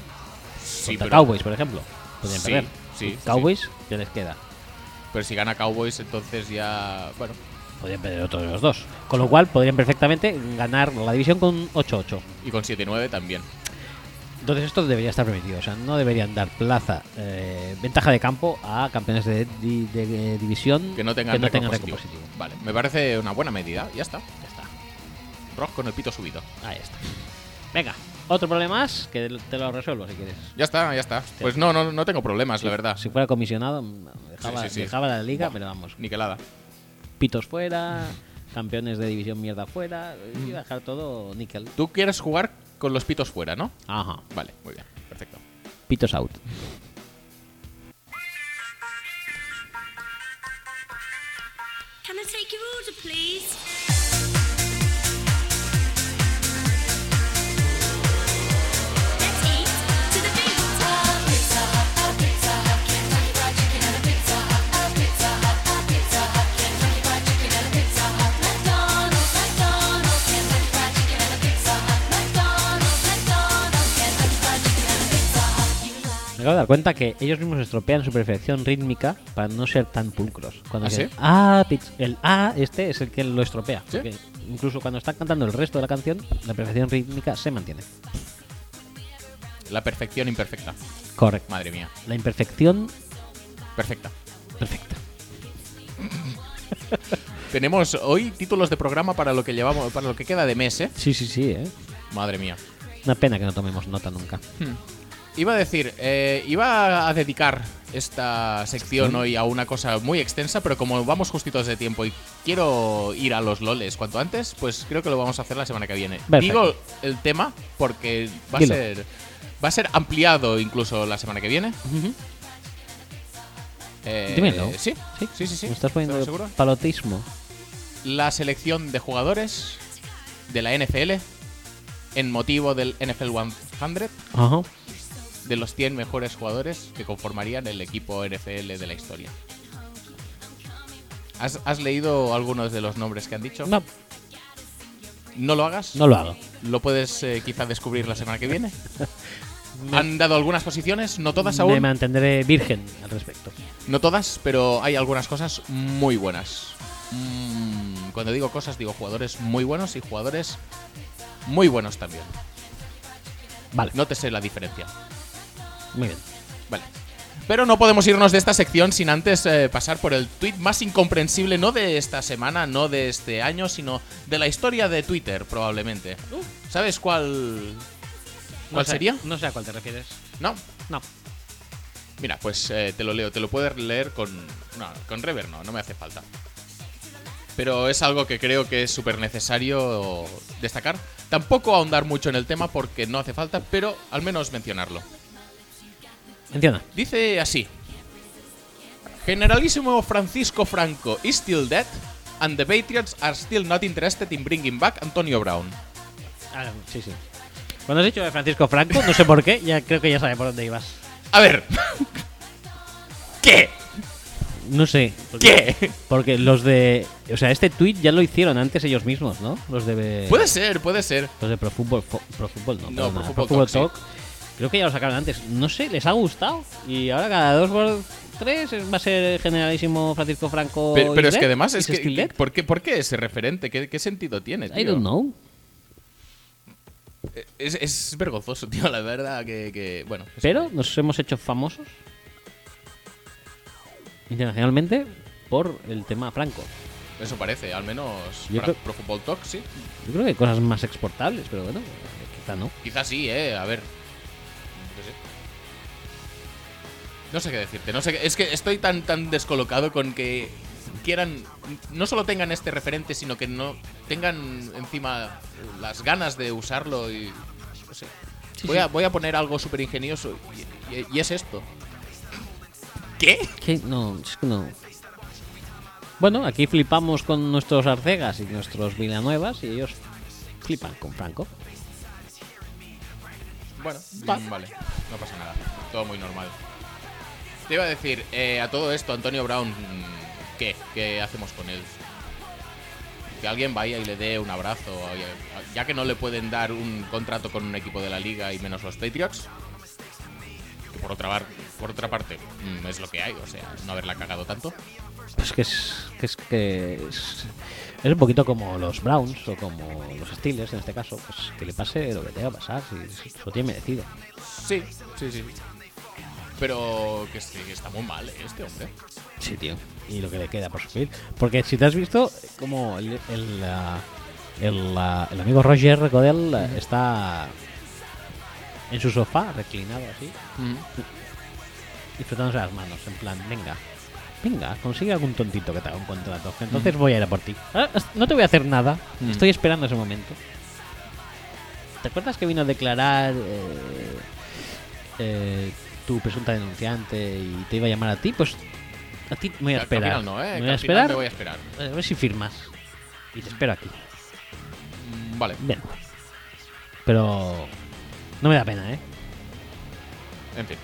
[SPEAKER 2] Sí,
[SPEAKER 1] Contra
[SPEAKER 2] pero,
[SPEAKER 1] Cowboys, por ejemplo. Pueden
[SPEAKER 2] Sí,
[SPEAKER 1] perder.
[SPEAKER 2] sí, sí,
[SPEAKER 1] Cowboys, ¿qué les queda?
[SPEAKER 2] pero si gana Cowboys, entonces ya. Bueno,
[SPEAKER 1] Podrían perder otro de los dos. Con lo cual, podrían perfectamente ganar la división con 8-8.
[SPEAKER 2] y con 7-9 también.
[SPEAKER 1] Entonces esto debería estar permitido, o sea, no deberían dar plaza, eh, ventaja de campo a campeones de, di- de- de eh, división
[SPEAKER 2] Que no tengan,
[SPEAKER 1] que no
[SPEAKER 2] récord
[SPEAKER 1] tengan récord
[SPEAKER 2] positivo.
[SPEAKER 1] positivo.
[SPEAKER 2] Vale, me parece una buena medida. Ya está.
[SPEAKER 1] Ya está,
[SPEAKER 2] Rock con el pito subido.
[SPEAKER 1] ahí está. Venga, otro problema más que te lo resuelvo si quieres.
[SPEAKER 2] Ya está, ya está. Pues no, no, no tengo problemas, la verdad.
[SPEAKER 1] Si fuera comisionado, mm, dejaba,
[SPEAKER 2] Ah. sí, sí.
[SPEAKER 1] dejaba la liga,
[SPEAKER 2] Buah.
[SPEAKER 1] pero vamos,
[SPEAKER 2] Niquelada.
[SPEAKER 1] pitos fuera, campeones de división mierda fuera,
[SPEAKER 2] Mm.
[SPEAKER 1] iba a dejar todo níquel.
[SPEAKER 2] Tú quieres jugar con los pitos fuera, ¿no?
[SPEAKER 1] Ajá,
[SPEAKER 2] Vale, muy bien. Perfecto.
[SPEAKER 1] pitos out.
[SPEAKER 5] Can I take your order, please? Let's eat to the beat.
[SPEAKER 1] Me acabo de dar cuenta que ellos mismos estropean su perfección rítmica para no ser tan pulcros. Cuando
[SPEAKER 2] ¿Ah,
[SPEAKER 1] dicen,
[SPEAKER 2] sí?
[SPEAKER 1] "Ah, pitch", el A este es el que lo estropea.
[SPEAKER 2] ¿Sí?
[SPEAKER 1] Porque incluso cuando están cantando el resto de la canción, la perfección rítmica se mantiene.
[SPEAKER 2] La perfección imperfecta.
[SPEAKER 1] Correcto.
[SPEAKER 2] Madre mía.
[SPEAKER 1] La imperfección
[SPEAKER 2] Perfecta.
[SPEAKER 1] perfecta.
[SPEAKER 2] Tenemos hoy títulos de programa para lo que llevamos, para lo que queda de mes, ¿eh?
[SPEAKER 1] Sí, sí, sí, ¿eh?
[SPEAKER 2] Madre mía.
[SPEAKER 1] Una pena que no tomemos nota nunca.
[SPEAKER 2] Iba a decir, eh, iba a dedicar esta sección hoy a una cosa muy extensa, pero como vamos justitos de tiempo y quiero ir a los loles cuanto antes, pues creo que lo vamos a hacer la semana que viene.
[SPEAKER 1] Perfecto.
[SPEAKER 2] Digo el tema porque va a
[SPEAKER 1] Dilo.
[SPEAKER 2] ser va a ser ampliado incluso la semana que viene. Eh,
[SPEAKER 1] Dímelo.
[SPEAKER 2] Sí, sí, sí, sí.
[SPEAKER 1] Me estás poniendo
[SPEAKER 2] ¿Estamos seguros?
[SPEAKER 1] palotismo.
[SPEAKER 2] La selección de jugadores de la NFL en motivo del NFL 100
[SPEAKER 1] Ajá.
[SPEAKER 2] de los 100 mejores jugadores que conformarían el equipo NFL de la historia. ¿Has, has leído algunos de los nombres que han dicho?
[SPEAKER 1] No,
[SPEAKER 2] ¿No lo hagas?
[SPEAKER 1] no lo hago.
[SPEAKER 2] ¿Lo puedes eh, quizá descubrir la semana que viene? Han dado algunas posiciones, no todas
[SPEAKER 1] Me
[SPEAKER 2] aún,
[SPEAKER 1] mantendré virgen al respecto.
[SPEAKER 2] no todas, pero hay algunas cosas muy buenas. Mm, cuando digo cosas, digo jugadores muy buenos y jugadores muy buenos también.
[SPEAKER 1] Vale,
[SPEAKER 2] No te sé la diferencia.
[SPEAKER 1] muy bien.
[SPEAKER 2] Vale. Pero no podemos irnos de esta sección sin antes eh, pasar por el tweet más incomprensible, no de esta semana, no de este año, sino de la historia de Twitter, probablemente. ¿Sabes cuál, cuál sería?
[SPEAKER 1] Uh. No sé a cuál te refieres.
[SPEAKER 2] No.
[SPEAKER 1] No.
[SPEAKER 2] Mira, pues eh, te lo leo, te lo puedes leer con. No, con Rever no, no me hace falta. Pero es algo que creo que es súper necesario destacar. Tampoco ahondar mucho en el tema porque no hace falta, pero al menos mencionarlo.
[SPEAKER 1] Menciona.
[SPEAKER 2] Dice así: Generalísimo Francisco Franco is still dead, and the Patriots are still not interested in bringing back Antonio Brown.
[SPEAKER 1] Ah, sí, sí. Cuando has dicho de Francisco Franco, no sé por qué, ya creo que ya sabe por dónde ibas.
[SPEAKER 2] A ver. ¿Qué?
[SPEAKER 1] No sé.
[SPEAKER 2] ¿Qué?
[SPEAKER 1] Porque los de. O sea, este tweet ya lo hicieron antes ellos mismos, ¿no? Los de.
[SPEAKER 2] Puede ser, puede ser.
[SPEAKER 1] Los de Pro Football, Fo- Pro Football no.
[SPEAKER 2] No,
[SPEAKER 1] perdona,
[SPEAKER 2] Pro Football Talk,
[SPEAKER 1] Creo que ya lo sacaron antes. No sé, les ha gustado. Y ahora cada dos por tres es- va a ser el generalísimo Francisco Franco.
[SPEAKER 2] Pero, pero es
[SPEAKER 1] Islet,
[SPEAKER 2] que además
[SPEAKER 1] is
[SPEAKER 2] es que.
[SPEAKER 1] still dead.
[SPEAKER 2] ¿por, qué, ¿Por qué ese referente? ¿Qué, qué sentido tiene?
[SPEAKER 1] I
[SPEAKER 2] tío? Eh,
[SPEAKER 1] don't know.
[SPEAKER 2] Es, es vergonzoso, tío, la verdad que. que- bueno. es-
[SPEAKER 1] Pero nos hemos hecho famosos internacionalmente por el tema Franco.
[SPEAKER 2] Eso parece, al menos.
[SPEAKER 1] Yo
[SPEAKER 2] para
[SPEAKER 1] creo-
[SPEAKER 2] Pro Football Talk, sí.
[SPEAKER 1] Yo creo que hay cosas más exportables, pero bueno, eh, quizá no.
[SPEAKER 2] Quizás sí, eh, a ver. No sé. No sé qué decirte, no sé qué- es que estoy tan tan descolocado con que quieran no solo tengan este referente, sino que no tengan encima las ganas de usarlo y no sé. Voy a, voy a poner algo súper ingenioso y, y- y es esto. ¿Qué?
[SPEAKER 1] Que no, es que no. Bueno, aquí flipamos con nuestros Arcegas y nuestros Villanuevas y ellos flipan con Franco.
[SPEAKER 2] Bueno, mm, vale, no pasa nada, todo muy normal. Te iba a decir, eh, a todo esto, Antonio Brown, mm, ¿qué? ¿Qué hacemos con él? Que alguien vaya y le dé un abrazo, oye, ya que no le pueden dar un contrato con un equipo de la liga y menos los Patriots. Que por otra, bar- por otra parte, mm, es lo que hay, o sea, no haberla cagado tanto.
[SPEAKER 1] Pues que es que es, que es, es un poquito como los Browns o como los Steelers en este caso, pues que le pase lo que tenga que pasar, si, si lo tiene merecido.
[SPEAKER 2] Sí, sí, sí. Pero que, sí, que está muy mal eh, este hombre.
[SPEAKER 1] Sí, tío. Y lo que le queda por subir. Porque si te has visto, como el, el, ah, el, ah, el amigo Roger Godel ah, está en su sofá, reclinado así, disfrutándose las manos, en plan, venga, venga, consigue algún tontito que te haga un contrato. que Entonces voy a ir a por ti. Ah, es- No te voy a hacer nada,
[SPEAKER 2] Mm.
[SPEAKER 1] estoy esperando ese momento. ¿Te acuerdas que vino a declarar eh, eh, tu presunta denunciante y te iba a llamar a ti? Pues a ti me voy
[SPEAKER 2] Que
[SPEAKER 1] a
[SPEAKER 2] al- que al
[SPEAKER 1] esperar.
[SPEAKER 2] final no, eh,
[SPEAKER 1] Me
[SPEAKER 2] que
[SPEAKER 1] voy a
[SPEAKER 2] al final
[SPEAKER 1] esperar. eh,
[SPEAKER 2] me voy a esperar.
[SPEAKER 1] A ver si firmas. Y te espero aquí.
[SPEAKER 2] Mm, Vale.
[SPEAKER 1] Bien. Pero no me da pena, ¿eh?
[SPEAKER 2] En fin.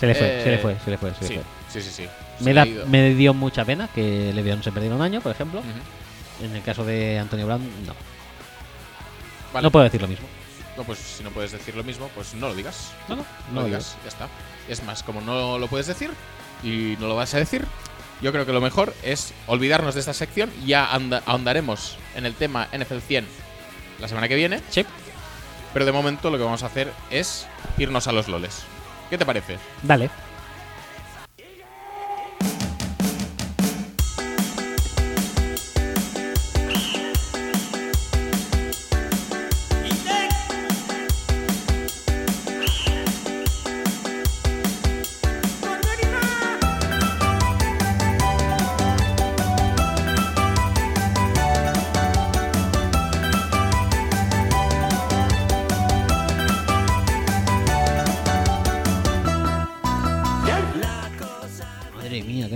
[SPEAKER 1] Se le fue,
[SPEAKER 2] Eh,
[SPEAKER 1] se le fue, se le fue, se le
[SPEAKER 2] Sí,
[SPEAKER 1] fue.
[SPEAKER 2] sí, sí. sí. Se
[SPEAKER 1] Me,
[SPEAKER 2] le
[SPEAKER 1] da,
[SPEAKER 2] ha ido.
[SPEAKER 1] me dio mucha pena que Levión se perdiera un año, por ejemplo.
[SPEAKER 2] Ujú. Mm.
[SPEAKER 1] En el caso de Antonio Brown, no.
[SPEAKER 2] Vale.
[SPEAKER 1] No puedo decir lo mismo.
[SPEAKER 2] No, pues si no puedes decir lo mismo, pues no lo digas.
[SPEAKER 1] No, no,
[SPEAKER 2] No
[SPEAKER 1] no
[SPEAKER 2] lo
[SPEAKER 1] lo
[SPEAKER 2] digas, ya está. Es más, como no lo puedes decir y no lo vas a decir, yo creo que lo mejor es olvidarnos de esta sección. Ya anda- ahondaremos en el tema NFL 100 la semana que viene,
[SPEAKER 1] Sí,
[SPEAKER 2] pero de momento lo que vamos a hacer es irnos a los loles. ¿Qué te parece?
[SPEAKER 1] dale.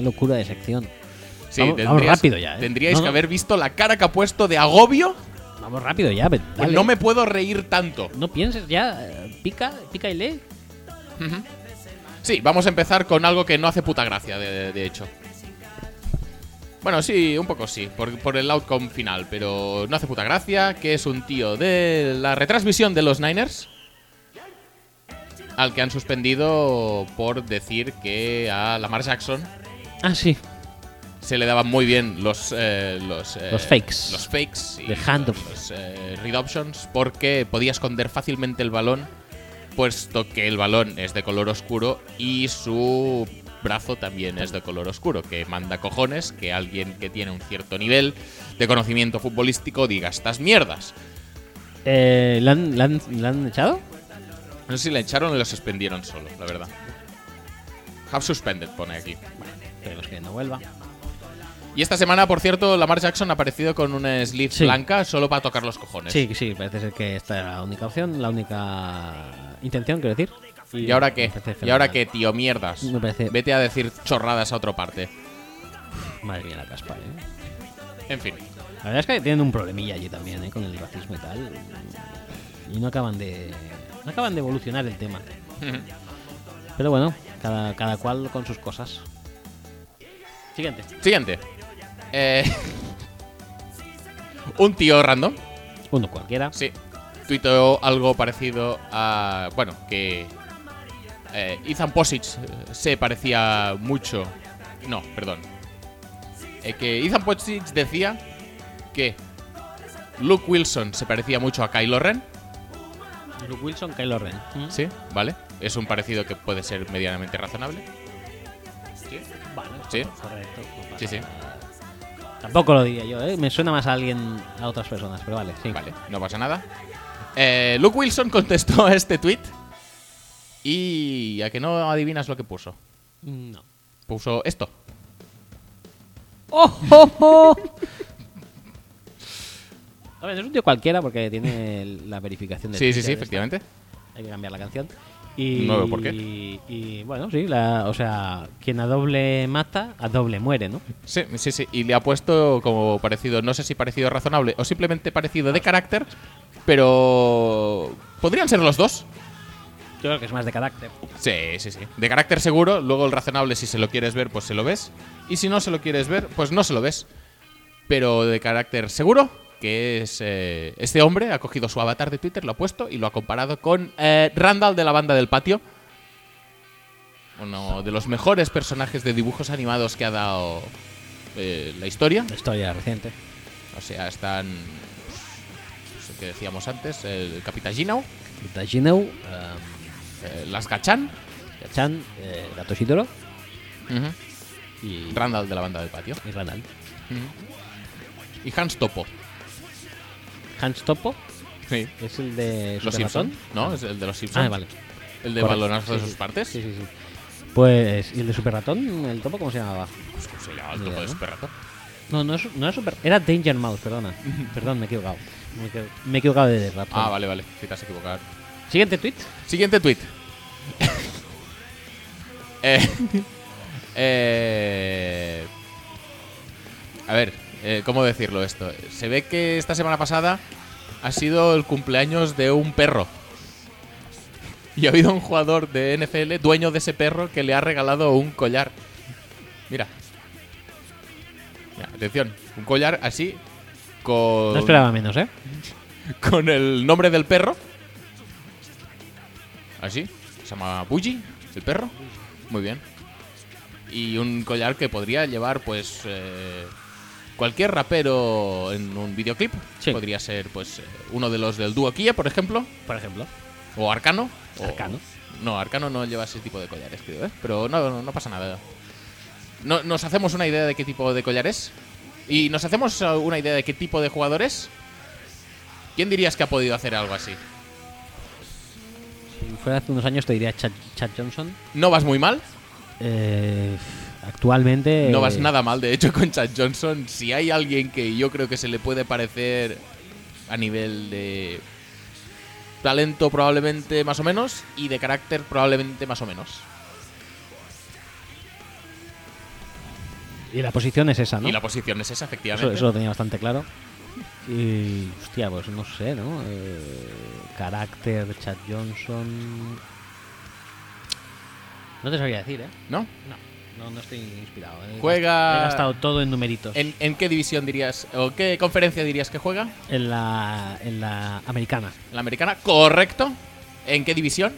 [SPEAKER 1] locura de sección.
[SPEAKER 2] Sí,
[SPEAKER 1] vamos, vamos
[SPEAKER 2] tendrías-
[SPEAKER 1] rápido ya. ¿eh?
[SPEAKER 2] Tendríais
[SPEAKER 1] No, no,
[SPEAKER 2] que haber visto la cara que ha puesto de agobio.
[SPEAKER 1] Vamos rápido ya. ve-
[SPEAKER 2] Pues
[SPEAKER 1] dale.
[SPEAKER 2] no me puedo reír tanto.
[SPEAKER 1] No pienses ya. eh, Pica, pica y lee.
[SPEAKER 2] Sí, vamos a empezar con algo que no hace puta gracia, de, de hecho. Bueno, sí, un poco sí, por, por el outcome final, pero no hace puta gracia, que es un tío de la retransmisión de los Niners, al que han suspendido por decir que a Lamar Jackson
[SPEAKER 1] Ah, sí.
[SPEAKER 2] se le daban muy bien los eh, los, eh,
[SPEAKER 1] Los fakes.
[SPEAKER 2] los fakes y
[SPEAKER 1] The handoff.
[SPEAKER 2] los eh, read options porque podía esconder fácilmente el balón puesto que el balón es de color oscuro y su brazo también es de color oscuro que manda cojones que alguien que tiene un cierto nivel de conocimiento futbolístico diga estas mierdas
[SPEAKER 1] Eh, ¿la, han, la han- la han echado?
[SPEAKER 2] no sé si le echaron o le suspendieron solo la verdad have suspended pone aquí
[SPEAKER 1] Esperemos que no vuelva.
[SPEAKER 2] y esta semana por cierto Lamar Jackson ha aparecido con una sleeve
[SPEAKER 1] Sí.
[SPEAKER 2] blanca solo para tocar los cojones
[SPEAKER 1] Sí, sí, parece ser que esta era la única opción, la única intención, quiero decir.
[SPEAKER 2] ¿Y ahora
[SPEAKER 1] me
[SPEAKER 2] qué?
[SPEAKER 1] parece
[SPEAKER 2] ¿Y ahora
[SPEAKER 1] fenomenal.
[SPEAKER 2] qué, tío? Mierdas.
[SPEAKER 1] Me parece-
[SPEAKER 2] Vete a decir chorradas a otra parte.
[SPEAKER 1] Madre mía, la caspa, ¿eh?
[SPEAKER 2] En fin.
[SPEAKER 1] La verdad es que tienen un problemilla allí también, ¿eh? Con el racismo y tal. Y no acaban de. No acaban de evolucionar el tema. Pero bueno, cada, cada cual con sus cosas. Siguiente.
[SPEAKER 2] Siguiente. Eh, un tío random,
[SPEAKER 1] Uno cualquiera.
[SPEAKER 2] sí, tuiteó algo parecido a. Bueno, que. eh, Ethan Posich eh, se parecía mucho. No, perdón. Eh, que Ethan Posich decía que Luke Wilson se parecía mucho a Kylo Ren.
[SPEAKER 1] Luke Wilson, Kylo Ren. ¿Mm?
[SPEAKER 2] Sí, vale. Es un parecido que puede ser medianamente razonable. Sí.
[SPEAKER 1] Vale, pues
[SPEAKER 2] Sí.
[SPEAKER 1] correcto. no pasa
[SPEAKER 2] Sí, sí.
[SPEAKER 1] nada. Tampoco lo diría yo, ¿eh? Me suena más a alguien, a otras personas, pero vale, sí.
[SPEAKER 2] Vale, no pasa nada. Eh, Luke Wilson contestó a este tweet y a que no adivinas lo que puso.
[SPEAKER 1] Mm, No.
[SPEAKER 2] Puso esto.
[SPEAKER 1] ¡Oh, oh, oh! A ver, es un tío cualquiera porque tiene el- la verificación de
[SPEAKER 2] Sí, sí,
[SPEAKER 1] Twitter
[SPEAKER 2] sí,
[SPEAKER 1] esta.
[SPEAKER 2] efectivamente.
[SPEAKER 1] Hay que cambiar la canción. Y,
[SPEAKER 2] No veo por qué.
[SPEAKER 1] Y, bueno, sí, la, o sea, quien a doble mata, a doble muere, ¿no?
[SPEAKER 2] Sí, sí, sí. Y le ha puesto como parecido, no sé si parecido razonable o simplemente parecido de carácter, pero podrían ser los dos.
[SPEAKER 1] Yo creo que es más de carácter.
[SPEAKER 2] Sí, sí, sí. De carácter seguro, luego el razonable si se lo quieres ver, pues se lo ves. Y si no se lo quieres ver, pues no se lo ves. Pero de carácter seguro, que es... eh, este hombre ha cogido su avatar de Twitter, lo ha puesto y lo ha comparado con eh, Randall de la banda del patio. Uno de los mejores personajes de dibujos animados que ha dado eh, la historia.
[SPEAKER 1] La historia reciente.
[SPEAKER 2] O sea, están... pues, Lo que decíamos antes, el Capitagino,
[SPEAKER 1] Dajineu, um,
[SPEAKER 2] eh, Las Gachan,
[SPEAKER 1] Chan, eh, Gato Shidoro y,
[SPEAKER 2] Randall de la banda del patio.
[SPEAKER 1] y Randall.
[SPEAKER 2] Y Hans Topo.
[SPEAKER 1] Hans Topo
[SPEAKER 2] Sí.
[SPEAKER 1] es el de
[SPEAKER 2] Los
[SPEAKER 1] Superratón?
[SPEAKER 2] Simpson, ¿no? Es el de los Simpsons.
[SPEAKER 1] Ah, vale.
[SPEAKER 2] El de
[SPEAKER 1] Correcto.
[SPEAKER 2] balonazo de
[SPEAKER 1] Sí,
[SPEAKER 2] sus
[SPEAKER 1] sí.
[SPEAKER 2] partes.
[SPEAKER 1] Sí, sí, sí. Pues, ¿y el de Super Ratón? ¿El topo cómo se llamaba?
[SPEAKER 2] Pues, ¿cómo se llama el
[SPEAKER 1] Ni
[SPEAKER 2] topo
[SPEAKER 1] idea,
[SPEAKER 2] de
[SPEAKER 1] ¿no?
[SPEAKER 2] Superratón?
[SPEAKER 1] No, no, es- no era Super. Era Danger Mouse, perdona. Perdón, me he equivocado. Me he equi- Me he equivocado de ratón.
[SPEAKER 2] Ah, vale, vale. Sí, te has equivocado.
[SPEAKER 1] Siguiente tweet.
[SPEAKER 2] Siguiente tweet. eh, eh, a ver, eh, ¿cómo decirlo esto? Se ve que esta semana pasada ha sido el cumpleaños de un perro. Y ha habido un jugador de NFL, dueño de ese perro, que le ha regalado un collar. Mira. Mira, atención, un collar así, con,
[SPEAKER 1] No esperaba menos, ¿eh?
[SPEAKER 2] con el nombre del perro. Así. Se llama Bully, el perro. Muy bien. Y un collar que podría llevar, pues. eh, cualquier rapero en un videoclip.
[SPEAKER 1] Sí.
[SPEAKER 2] Podría ser, pues, eh, uno de los del dúo Kia, por ejemplo.
[SPEAKER 1] Por ejemplo.
[SPEAKER 2] O Arcano. o-
[SPEAKER 1] Arcano.
[SPEAKER 2] No, Arcano no lleva ese tipo de collares, creo, ¿eh? Pero no, no, no pasa nada. No- nos hacemos una idea de qué tipo de collares. Y nos hacemos eh, una idea de qué tipo de jugadores. ¿Quién dirías que ha podido hacer algo así?
[SPEAKER 1] Si fuera hace unos años te diría Chad, Chad Johnson.
[SPEAKER 2] No vas muy mal.
[SPEAKER 1] Eh, actualmente.
[SPEAKER 2] No vas
[SPEAKER 1] vas
[SPEAKER 2] nada mal, de hecho, con Chad Johnson. Si hay alguien que yo creo que se le puede parecer a nivel de talento probablemente más o menos y de carácter probablemente más o menos.
[SPEAKER 1] Y la posición es esa, Ah, ¿no?
[SPEAKER 2] Y la posición es esa, efectivamente.
[SPEAKER 1] Eso, eso lo tenía bastante claro. Y, hostia, pues no sé, ¿no? Eh, carácter, Chad Johnson. No te sabría decir, ¿eh?
[SPEAKER 2] ¿No?
[SPEAKER 1] No, no, no estoy inspirado. He
[SPEAKER 2] Juega-
[SPEAKER 1] gast- He gastado todo en numeritos.
[SPEAKER 2] ¿En, en qué división dirías, o qué conferencia dirías que juega?
[SPEAKER 1] En, la, en la americana.
[SPEAKER 2] ¿En la americana? ¿Correcto? ¿En qué división?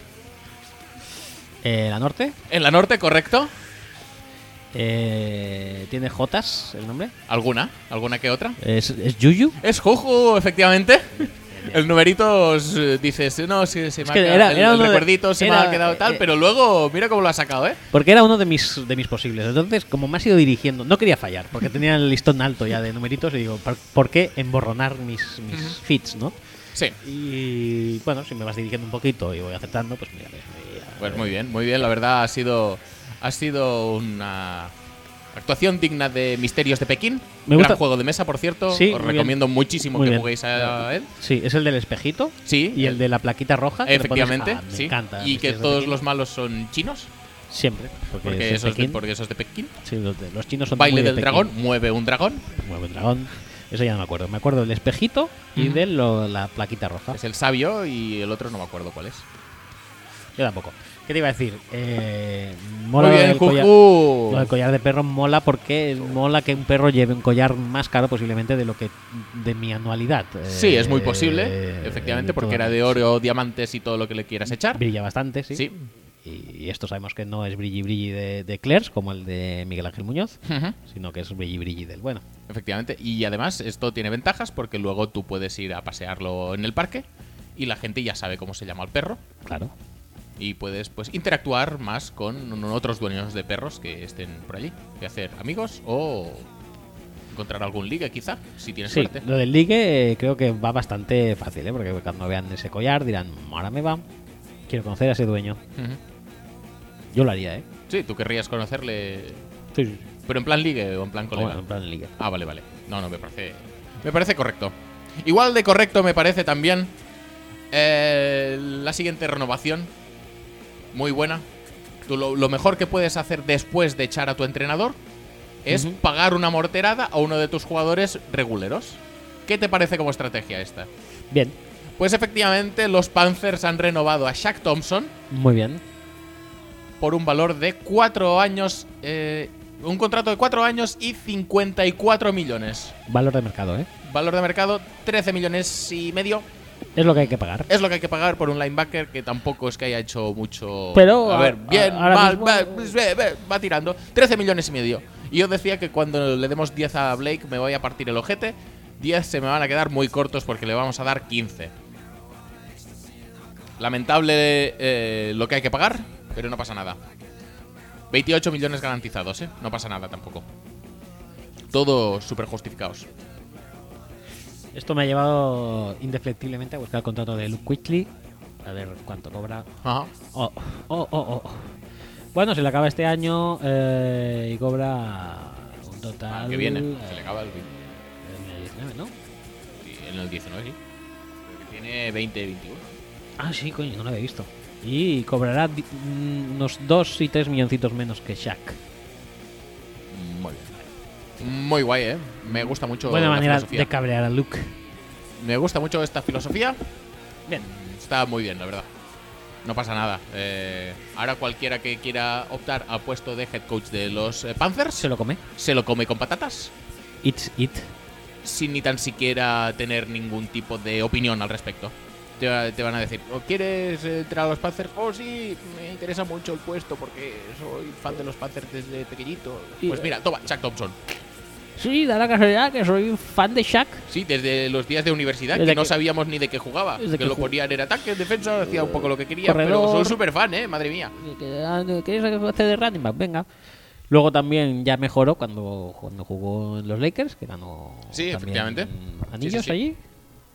[SPEAKER 1] Eh, la norte
[SPEAKER 2] ¿En la norte? ¿Correcto?
[SPEAKER 1] eh, tiene Jotas, el nombre.
[SPEAKER 2] ¿Alguna? ¿Alguna que otra?
[SPEAKER 1] Es, es Yuyu.
[SPEAKER 2] Es Juju, efectivamente. El numerito eh, dices, no, sí, se me
[SPEAKER 1] Es
[SPEAKER 2] ha
[SPEAKER 1] que
[SPEAKER 2] quedado,
[SPEAKER 1] era-
[SPEAKER 2] el,
[SPEAKER 1] era
[SPEAKER 2] el
[SPEAKER 1] uno de-
[SPEAKER 2] recuerdito se me
[SPEAKER 1] era-
[SPEAKER 2] ha quedado tal,
[SPEAKER 1] eh,
[SPEAKER 2] pero luego mira cómo lo ha sacado, ¿eh?
[SPEAKER 1] Porque era uno de mis, de mis posibles. Entonces, como me has ido dirigiendo, no quería fallar, porque tenía el listón alto ya de numeritos y digo, ¿por, por qué emborronar mis, mis fits, no?
[SPEAKER 2] Sí.
[SPEAKER 1] Y bueno, si me vas dirigiendo un poquito y voy acertando, pues mira, pues, mira,
[SPEAKER 2] Pues muy bien, muy bien, la verdad ha sido ha sido una actuación digna de Misterios de Pekín.
[SPEAKER 1] Me
[SPEAKER 2] Gran
[SPEAKER 1] gusta-
[SPEAKER 2] juego de mesa, por cierto.
[SPEAKER 1] Sí, muy
[SPEAKER 2] Os
[SPEAKER 1] bien.
[SPEAKER 2] recomiendo muchísimo
[SPEAKER 1] Muy
[SPEAKER 2] que
[SPEAKER 1] bien.
[SPEAKER 2] juguéis a él.
[SPEAKER 1] Sí, es el del espejito.
[SPEAKER 2] Sí.
[SPEAKER 1] Y el de la plaquita roja. que le pones-
[SPEAKER 2] Efectivamente,
[SPEAKER 1] Ah, me
[SPEAKER 2] sí.
[SPEAKER 1] encanta.
[SPEAKER 2] y
[SPEAKER 1] Mis
[SPEAKER 2] que
[SPEAKER 1] tíos de
[SPEAKER 2] todos
[SPEAKER 1] Pekín.
[SPEAKER 2] los malos son chinos,
[SPEAKER 1] Siempre. Porque,
[SPEAKER 2] porque,
[SPEAKER 1] es de
[SPEAKER 2] esos de-
[SPEAKER 1] Pekín.
[SPEAKER 2] porque esos de Pekín.
[SPEAKER 1] Sí, los, de- los chinos son
[SPEAKER 2] Baile
[SPEAKER 1] muy de
[SPEAKER 2] del
[SPEAKER 1] Pekín.
[SPEAKER 2] dragón, mueve un dragón.
[SPEAKER 1] Mueve el dragón. Eso ya no me acuerdo. Me acuerdo del espejito y
[SPEAKER 2] Ujú.
[SPEAKER 1] de lo- la plaquita roja.
[SPEAKER 2] Es el sabio y el otro no me acuerdo cuál es.
[SPEAKER 1] Yo tampoco. ¿Qué te iba a decir? Eh, mola
[SPEAKER 2] Muy
[SPEAKER 1] lo
[SPEAKER 2] bien,
[SPEAKER 1] del collar-
[SPEAKER 2] Juju.
[SPEAKER 1] Lo del collar de perro mola porque mola que un perro lleve un collar más caro posiblemente de lo que de mi anualidad.
[SPEAKER 2] Sí, es muy
[SPEAKER 1] Eh,
[SPEAKER 2] posible,
[SPEAKER 1] eh,
[SPEAKER 2] efectivamente, porque
[SPEAKER 1] todo.
[SPEAKER 2] era de oro, diamantes y todo lo que le quieras echar.
[SPEAKER 1] Brilla bastante, sí.
[SPEAKER 2] Sí.
[SPEAKER 1] Y esto sabemos que no es brilli brilli de, de Clerks, como el de Miguel Ángel Muñoz,
[SPEAKER 2] Ujú,
[SPEAKER 1] sino que es brilli brilli del bueno.
[SPEAKER 2] Efectivamente. Y además esto tiene ventajas porque luego tú puedes ir a pasearlo en el parque y la gente ya sabe cómo se llama el perro
[SPEAKER 1] Claro.
[SPEAKER 2] y puedes pues interactuar más con otros dueños de perros que estén por allí y hacer amigos o encontrar algún ligue quizá si tienes
[SPEAKER 1] Sí,
[SPEAKER 2] suerte.
[SPEAKER 1] lo del ligue eh, creo que va bastante fácil, ¿eh? porque cuando vean ese collar dirán, ahora me va, quiero conocer a ese dueño.
[SPEAKER 2] Ujú.
[SPEAKER 1] Yo lo haría, ¿eh?
[SPEAKER 2] Sí, tú querrías conocerle,
[SPEAKER 1] Sí, sí.
[SPEAKER 2] pero en plan ligue o en plan colega.
[SPEAKER 1] Bueno, en plan ligue.
[SPEAKER 2] Ah, vale, vale. No, no, me parece. Me parece correcto. Igual de correcto me parece también eh, la siguiente renovación. Muy buena. Tú lo, lo mejor que puedes hacer después de echar a tu entrenador es
[SPEAKER 1] Ujú.
[SPEAKER 2] pagar una morterada a uno de tus jugadores reguleros. ¿Qué te parece como estrategia esta?
[SPEAKER 1] Bien,
[SPEAKER 2] Pues efectivamente, los Panthers han renovado a Shaq Thompson
[SPEAKER 1] muy bien.
[SPEAKER 2] por un valor de 4 años. eh, un contrato de 4 años y 54 millones.
[SPEAKER 1] Valor de mercado, ¿eh?
[SPEAKER 2] Valor de mercado, 13 millones y medio.
[SPEAKER 1] Es lo que hay que pagar.
[SPEAKER 2] Es lo que hay que pagar por un linebacker que tampoco es que haya hecho mucho.
[SPEAKER 1] Pero
[SPEAKER 2] A
[SPEAKER 1] a-
[SPEAKER 2] ver,
[SPEAKER 1] a-
[SPEAKER 2] bien,
[SPEAKER 1] ahora
[SPEAKER 2] mal,
[SPEAKER 1] mismo-
[SPEAKER 2] va, pues, ve- ve- va tirando. 13 millones y medio. Y yo decía que cuando le demos 10 a Blake me voy a partir el ojete. 10 se me van a quedar muy cortos porque le vamos a dar 15. Lamentable eh, lo que hay que pagar, pero no pasa nada. 28 millones garantizados, ¿eh? No pasa nada tampoco. Todo súper justificados.
[SPEAKER 1] Esto me ha llevado indefectiblemente a buscar el contrato de Luke Quickly. A ver cuánto cobra.
[SPEAKER 2] Ajá.
[SPEAKER 1] Oh, oh, oh, oh. Bueno, se le acaba este año eh, y cobra un total.
[SPEAKER 2] Al que viene,
[SPEAKER 1] eh,
[SPEAKER 2] se le acaba el 20.
[SPEAKER 1] en el 19, ¿no?
[SPEAKER 2] Sí, en el 19, sí. Porque tiene 20, 21.
[SPEAKER 1] Ah, sí, coño, no lo había visto. Y cobrará di- mm, unos 2 y 3 milloncitos menos que Shaq.
[SPEAKER 2] Muy bien. Muy guay, ¿eh? Me gusta mucho
[SPEAKER 1] Buena
[SPEAKER 2] la
[SPEAKER 1] manera
[SPEAKER 2] filosofía.
[SPEAKER 1] de cabrear a Luke.
[SPEAKER 2] Me gusta mucho esta filosofía.
[SPEAKER 1] Bien.
[SPEAKER 2] Está muy bien, la verdad. No pasa nada. Eh, ahora cualquiera que quiera optar a puesto de head coach de los eh, Panthers
[SPEAKER 1] Se lo come.
[SPEAKER 2] se lo come con patatas.
[SPEAKER 1] It's it.
[SPEAKER 2] sin ni tan siquiera tener ningún tipo de opinión al respecto. Te, va- te van a decir, ¿o ¿quieres eh, entrar a los Panthers? Oh, sí, me interesa mucho el puesto porque soy fan de los Panthers desde pequeñito.
[SPEAKER 1] Y-
[SPEAKER 2] Pues mira, toma, Chuck Thompson.
[SPEAKER 1] Sí, da la casualidad que soy un fan de Shaq.
[SPEAKER 2] Sí, desde los días de universidad,
[SPEAKER 1] Desde
[SPEAKER 2] que no
[SPEAKER 1] que-
[SPEAKER 2] sabíamos ni de qué jugaba.
[SPEAKER 1] desde
[SPEAKER 2] Que,
[SPEAKER 1] que
[SPEAKER 2] lo
[SPEAKER 1] ju-
[SPEAKER 2] ponían en ataque, en defensa, hacía un poco lo que quería. Pero
[SPEAKER 1] corredor.
[SPEAKER 2] soy súper fan, ¿eh? Madre mía.
[SPEAKER 1] ah, ¿Quieres hacer de running back? Venga. Luego también ya mejoró cuando, cuando jugó en los Lakers, que ganó
[SPEAKER 2] Sí,
[SPEAKER 1] también
[SPEAKER 2] efectivamente.
[SPEAKER 1] anillos
[SPEAKER 2] Sí, sí, sí.
[SPEAKER 1] allí.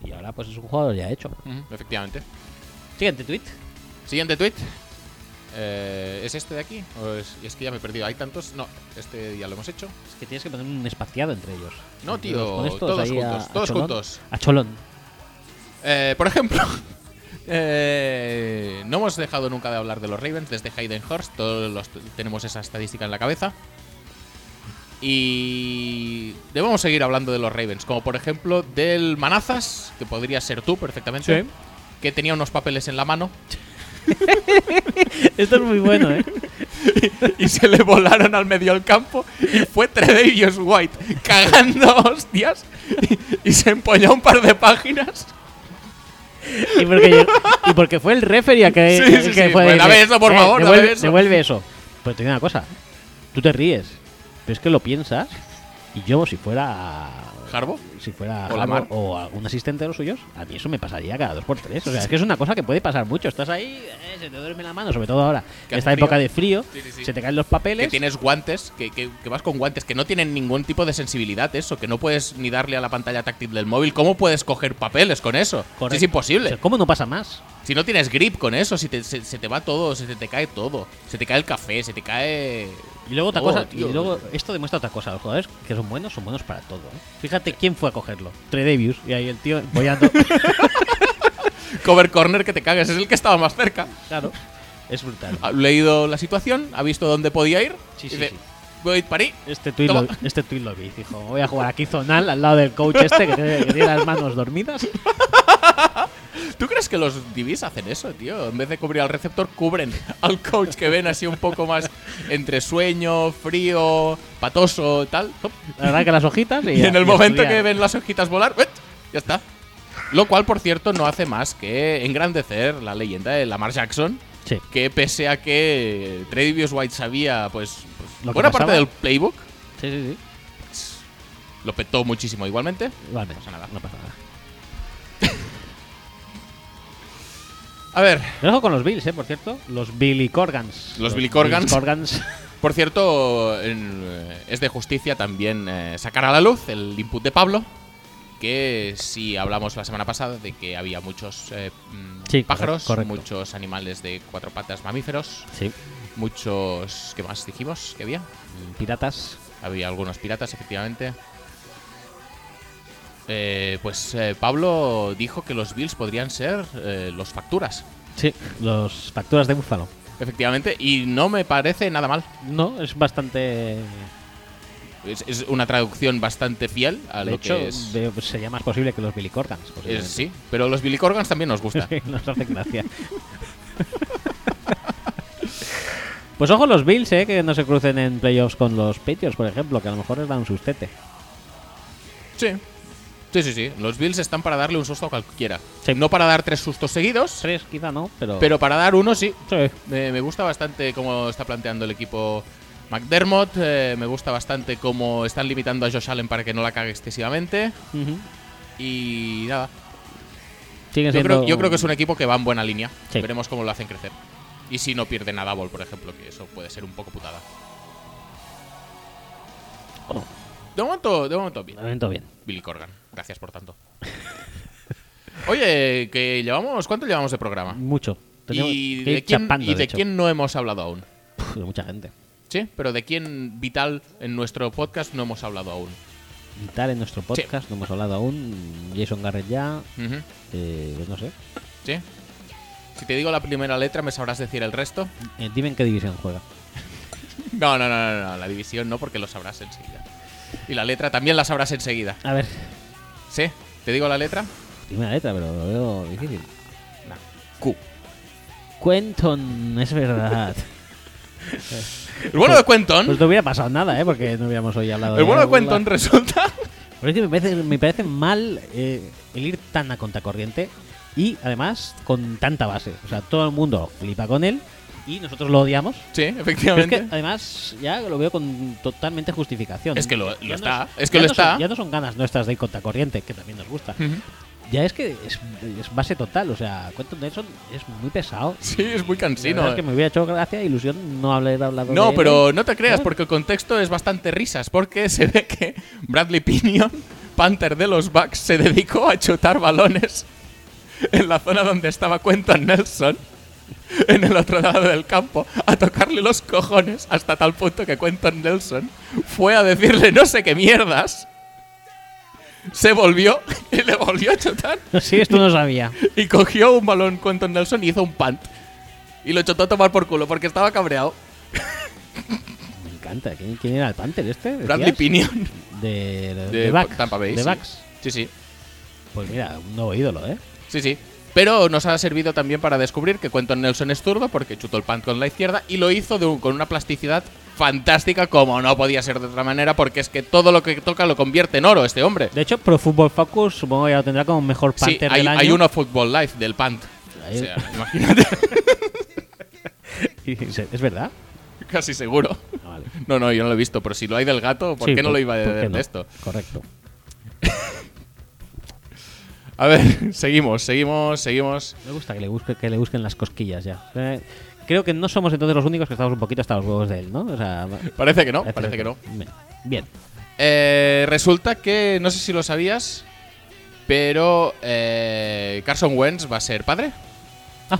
[SPEAKER 1] Y ahora pues es un jugador ya hecho.
[SPEAKER 2] Ujú, Efectivamente.
[SPEAKER 1] Siguiente tweet.
[SPEAKER 2] Siguiente tweet. Eh, ¿Es este de aquí? ¿O es, es que ya me he perdido. Hay tantos. No, este ya lo hemos hecho.
[SPEAKER 1] Es que tienes que poner un espaciado entre ellos.
[SPEAKER 2] No, tío,
[SPEAKER 1] Los pones
[SPEAKER 2] todos
[SPEAKER 1] ahí
[SPEAKER 2] juntos, todos
[SPEAKER 1] cholón.
[SPEAKER 2] juntos.
[SPEAKER 1] A cholón.
[SPEAKER 2] Eh, por ejemplo, eh, no hemos dejado nunca de hablar de los Ravens desde Hayden Hurst. Todos los- tenemos esa estadística en la cabeza. Y debemos seguir hablando de los Ravens, como por ejemplo del Manazas, que podría ser tú perfectamente,
[SPEAKER 1] Sí.
[SPEAKER 2] que tenía unos papeles en la mano
[SPEAKER 1] Esto es muy bueno, ¿eh?
[SPEAKER 2] y se le volaron al medio del campo y fue Tredavious White cagando a hostias y, y se empolló un par de páginas.
[SPEAKER 1] Y porque, yo- y porque fue el referee a que,
[SPEAKER 2] Sí, sí,
[SPEAKER 1] que
[SPEAKER 2] sí.
[SPEAKER 1] fue.
[SPEAKER 2] Pues dame eso, por favor, dame
[SPEAKER 1] devuelve,
[SPEAKER 2] eso".
[SPEAKER 1] devuelve eso. Pero te digo una cosa. Tú te ríes, pero es que lo piensas. Y yo, si fuera.
[SPEAKER 2] Harbo.
[SPEAKER 1] Si fuera
[SPEAKER 2] O
[SPEAKER 1] Harbaugh
[SPEAKER 2] Lamar.
[SPEAKER 1] o algún asistente de los suyos, a mí eso me pasaría cada dos por tres. O sea, es que es una cosa que puede pasar mucho. Estás ahí, eh, se te duerme la mano, sobre todo ahora.
[SPEAKER 2] Que
[SPEAKER 1] En esta
[SPEAKER 2] hace frío.
[SPEAKER 1] época de frío,
[SPEAKER 2] Sí, sí, sí.
[SPEAKER 1] se te caen los papeles.
[SPEAKER 2] Que tienes guantes, que, que- que vas con guantes, que no tienen ningún tipo de sensibilidad eso, que no puedes ni darle a la pantalla táctil del móvil. ¿Cómo puedes coger papeles con eso?
[SPEAKER 1] Correcto.
[SPEAKER 2] Es imposible.
[SPEAKER 1] O sea, ¿Cómo no pasa más?
[SPEAKER 2] Si no tienes grip con eso, si te- se, se te va todo, se te, te cae todo. Se te cae el café, se te cae.
[SPEAKER 1] Y luego otra
[SPEAKER 2] Oh,
[SPEAKER 1] cosa,
[SPEAKER 2] tío.
[SPEAKER 1] y luego esto demuestra otra cosa, los jugadores que son buenos son buenos para todo. ¿eh? Fíjate quién fue a cogerlo, Tredevius y ahí el tío empollando.
[SPEAKER 2] Cover corner que te cagues, es el que estaba más cerca.
[SPEAKER 1] claro, es brutal.
[SPEAKER 2] Ha leído la situación, ha visto dónde podía ir.
[SPEAKER 1] Sí,
[SPEAKER 2] y
[SPEAKER 1] sí,
[SPEAKER 2] dice,
[SPEAKER 1] sí.
[SPEAKER 2] Voy para ahí.
[SPEAKER 1] Este tuit, lo,
[SPEAKER 2] Toma.
[SPEAKER 1] este tuit lo vi, dijo, voy a jugar aquí zonal al lado del coach este que tiene, que tiene las manos dormidas.
[SPEAKER 2] ¿Tú crees que los DBs hacen eso, tío? En vez de cubrir al receptor, cubren al coach que ven así un poco más entre sueño, frío, patoso y tal.
[SPEAKER 1] La verdad que las hojitas y,
[SPEAKER 2] Y en el
[SPEAKER 1] y
[SPEAKER 2] momento
[SPEAKER 1] estudiar.
[SPEAKER 2] que ven las hojitas volar, ¡eh! ya está. Lo cual, por cierto, no hace más que engrandecer la leyenda de Lamar Jackson,
[SPEAKER 1] Sí,
[SPEAKER 2] que pese a que Tredavious White sabía, pues, pues,
[SPEAKER 1] Lo que
[SPEAKER 2] buena
[SPEAKER 1] pasaba.
[SPEAKER 2] parte del playbook,
[SPEAKER 1] sí, sí, sí.
[SPEAKER 2] lo petó muchísimo igualmente.
[SPEAKER 1] Vale,
[SPEAKER 2] pasa nada.
[SPEAKER 1] no pasa nada.
[SPEAKER 2] A ver,
[SPEAKER 1] Lo dejo con los Bills, ¿eh? Por cierto, los Billy Corgans.
[SPEAKER 2] Los Billy Corgans.
[SPEAKER 1] Billy Corgans.
[SPEAKER 2] por cierto, en- eh, es de justicia también eh, sacar a la luz el input de Pablo, que sí hablamos la semana pasada de que había muchos eh, mm,
[SPEAKER 1] Sí, corre-
[SPEAKER 2] pájaros,
[SPEAKER 1] correcto.
[SPEAKER 2] muchos animales de cuatro patas mamíferos,
[SPEAKER 1] sí,
[SPEAKER 2] muchos... ¿Qué más dijimos que había?
[SPEAKER 1] piratas.
[SPEAKER 2] Había algunos piratas, efectivamente. Eh, pues eh, Pablo dijo que los Bills podrían ser eh, los facturas,
[SPEAKER 1] Sí, los facturas de Búfalo.
[SPEAKER 2] efectivamente, y no me parece nada mal.
[SPEAKER 1] No, es bastante.
[SPEAKER 2] Es, es una traducción bastante fiel a
[SPEAKER 1] De
[SPEAKER 2] lo
[SPEAKER 1] hecho,
[SPEAKER 2] que es.
[SPEAKER 1] veo- sería más posible que los Billy Corgans.
[SPEAKER 2] es- Eh, sí, pero los Billy Corgans también nos gusta.
[SPEAKER 1] Nos hacen gracia. pues ojo los Bills, eh, que no se crucen en playoffs con los Patriots, por ejemplo, que a lo mejor les dan un sustete.
[SPEAKER 2] sí. Sí, sí, sí. Los Bills están para darle un susto a cualquiera.
[SPEAKER 1] Sí.
[SPEAKER 2] No para dar tres sustos seguidos,
[SPEAKER 1] Tres quizá no, pero.
[SPEAKER 2] pero para dar uno sí.
[SPEAKER 1] Sí.
[SPEAKER 2] Eh, me gusta bastante cómo está planteando el equipo McDermott. eh, me gusta bastante cómo están limitando a Josh Allen para que no la cague excesivamente.
[SPEAKER 1] Ujú.
[SPEAKER 2] Y nada.
[SPEAKER 1] Siguen
[SPEAKER 2] Yo creo,
[SPEAKER 1] siendo-
[SPEAKER 2] yo creo que es un equipo que va en buena línea.
[SPEAKER 1] Sí.
[SPEAKER 2] Veremos cómo lo hacen crecer. Y si no pierden a Double, por ejemplo, que eso puede ser un poco putada.
[SPEAKER 1] Bueno.
[SPEAKER 2] De momento, de momento bien.
[SPEAKER 1] De momento bien.
[SPEAKER 2] Billy Corgan, gracias por tanto. Oye, que llevamos, ¿cuánto llevamos de programa?
[SPEAKER 1] Mucho. Tenemos
[SPEAKER 2] ¿Y
[SPEAKER 1] que
[SPEAKER 2] de,
[SPEAKER 1] ir
[SPEAKER 2] quién,
[SPEAKER 1] chapando,
[SPEAKER 2] y
[SPEAKER 1] de
[SPEAKER 2] de
[SPEAKER 1] hecho.
[SPEAKER 2] quién no hemos hablado aún?
[SPEAKER 1] Puf, de mucha gente.
[SPEAKER 2] Sí, pero de quién vital en nuestro podcast no hemos hablado aún.
[SPEAKER 1] Vital en nuestro podcast, no hemos hablado aún. Jason Garrett ya.
[SPEAKER 2] Ujú,
[SPEAKER 1] eh, pues no sé.
[SPEAKER 2] ¿Sí? Si te digo la primera letra, ¿me sabrás decir el resto?
[SPEAKER 1] Eh, dime en qué división juega.
[SPEAKER 2] No, no, no, no, no, la división no, porque lo sabrás enseguida. Y la letra también la sabrás enseguida.
[SPEAKER 1] A ver,
[SPEAKER 2] ¿Sí? ¿Te digo la letra?
[SPEAKER 1] dime la letra, pero lo veo difícil.
[SPEAKER 2] Q.
[SPEAKER 1] Quenton, es verdad.
[SPEAKER 2] El bueno de Quenton.
[SPEAKER 1] Pues no hubiera pasado nada, ¿eh? Porque no hubiéramos hoy hablado
[SPEAKER 2] El bueno de
[SPEAKER 1] Águila.
[SPEAKER 2] Quenton resulta.
[SPEAKER 1] Pero es que me parece, me parece mal eh, el ir tan a contracorriente y además con tanta base. O sea, todo el mundo flipa con él y nosotros lo odiamos. Pero
[SPEAKER 2] Sí,
[SPEAKER 1] es que
[SPEAKER 2] efectivamente.
[SPEAKER 1] además ya lo veo con totalmente justificación.
[SPEAKER 2] Es que lo- lo
[SPEAKER 1] Ya no
[SPEAKER 2] está,
[SPEAKER 1] es-
[SPEAKER 2] es que
[SPEAKER 1] ya
[SPEAKER 2] lo
[SPEAKER 1] no son-
[SPEAKER 2] está. Hmm.
[SPEAKER 1] ya no son ganas nuestras de ir contracorriente, que también nos gusta.
[SPEAKER 2] Ujú.
[SPEAKER 1] Ya es que es, es base total. O sea, Quentin Nelson es muy pesado.
[SPEAKER 2] Sí, es muy
[SPEAKER 1] La verdad
[SPEAKER 2] cansino.
[SPEAKER 1] es que me hubiera hecho gracia e ilusión no haber hablado de
[SPEAKER 2] No,
[SPEAKER 1] él.
[SPEAKER 2] pero no te creas,
[SPEAKER 1] No.
[SPEAKER 2] porque el contexto es bastante risas, porque se ve que Bradley Pinion, Panther de los Bucks, se dedicó a chutar balones en la zona donde estaba Quentin Nelson, en el otro lado del campo, a tocarle los cojones hasta tal punto que Quentin Nelson fue a decirle no sé qué mierdas. Se volvió y le volvió a chutar
[SPEAKER 1] Sí, esto no sabía.
[SPEAKER 2] y cogió un balón Quentin Nelson y hizo un punt. Y lo chutó a tomar por culo porque estaba cabreado.
[SPEAKER 1] Me encanta. encanta. ¿Quién, quién era el Panther este?
[SPEAKER 2] Bradley
[SPEAKER 1] decías?
[SPEAKER 2] Pinion
[SPEAKER 1] De, de,
[SPEAKER 2] de,
[SPEAKER 1] de Bucks,
[SPEAKER 2] Tampa Bay.
[SPEAKER 1] de
[SPEAKER 2] sí.
[SPEAKER 1] Bucks.
[SPEAKER 2] sí, sí.
[SPEAKER 1] Pues mira, un nuevo ídolo, ¿eh?
[SPEAKER 2] Sí, sí. Pero nos ha servido también para descubrir que Quentin Nelson es zurdo porque chutó el punt con la izquierda y lo hizo de un- con una plasticidad fantástica como no podía ser de otra manera porque es que todo lo que toca lo convierte en oro este hombre.
[SPEAKER 1] De hecho, Pro Football Focus supongo que ya lo tendrá como mejor
[SPEAKER 2] Sí,
[SPEAKER 1] Panther
[SPEAKER 2] hay,
[SPEAKER 1] del año.
[SPEAKER 2] hay uno Football Life del punt.
[SPEAKER 1] Ahí-
[SPEAKER 2] O sea, imagínate,
[SPEAKER 1] ¿Es verdad?
[SPEAKER 2] casi seguro.
[SPEAKER 1] Ah, vale.
[SPEAKER 2] No, no, yo no lo he visto, pero si lo hay del gato, ¿por
[SPEAKER 1] Sí,
[SPEAKER 2] qué no lo iba a
[SPEAKER 1] ¿por qué
[SPEAKER 2] de,
[SPEAKER 1] no?
[SPEAKER 2] de esto?
[SPEAKER 1] Correcto.
[SPEAKER 2] A ver, seguimos, seguimos, seguimos.
[SPEAKER 1] Me gusta que le, busque- que le busquen las cosquillas ya. Eh, Creo que no somos entonces los únicos que estamos un poquito hasta los huevos de él, ¿no? O sea, va-
[SPEAKER 2] Parece que no, parece que no.
[SPEAKER 1] Bien. Bien.
[SPEAKER 2] Eh, resulta que, no sé si lo sabías, pero eh, Carson Wentz va a ser padre.
[SPEAKER 1] Ah,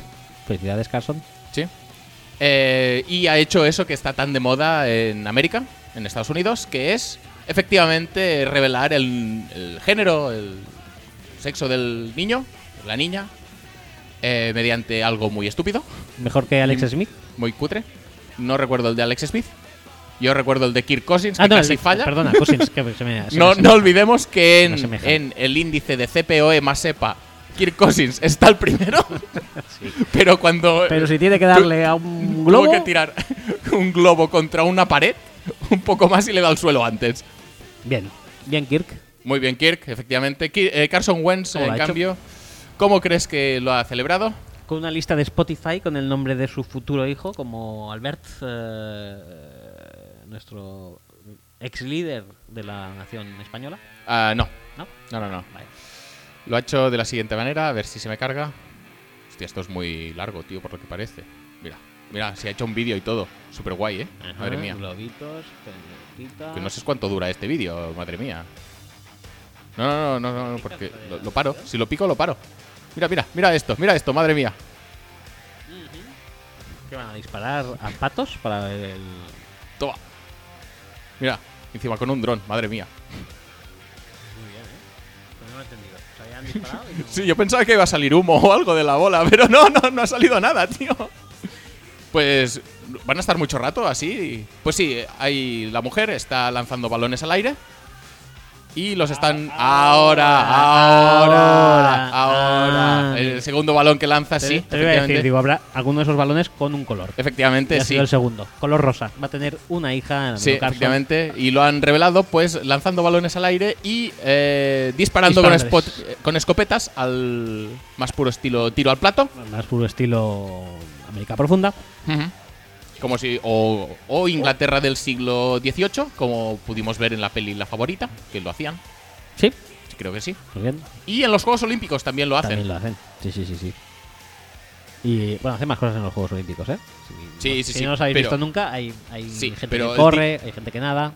[SPEAKER 1] felicidades, Carson.
[SPEAKER 2] Sí. Eh, y ha hecho eso que está tan de moda en América, en Estados Unidos, que es efectivamente revelar el, el género, el sexo del niño, la niña, eh, mediante algo muy estúpido,
[SPEAKER 1] Mejor que
[SPEAKER 2] Mm.
[SPEAKER 1] Alex Smith.
[SPEAKER 2] muy cutre. No recuerdo el de Alex Smith. Yo recuerdo el de Kirk Cousins, que
[SPEAKER 1] Ah, no,
[SPEAKER 2] casi
[SPEAKER 1] el-
[SPEAKER 2] falla.
[SPEAKER 1] Perdona, Cousins, que se me. se
[SPEAKER 2] No,
[SPEAKER 1] me-
[SPEAKER 2] no olvidemos que
[SPEAKER 1] se
[SPEAKER 2] en,
[SPEAKER 1] me jala.
[SPEAKER 2] en el índice de CPOE E más EPA, Kirk Cousins está el primero. Pero cuando
[SPEAKER 1] Pero si tiene que darle a un
[SPEAKER 2] Tuvo
[SPEAKER 1] globo.
[SPEAKER 2] que tirar un globo contra una pared un poco más y le da al suelo antes.
[SPEAKER 1] Bien. Bien, Kirk.
[SPEAKER 2] Muy bien, Kirk, efectivamente. Ki- eh, Carson Wentz,
[SPEAKER 1] ¿Cómo lo
[SPEAKER 2] en
[SPEAKER 1] ha hecho?
[SPEAKER 2] cambio, ¿cómo crees que lo ha celebrado?
[SPEAKER 1] Con una lista de Spotify con el nombre de su futuro hijo, como Albert, eh, nuestro ex líder de la nación española.
[SPEAKER 2] Ah, no.
[SPEAKER 1] ¿No?
[SPEAKER 2] No, no, no.
[SPEAKER 1] Vale.
[SPEAKER 2] Lo ha hecho de la siguiente manera, a ver si se me carga. Hostia, esto es muy largo, tío, por lo que parece. Mira, mira, se ha hecho un vídeo y todo. Súper guay, ¿eh? Madre
[SPEAKER 1] Ajá,
[SPEAKER 2] mía.
[SPEAKER 1] Globitos, pelotitas.
[SPEAKER 2] Que no sé cuánto dura este vídeo, madre mía. No, no, no, no, no, no, porque lo, lo paro. Si lo pico, lo paro. Mira, mira, mira esto, mira esto, madre mía.
[SPEAKER 1] ¿Qué van a disparar a patos para ver el.
[SPEAKER 2] Toma. Mira, encima con un dron, madre mía.
[SPEAKER 1] ¿eh? Pues No lo he entendido. O sea, ya han disparado
[SPEAKER 2] Sí, yo pensaba que iba a salir humo o algo de la bola, pero no, no, no ha salido nada, tío. Pues van a estar mucho rato así. Pues sí, hay la mujer está lanzando balones al aire. Y los están ahora, ahora,
[SPEAKER 1] ahora,
[SPEAKER 2] ahora.
[SPEAKER 1] ah.
[SPEAKER 2] El segundo balón que lanza, sí.
[SPEAKER 1] te, te iba a decir,
[SPEAKER 2] efectivamente.
[SPEAKER 1] digo, habrá alguno de esos balones con un color. Y
[SPEAKER 2] Efectivamente,
[SPEAKER 1] ha
[SPEAKER 2] sí.
[SPEAKER 1] sido el segundo. Color rosa. Va a tener una hija.
[SPEAKER 2] Sí,
[SPEAKER 1] Carson.
[SPEAKER 2] efectivamente. Y lo han revelado, pues, lanzando balones al aire y eh, disparando con,
[SPEAKER 1] Disparándoles.
[SPEAKER 2] espot- eh, con escopetas al más puro estilo tiro al plato.
[SPEAKER 1] Más puro estilo América Profunda.
[SPEAKER 2] Como si. O, o Inglaterra del siglo XVIII, como pudimos ver en la peli La Favorita, que lo hacían.
[SPEAKER 1] Sí.
[SPEAKER 2] Creo que sí.
[SPEAKER 1] Muy bien.
[SPEAKER 2] Y en los Juegos Olímpicos también lo hacen.
[SPEAKER 1] También lo hacen. Sí, sí, sí, sí. Y bueno, hacen más cosas en los Juegos Olímpicos, ¿eh?
[SPEAKER 2] Sí, sí,
[SPEAKER 1] si
[SPEAKER 2] sí,
[SPEAKER 1] no los habéis
[SPEAKER 2] pero-
[SPEAKER 1] visto nunca, hay, hay
[SPEAKER 2] Sí,
[SPEAKER 1] gente
[SPEAKER 2] pero
[SPEAKER 1] que
[SPEAKER 2] el
[SPEAKER 1] corre, hay gente que nada,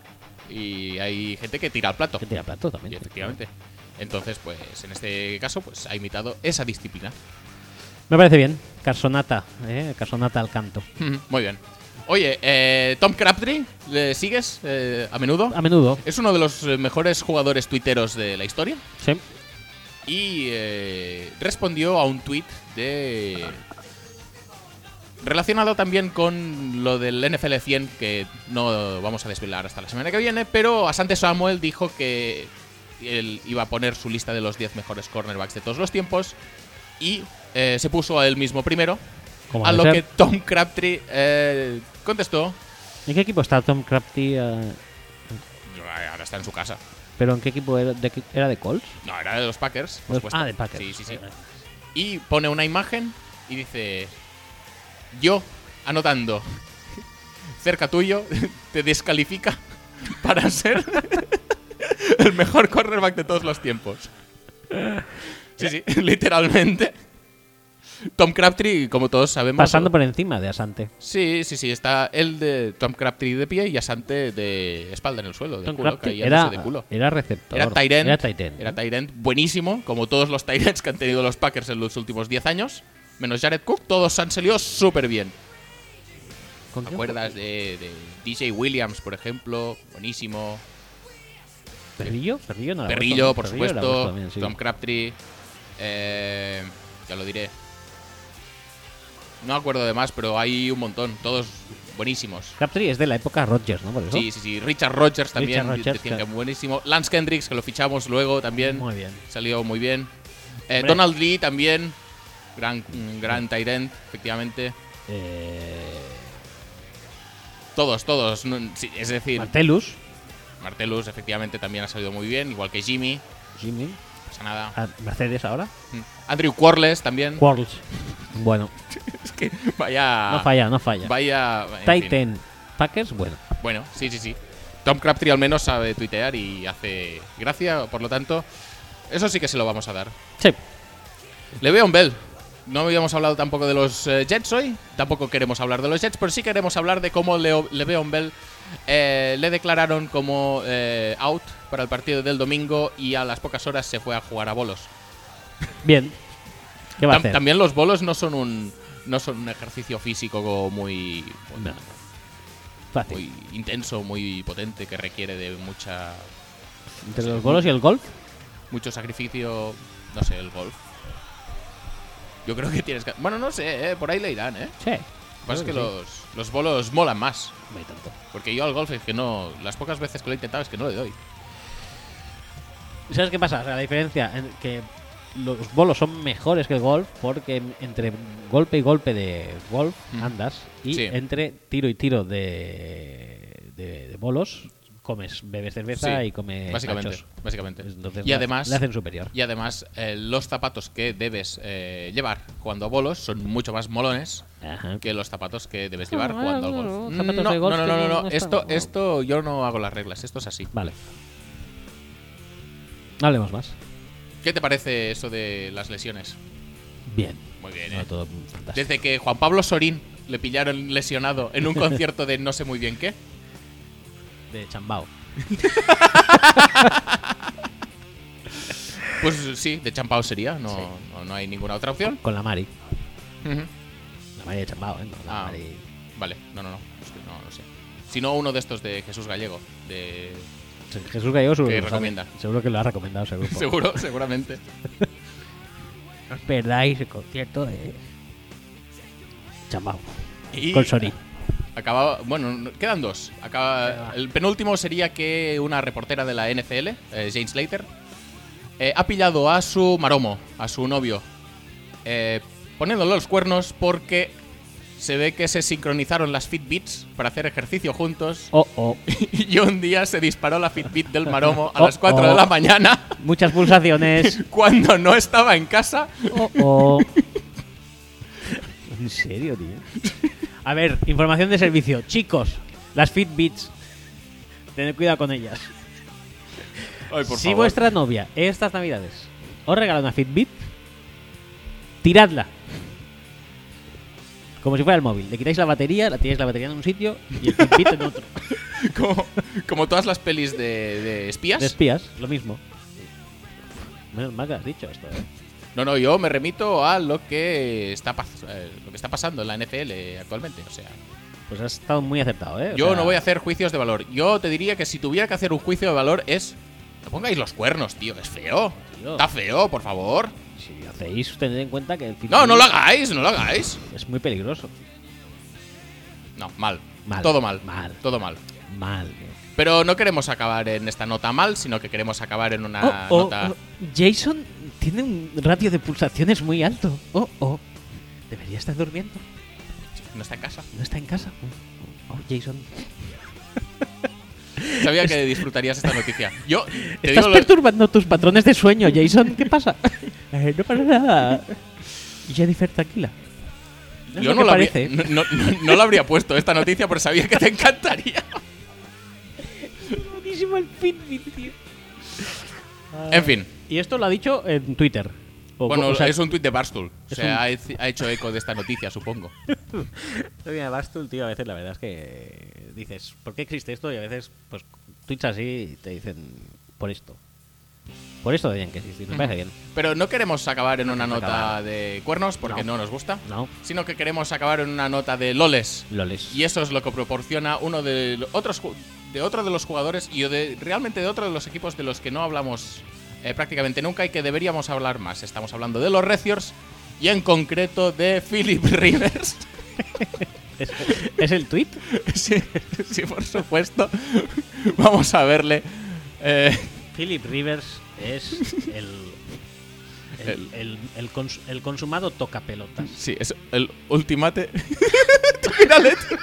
[SPEAKER 2] Y hay gente que tira al plato.
[SPEAKER 1] que tira plato también.
[SPEAKER 2] Y efectivamente. Entonces, pues, en este caso, pues ha imitado esa disciplina.
[SPEAKER 1] Me parece bien. Carsonata, ¿eh? Carsonata al canto.
[SPEAKER 2] Ujú, Muy bien. Oye, eh, Tom Crabtree, ¿le sigues eh, a menudo?
[SPEAKER 1] A menudo.
[SPEAKER 2] Es uno de los eh, mejores jugadores tuiteros de la historia
[SPEAKER 1] Sí.
[SPEAKER 2] y eh, respondió a un tuit de... Relacionado también con lo del NFL 100 que no vamos a desvelar hasta la semana que viene, pero Asante Samuel dijo que él iba a poner su lista de los 10 mejores cornerbacks de todos los tiempos y eh, se puso a él mismo primero,
[SPEAKER 1] Como
[SPEAKER 2] a
[SPEAKER 1] debe
[SPEAKER 2] lo
[SPEAKER 1] ser.
[SPEAKER 2] que Tom Crabtree eh, contestó
[SPEAKER 1] ¿En qué equipo está Tom Crafty? eh?
[SPEAKER 2] Ahora está en su casa.
[SPEAKER 1] ¿Pero en qué equipo era? ¿De, qué- era de Colts?
[SPEAKER 2] No, era de los Packers. por supuesto.
[SPEAKER 1] ah, de Packers.
[SPEAKER 2] Sí, sí, sí.
[SPEAKER 1] Vale.
[SPEAKER 2] Y pone una imagen y dice: Yo, anotando, cerca tuyo, te descalifica para ser el mejor cornerback de todos los tiempos. Sí, sí, literalmente. Tom Crabtree, como todos sabemos.
[SPEAKER 1] Pasando por encima de Asante.
[SPEAKER 2] Sí, sí, sí, está el de Tom Crabtree de pie y Asante de espalda en el suelo, de
[SPEAKER 1] Tom
[SPEAKER 2] culo,
[SPEAKER 1] Crabtree
[SPEAKER 2] cayéndose
[SPEAKER 1] era,
[SPEAKER 2] de culo.
[SPEAKER 1] era receptor.
[SPEAKER 2] Era Tyrant.
[SPEAKER 1] Era tight end,
[SPEAKER 2] Era
[SPEAKER 1] ¿no?
[SPEAKER 2] tight end buenísimo, como todos los Tyrants que han tenido los Packers en los últimos 10 años. Menos Jared Cook, todos han salido súper bien.
[SPEAKER 1] ¿Con
[SPEAKER 2] ¿Te
[SPEAKER 1] quién
[SPEAKER 2] acuerdas de, de DJ Williams, por ejemplo? Buenísimo.
[SPEAKER 1] Ah, jugó? Perrillo, Perrillo no la
[SPEAKER 2] Perrillo,
[SPEAKER 1] aguanto.
[SPEAKER 2] por
[SPEAKER 1] Perrillo la
[SPEAKER 2] supuesto.
[SPEAKER 1] aguanto también, sí.
[SPEAKER 2] Tom Crabtree. Eh, ya lo diré. No me acuerdo de más, pero hay un montón, todos buenísimos.
[SPEAKER 1] Crabtree es de la época Rodgers, ¿no? Por eso.
[SPEAKER 2] Sí, sí, sí. Richard Rogers también,
[SPEAKER 1] Richard Rodgers,
[SPEAKER 2] decían que
[SPEAKER 1] claro.
[SPEAKER 2] buenísimo. Lance Kendricks, que lo fichamos luego también.
[SPEAKER 1] Muy bien.
[SPEAKER 2] Salió muy bien. Eh,
[SPEAKER 1] Hombre.
[SPEAKER 2] Donald Lee también. Gran, mm, gran tight end, efectivamente.
[SPEAKER 1] Eh,
[SPEAKER 2] Todos, todos. no- sí, es decir,
[SPEAKER 1] Martellus,
[SPEAKER 2] Martellus, efectivamente, también ha salido muy bien, igual que Jimmy.
[SPEAKER 1] Jimmy,
[SPEAKER 2] No pasa nada.
[SPEAKER 1] ah, Mercedes ahora,
[SPEAKER 2] Mm. Andrew Quarles también.
[SPEAKER 1] Quarles. Bueno,
[SPEAKER 2] Es que vaya.
[SPEAKER 1] no falla, no falla.
[SPEAKER 2] Ah. Vaya. en fin.
[SPEAKER 1] Titan, Packers, bueno.
[SPEAKER 2] Bueno, sí, sí, sí. Tom Crabtree al menos sabe tuitear y hace gracia, por lo tanto, eso sí que se lo vamos a dar.
[SPEAKER 1] Sí,
[SPEAKER 2] Le veo un Bell. No habíamos hablado tampoco de los eh, Jets hoy, tampoco queremos hablar de los Jets, pero sí queremos hablar de cómo Leo, Le'Veon Bell eh, le declararon como eh, out para el partido del domingo y a las pocas horas se fue a jugar a bolos.
[SPEAKER 1] bien. ¿Qué va a
[SPEAKER 2] Tam-
[SPEAKER 1] hacer?
[SPEAKER 2] También los bolos no son un no son un ejercicio físico muy
[SPEAKER 1] No. Fácil.
[SPEAKER 2] muy intenso, muy potente que requiere de mucha
[SPEAKER 1] Entre los bolos y el golf,
[SPEAKER 2] mucho sacrificio, no sé, el golf. Yo creo que tienes que... Bueno, no sé, eh, por ahí le irán, ¿eh?
[SPEAKER 1] sí.
[SPEAKER 2] Lo que pasa es que
[SPEAKER 1] Creo
[SPEAKER 2] los, los bolos molan más.
[SPEAKER 1] sí. No hay tanto.
[SPEAKER 2] Porque yo al golf es que no... Las pocas veces que lo he intentado es que no le doy.
[SPEAKER 1] ¿Sabes qué pasa? O sea, la diferencia en que los bolos son mejores que el golf porque en- entre golpe y golpe de golf
[SPEAKER 2] Mm.
[SPEAKER 1] andas y
[SPEAKER 2] Sí.
[SPEAKER 1] entre tiro y tiro de, de, de bolos comes, bebes cerveza
[SPEAKER 2] Sí,
[SPEAKER 1] y comes
[SPEAKER 2] Básicamente.
[SPEAKER 1] nachos.
[SPEAKER 2] básicamente.
[SPEAKER 1] Entonces
[SPEAKER 2] y,
[SPEAKER 1] la-
[SPEAKER 2] además,
[SPEAKER 1] la hacen superior.
[SPEAKER 2] y además, eh, los zapatos que debes eh, llevar cuando a bolos son mucho más molones
[SPEAKER 1] Ajá.
[SPEAKER 2] que los zapatos que debes llevar
[SPEAKER 1] Ah,
[SPEAKER 2] jugando al
[SPEAKER 1] no,
[SPEAKER 2] golf.
[SPEAKER 1] no, zapatos
[SPEAKER 2] no,
[SPEAKER 1] de golf
[SPEAKER 2] no, no,
[SPEAKER 1] que
[SPEAKER 2] no, no,
[SPEAKER 1] no están-
[SPEAKER 2] Esto, esto yo no hago las reglas. Esto es así.
[SPEAKER 1] Vale. No hablemos más.
[SPEAKER 2] ¿Qué te parece eso de las lesiones?
[SPEAKER 1] Bien.
[SPEAKER 2] Muy bien,
[SPEAKER 1] No,
[SPEAKER 2] ¿eh?
[SPEAKER 1] todo fantástico.
[SPEAKER 2] Desde que Juan Pablo Sorín le pillaron lesionado en un concierto de no sé muy bien qué.
[SPEAKER 1] De chambao.
[SPEAKER 2] Pues sí, de champao sería, no, no, no hay ninguna otra opción.
[SPEAKER 1] Con la Mari.
[SPEAKER 2] Ujú.
[SPEAKER 1] La Mari de chambao, ¿eh? No, la
[SPEAKER 2] Ah.
[SPEAKER 1] Mari...
[SPEAKER 2] Vale, no, no, no, es que no, no sé. Si no, uno de estos de Jesús Gallego, de...
[SPEAKER 1] Sí, Jesús Gallego seguro
[SPEAKER 2] Que
[SPEAKER 1] que lo sabe.
[SPEAKER 2] recomienda.
[SPEAKER 1] Seguro que lo ha recomendado ese grupo.
[SPEAKER 2] Seguro, seguramente.
[SPEAKER 1] No os perdáis el concierto de Chambao.
[SPEAKER 2] Y-
[SPEAKER 1] Con Sony.
[SPEAKER 2] Acaba, bueno, no- quedan dos. Acaba, el penúltimo sería que una reportera de la NCL, eh, Jane Slater, eh, ha pillado a su maromo, a su novio, eh, poniéndole los cuernos porque se ve que se sincronizaron las Fitbits para hacer ejercicio juntos
[SPEAKER 1] Oh, oh.
[SPEAKER 2] y un día se disparó la Fitbit del maromo a
[SPEAKER 1] Oh,
[SPEAKER 2] las 4 de
[SPEAKER 1] oh.
[SPEAKER 2] la mañana
[SPEAKER 1] Muchas pulsaciones.
[SPEAKER 2] cuando no estaba en casa.
[SPEAKER 1] Oh, oh. ¿En serio, tío? A ver, información de servicio. Chicos, las Fitbits. Tened cuidado con ellas.
[SPEAKER 2] Ay, por
[SPEAKER 1] si
[SPEAKER 2] favor.
[SPEAKER 1] vuestra novia estas navidades os regala una Fitbit, tiradla. Como si fuera el móvil. Le quitáis la batería, la tiráis la batería en un sitio y el Fitbit en otro.
[SPEAKER 2] Como, como todas las pelis de, de espías.
[SPEAKER 1] De espías, lo mismo. Menos mal que has dicho esto. ¿eh?
[SPEAKER 2] No, no, yo me remito a lo que está pas- eh, lo que está pasando en la NFL actualmente. O sea,
[SPEAKER 1] Pues has estado muy aceptado, ¿eh? O
[SPEAKER 2] yo
[SPEAKER 1] sea,
[SPEAKER 2] no voy a hacer juicios de valor. Yo te diría que si tuviera que hacer un juicio de valor es. No pongáis los cuernos, tío. Es feo.
[SPEAKER 1] Tío.
[SPEAKER 2] Está feo, por favor.
[SPEAKER 1] Si lo hacéis, tened en cuenta que el Fitbit
[SPEAKER 2] No, no lo hagáis, no lo hagáis.
[SPEAKER 1] es muy peligroso.
[SPEAKER 2] No, mal.
[SPEAKER 1] Mal.
[SPEAKER 2] Todo mal.
[SPEAKER 1] Mal.
[SPEAKER 2] Todo mal.
[SPEAKER 1] Mal.
[SPEAKER 2] Pero no queremos acabar en esta nota mal, sino que queremos acabar en una
[SPEAKER 1] Oh, oh,
[SPEAKER 2] Ah, nota.
[SPEAKER 1] oh, Jason tiene un ratio de pulsaciones muy alto. Oh, oh. Debería estar durmiendo.
[SPEAKER 2] No está en casa.
[SPEAKER 1] No está en casa. Oh, oh, Jason.
[SPEAKER 2] Sabía que disfrutarías esta noticia. Yo te
[SPEAKER 1] Estás
[SPEAKER 2] digo lo-
[SPEAKER 1] perturbando tus patrones de sueño, Jason. ¿Qué pasa? Eh, no pasa nada. Y Jennifer, tranquila. No es
[SPEAKER 2] Yo
[SPEAKER 1] lo
[SPEAKER 2] no
[SPEAKER 1] que
[SPEAKER 2] lo, habría,
[SPEAKER 1] parece. ¿eh?
[SPEAKER 2] no, no- no- no lo habría puesto esta noticia, pero sabía que te encantaría.
[SPEAKER 1] Buenísimo el Fitbit, tío.
[SPEAKER 2] En fin,
[SPEAKER 1] Y esto lo ha dicho en Twitter. O-
[SPEAKER 2] bueno,
[SPEAKER 1] o sea,
[SPEAKER 2] es un tuit de Barstool. O
[SPEAKER 1] es
[SPEAKER 2] sea, ha hec- ha hecho eco de esta noticia, supongo.
[SPEAKER 1] Esto viene de Bastul, tío. A veces la verdad es que dices, ¿por qué existe esto? Y a veces, pues, tweets así te dicen, por esto. Por esto deberían que existir. Me parece bien.
[SPEAKER 2] Pero no queremos acabar en una
[SPEAKER 1] queremos
[SPEAKER 2] nota
[SPEAKER 1] acabar.
[SPEAKER 2] de cuernos, porque no,
[SPEAKER 1] No.
[SPEAKER 2] nos gusta,
[SPEAKER 1] No.
[SPEAKER 2] sino que queremos acabar en una nota de loles.
[SPEAKER 1] Loles.
[SPEAKER 2] Y eso es lo que proporciona uno de lo- otros ju- de otro de los jugadores y de, realmente de otro de los equipos de los que no hablamos eh, prácticamente nunca y que deberíamos hablar más. Estamos hablando de los Reciors y en concreto de Philip Rivers.
[SPEAKER 1] ¿Es, es el tweet?
[SPEAKER 2] sí, sí, por supuesto. Vamos a verle. Eh,
[SPEAKER 1] Philip Rivers es el. El,
[SPEAKER 2] El-
[SPEAKER 1] el- el cons- el consumado toca pelotas.
[SPEAKER 2] sí, es el ultimate. Tírale. tío.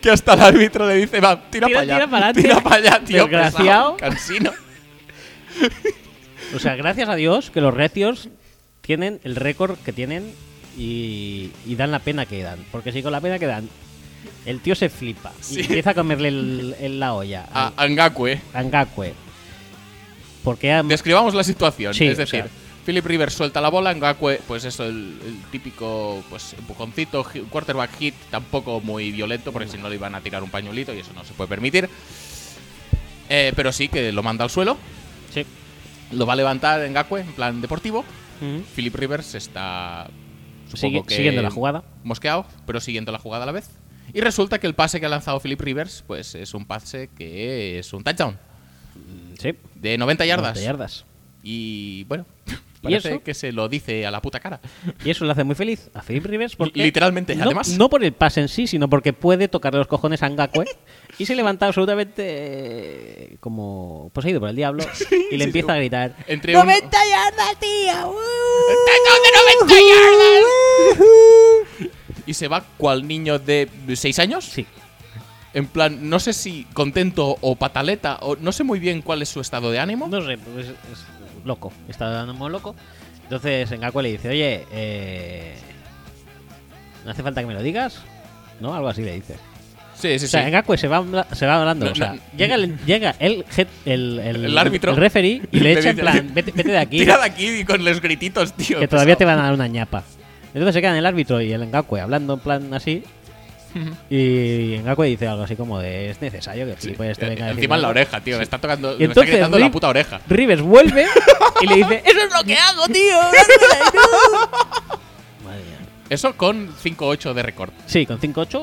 [SPEAKER 2] que hasta el árbitro le dice, va, tira,
[SPEAKER 1] Tira-
[SPEAKER 2] para allá.
[SPEAKER 1] tira pa'lante.
[SPEAKER 2] Tira para allá, tío.
[SPEAKER 1] Desgraciado.
[SPEAKER 2] pesado, Cansino.
[SPEAKER 1] O sea, gracias a Dios que los recios tienen el récord que tienen y, y dan la pena que dan. Porque si con la pena que dan, el tío se flipa
[SPEAKER 2] Sí. Ah,
[SPEAKER 1] y empieza a comerle el- el la olla
[SPEAKER 2] A eh.
[SPEAKER 1] al-
[SPEAKER 2] Angakwe.
[SPEAKER 1] a Ngakwe. Porque am-
[SPEAKER 2] Describamos la situación.
[SPEAKER 1] Sí,
[SPEAKER 2] es
[SPEAKER 1] o
[SPEAKER 2] decir,
[SPEAKER 1] sea.
[SPEAKER 2] Philip Rivers suelta la bola, Ngakwe, pues eso, el, el típico pues empujoncito, hi- quarterback hit, tampoco muy violento, porque si no le iban a tirar un pañuelito y eso no se puede permitir. Eh, pero sí que lo manda al suelo,
[SPEAKER 1] sí.
[SPEAKER 2] lo va a levantar Ngakwe en plan deportivo.
[SPEAKER 1] Ujú.
[SPEAKER 2] Philip Rivers está.
[SPEAKER 1] Sigue-
[SPEAKER 2] Supongo que
[SPEAKER 1] siguiendo la jugada.
[SPEAKER 2] Mosqueado, pero siguiendo la jugada a la vez. Y resulta que el pase que ha lanzado Philip Rivers, pues es un pase que es un touchdown
[SPEAKER 1] Sí.
[SPEAKER 2] de 90 yardas.
[SPEAKER 1] 90 yardas.
[SPEAKER 2] Y bueno,
[SPEAKER 1] ¿Y
[SPEAKER 2] parece
[SPEAKER 1] eso?
[SPEAKER 2] que se lo dice a la puta cara.
[SPEAKER 1] Y eso le hace muy feliz a Philip Rivers porque
[SPEAKER 2] Literalmente,
[SPEAKER 1] no,
[SPEAKER 2] además.
[SPEAKER 1] no por el pase en sí, sino porque puede tocarle los cojones a Ngakwe y se levanta absolutamente eh, como poseído por el diablo y le
[SPEAKER 2] sí,
[SPEAKER 1] empieza
[SPEAKER 2] sí.
[SPEAKER 1] a gritar
[SPEAKER 2] Entre un-
[SPEAKER 1] ¡90 yardas, tío!
[SPEAKER 2] ¡Touchdown de 90 yardas! Y se va cual niño de 6 años.
[SPEAKER 1] Sí.
[SPEAKER 2] En plan, no sé si contento o pataleta, o no sé muy bien cuál es su estado de ánimo.
[SPEAKER 1] No sé, pues es, es loco. Está dando muy loco. Entonces Ngakwe le dice, oye, eh, no hace falta que me lo digas, ¿no? Algo así le dice.
[SPEAKER 2] Sí, sí,
[SPEAKER 1] O sea,
[SPEAKER 2] sí.
[SPEAKER 1] Ngakwe se va, habla- se va hablando.
[SPEAKER 2] No,
[SPEAKER 1] o sea,
[SPEAKER 2] no,
[SPEAKER 1] llega, el, llega el, head- el, el-
[SPEAKER 2] El árbitro.
[SPEAKER 1] el referee y le
[SPEAKER 2] Le
[SPEAKER 1] echa en
[SPEAKER 2] dice,
[SPEAKER 1] plan, vete, vete de aquí,
[SPEAKER 2] Tira de aquí con los grititos, tío.
[SPEAKER 1] que todavía te
[SPEAKER 2] pesado.
[SPEAKER 1] van a dar una ñapa. Entonces se quedan el árbitro y el Ngakwe hablando en plan así. Y Ngakwe dice algo así como de, es necesario que
[SPEAKER 2] Sí.
[SPEAKER 1] gilipollas te
[SPEAKER 2] Eh,
[SPEAKER 1] venga a decir
[SPEAKER 2] Encima en la
[SPEAKER 1] algo?".
[SPEAKER 2] oreja, tío. Me está tocando.
[SPEAKER 1] Y
[SPEAKER 2] me está
[SPEAKER 1] entonces
[SPEAKER 2] gritando en la
[SPEAKER 1] Rip-
[SPEAKER 2] puta oreja.
[SPEAKER 1] Rivers vuelve y le dice, eso es lo que hago, tío. Madre mía.
[SPEAKER 2] Eso con 5-8 de récord.
[SPEAKER 1] Sí, con 5-8 o,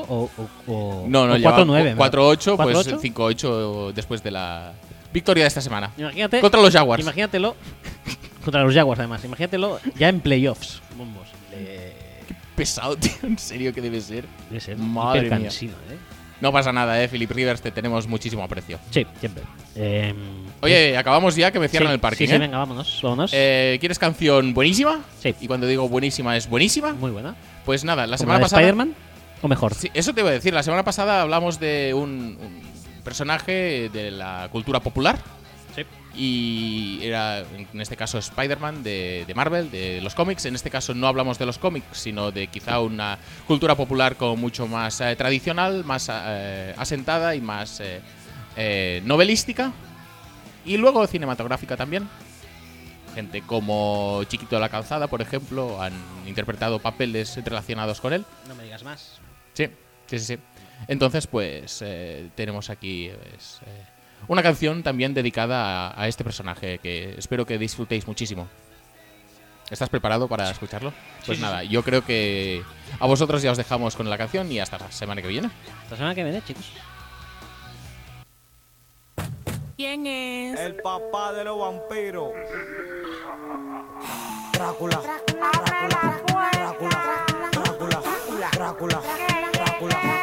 [SPEAKER 1] o, o-
[SPEAKER 2] No, no,
[SPEAKER 1] o
[SPEAKER 2] llevaba
[SPEAKER 1] 4-9. ¿verdad?
[SPEAKER 2] 4-8, pues
[SPEAKER 1] 4-8.
[SPEAKER 2] 5-8 después de la victoria de esta semana.
[SPEAKER 1] Imagínate,
[SPEAKER 2] Contra los Jaguars.
[SPEAKER 1] Imagínatelo. Contra los Jaguars, además. Imagínatelo ya en playoffs. Bombos. Eh, Le-
[SPEAKER 2] Pesado, tío. En serio que debe ser.
[SPEAKER 1] debe ser
[SPEAKER 2] Madre
[SPEAKER 1] hiper
[SPEAKER 2] mía.
[SPEAKER 1] cansino, ¿eh?
[SPEAKER 2] No pasa nada, eh, Philip Rivers, te tenemos muchísimo aprecio.
[SPEAKER 1] Sí, siempre. Eh,
[SPEAKER 2] Oye, acabamos ya que me cierran
[SPEAKER 1] sí,
[SPEAKER 2] el
[SPEAKER 1] Sí,
[SPEAKER 2] parking.
[SPEAKER 1] sí,
[SPEAKER 2] ¿eh?
[SPEAKER 1] venga, vámonos. Vámonos.
[SPEAKER 2] Eh, ¿Quieres canción buenísima?
[SPEAKER 1] Sí.
[SPEAKER 2] Y cuando digo buenísima es buenísima.
[SPEAKER 1] Muy buena.
[SPEAKER 2] Pues nada, la
[SPEAKER 1] ¿Como la
[SPEAKER 2] semana
[SPEAKER 1] de
[SPEAKER 2] pasada.
[SPEAKER 1] Spider-Man? O mejor.
[SPEAKER 2] Sí, eso te iba a decir. La semana pasada hablamos de un, un personaje de la cultura popular.
[SPEAKER 1] Sí.
[SPEAKER 2] Y era, en este caso, Spider-Man de, de Marvel, de los cómics. En este caso no hablamos de los cómics, sino de quizá una cultura popular como mucho más eh, tradicional, más eh, asentada y más eh, eh, novelística. Y luego cinematográfica también. Gente como Chiquito de la Calzada, por ejemplo, han interpretado papeles relacionados con él.
[SPEAKER 1] No me digas más.
[SPEAKER 2] Sí, sí, sí. sí. Entonces, pues eh, tenemos aquí pues, eh, una canción también dedicada a, a este personaje que espero que disfrutéis muchísimo. ¿Estás preparado para escucharlo? Pues
[SPEAKER 1] sí,
[SPEAKER 2] nada, yo creo que a vosotros ya os dejamos con la canción y hasta la semana que viene.
[SPEAKER 1] La semana que viene, chicos.
[SPEAKER 5] ¿Quién es?
[SPEAKER 7] El papá de los vampiros. Drácula. Drácula. Drácula. Drácula. Drácula. Drácula. Drácula.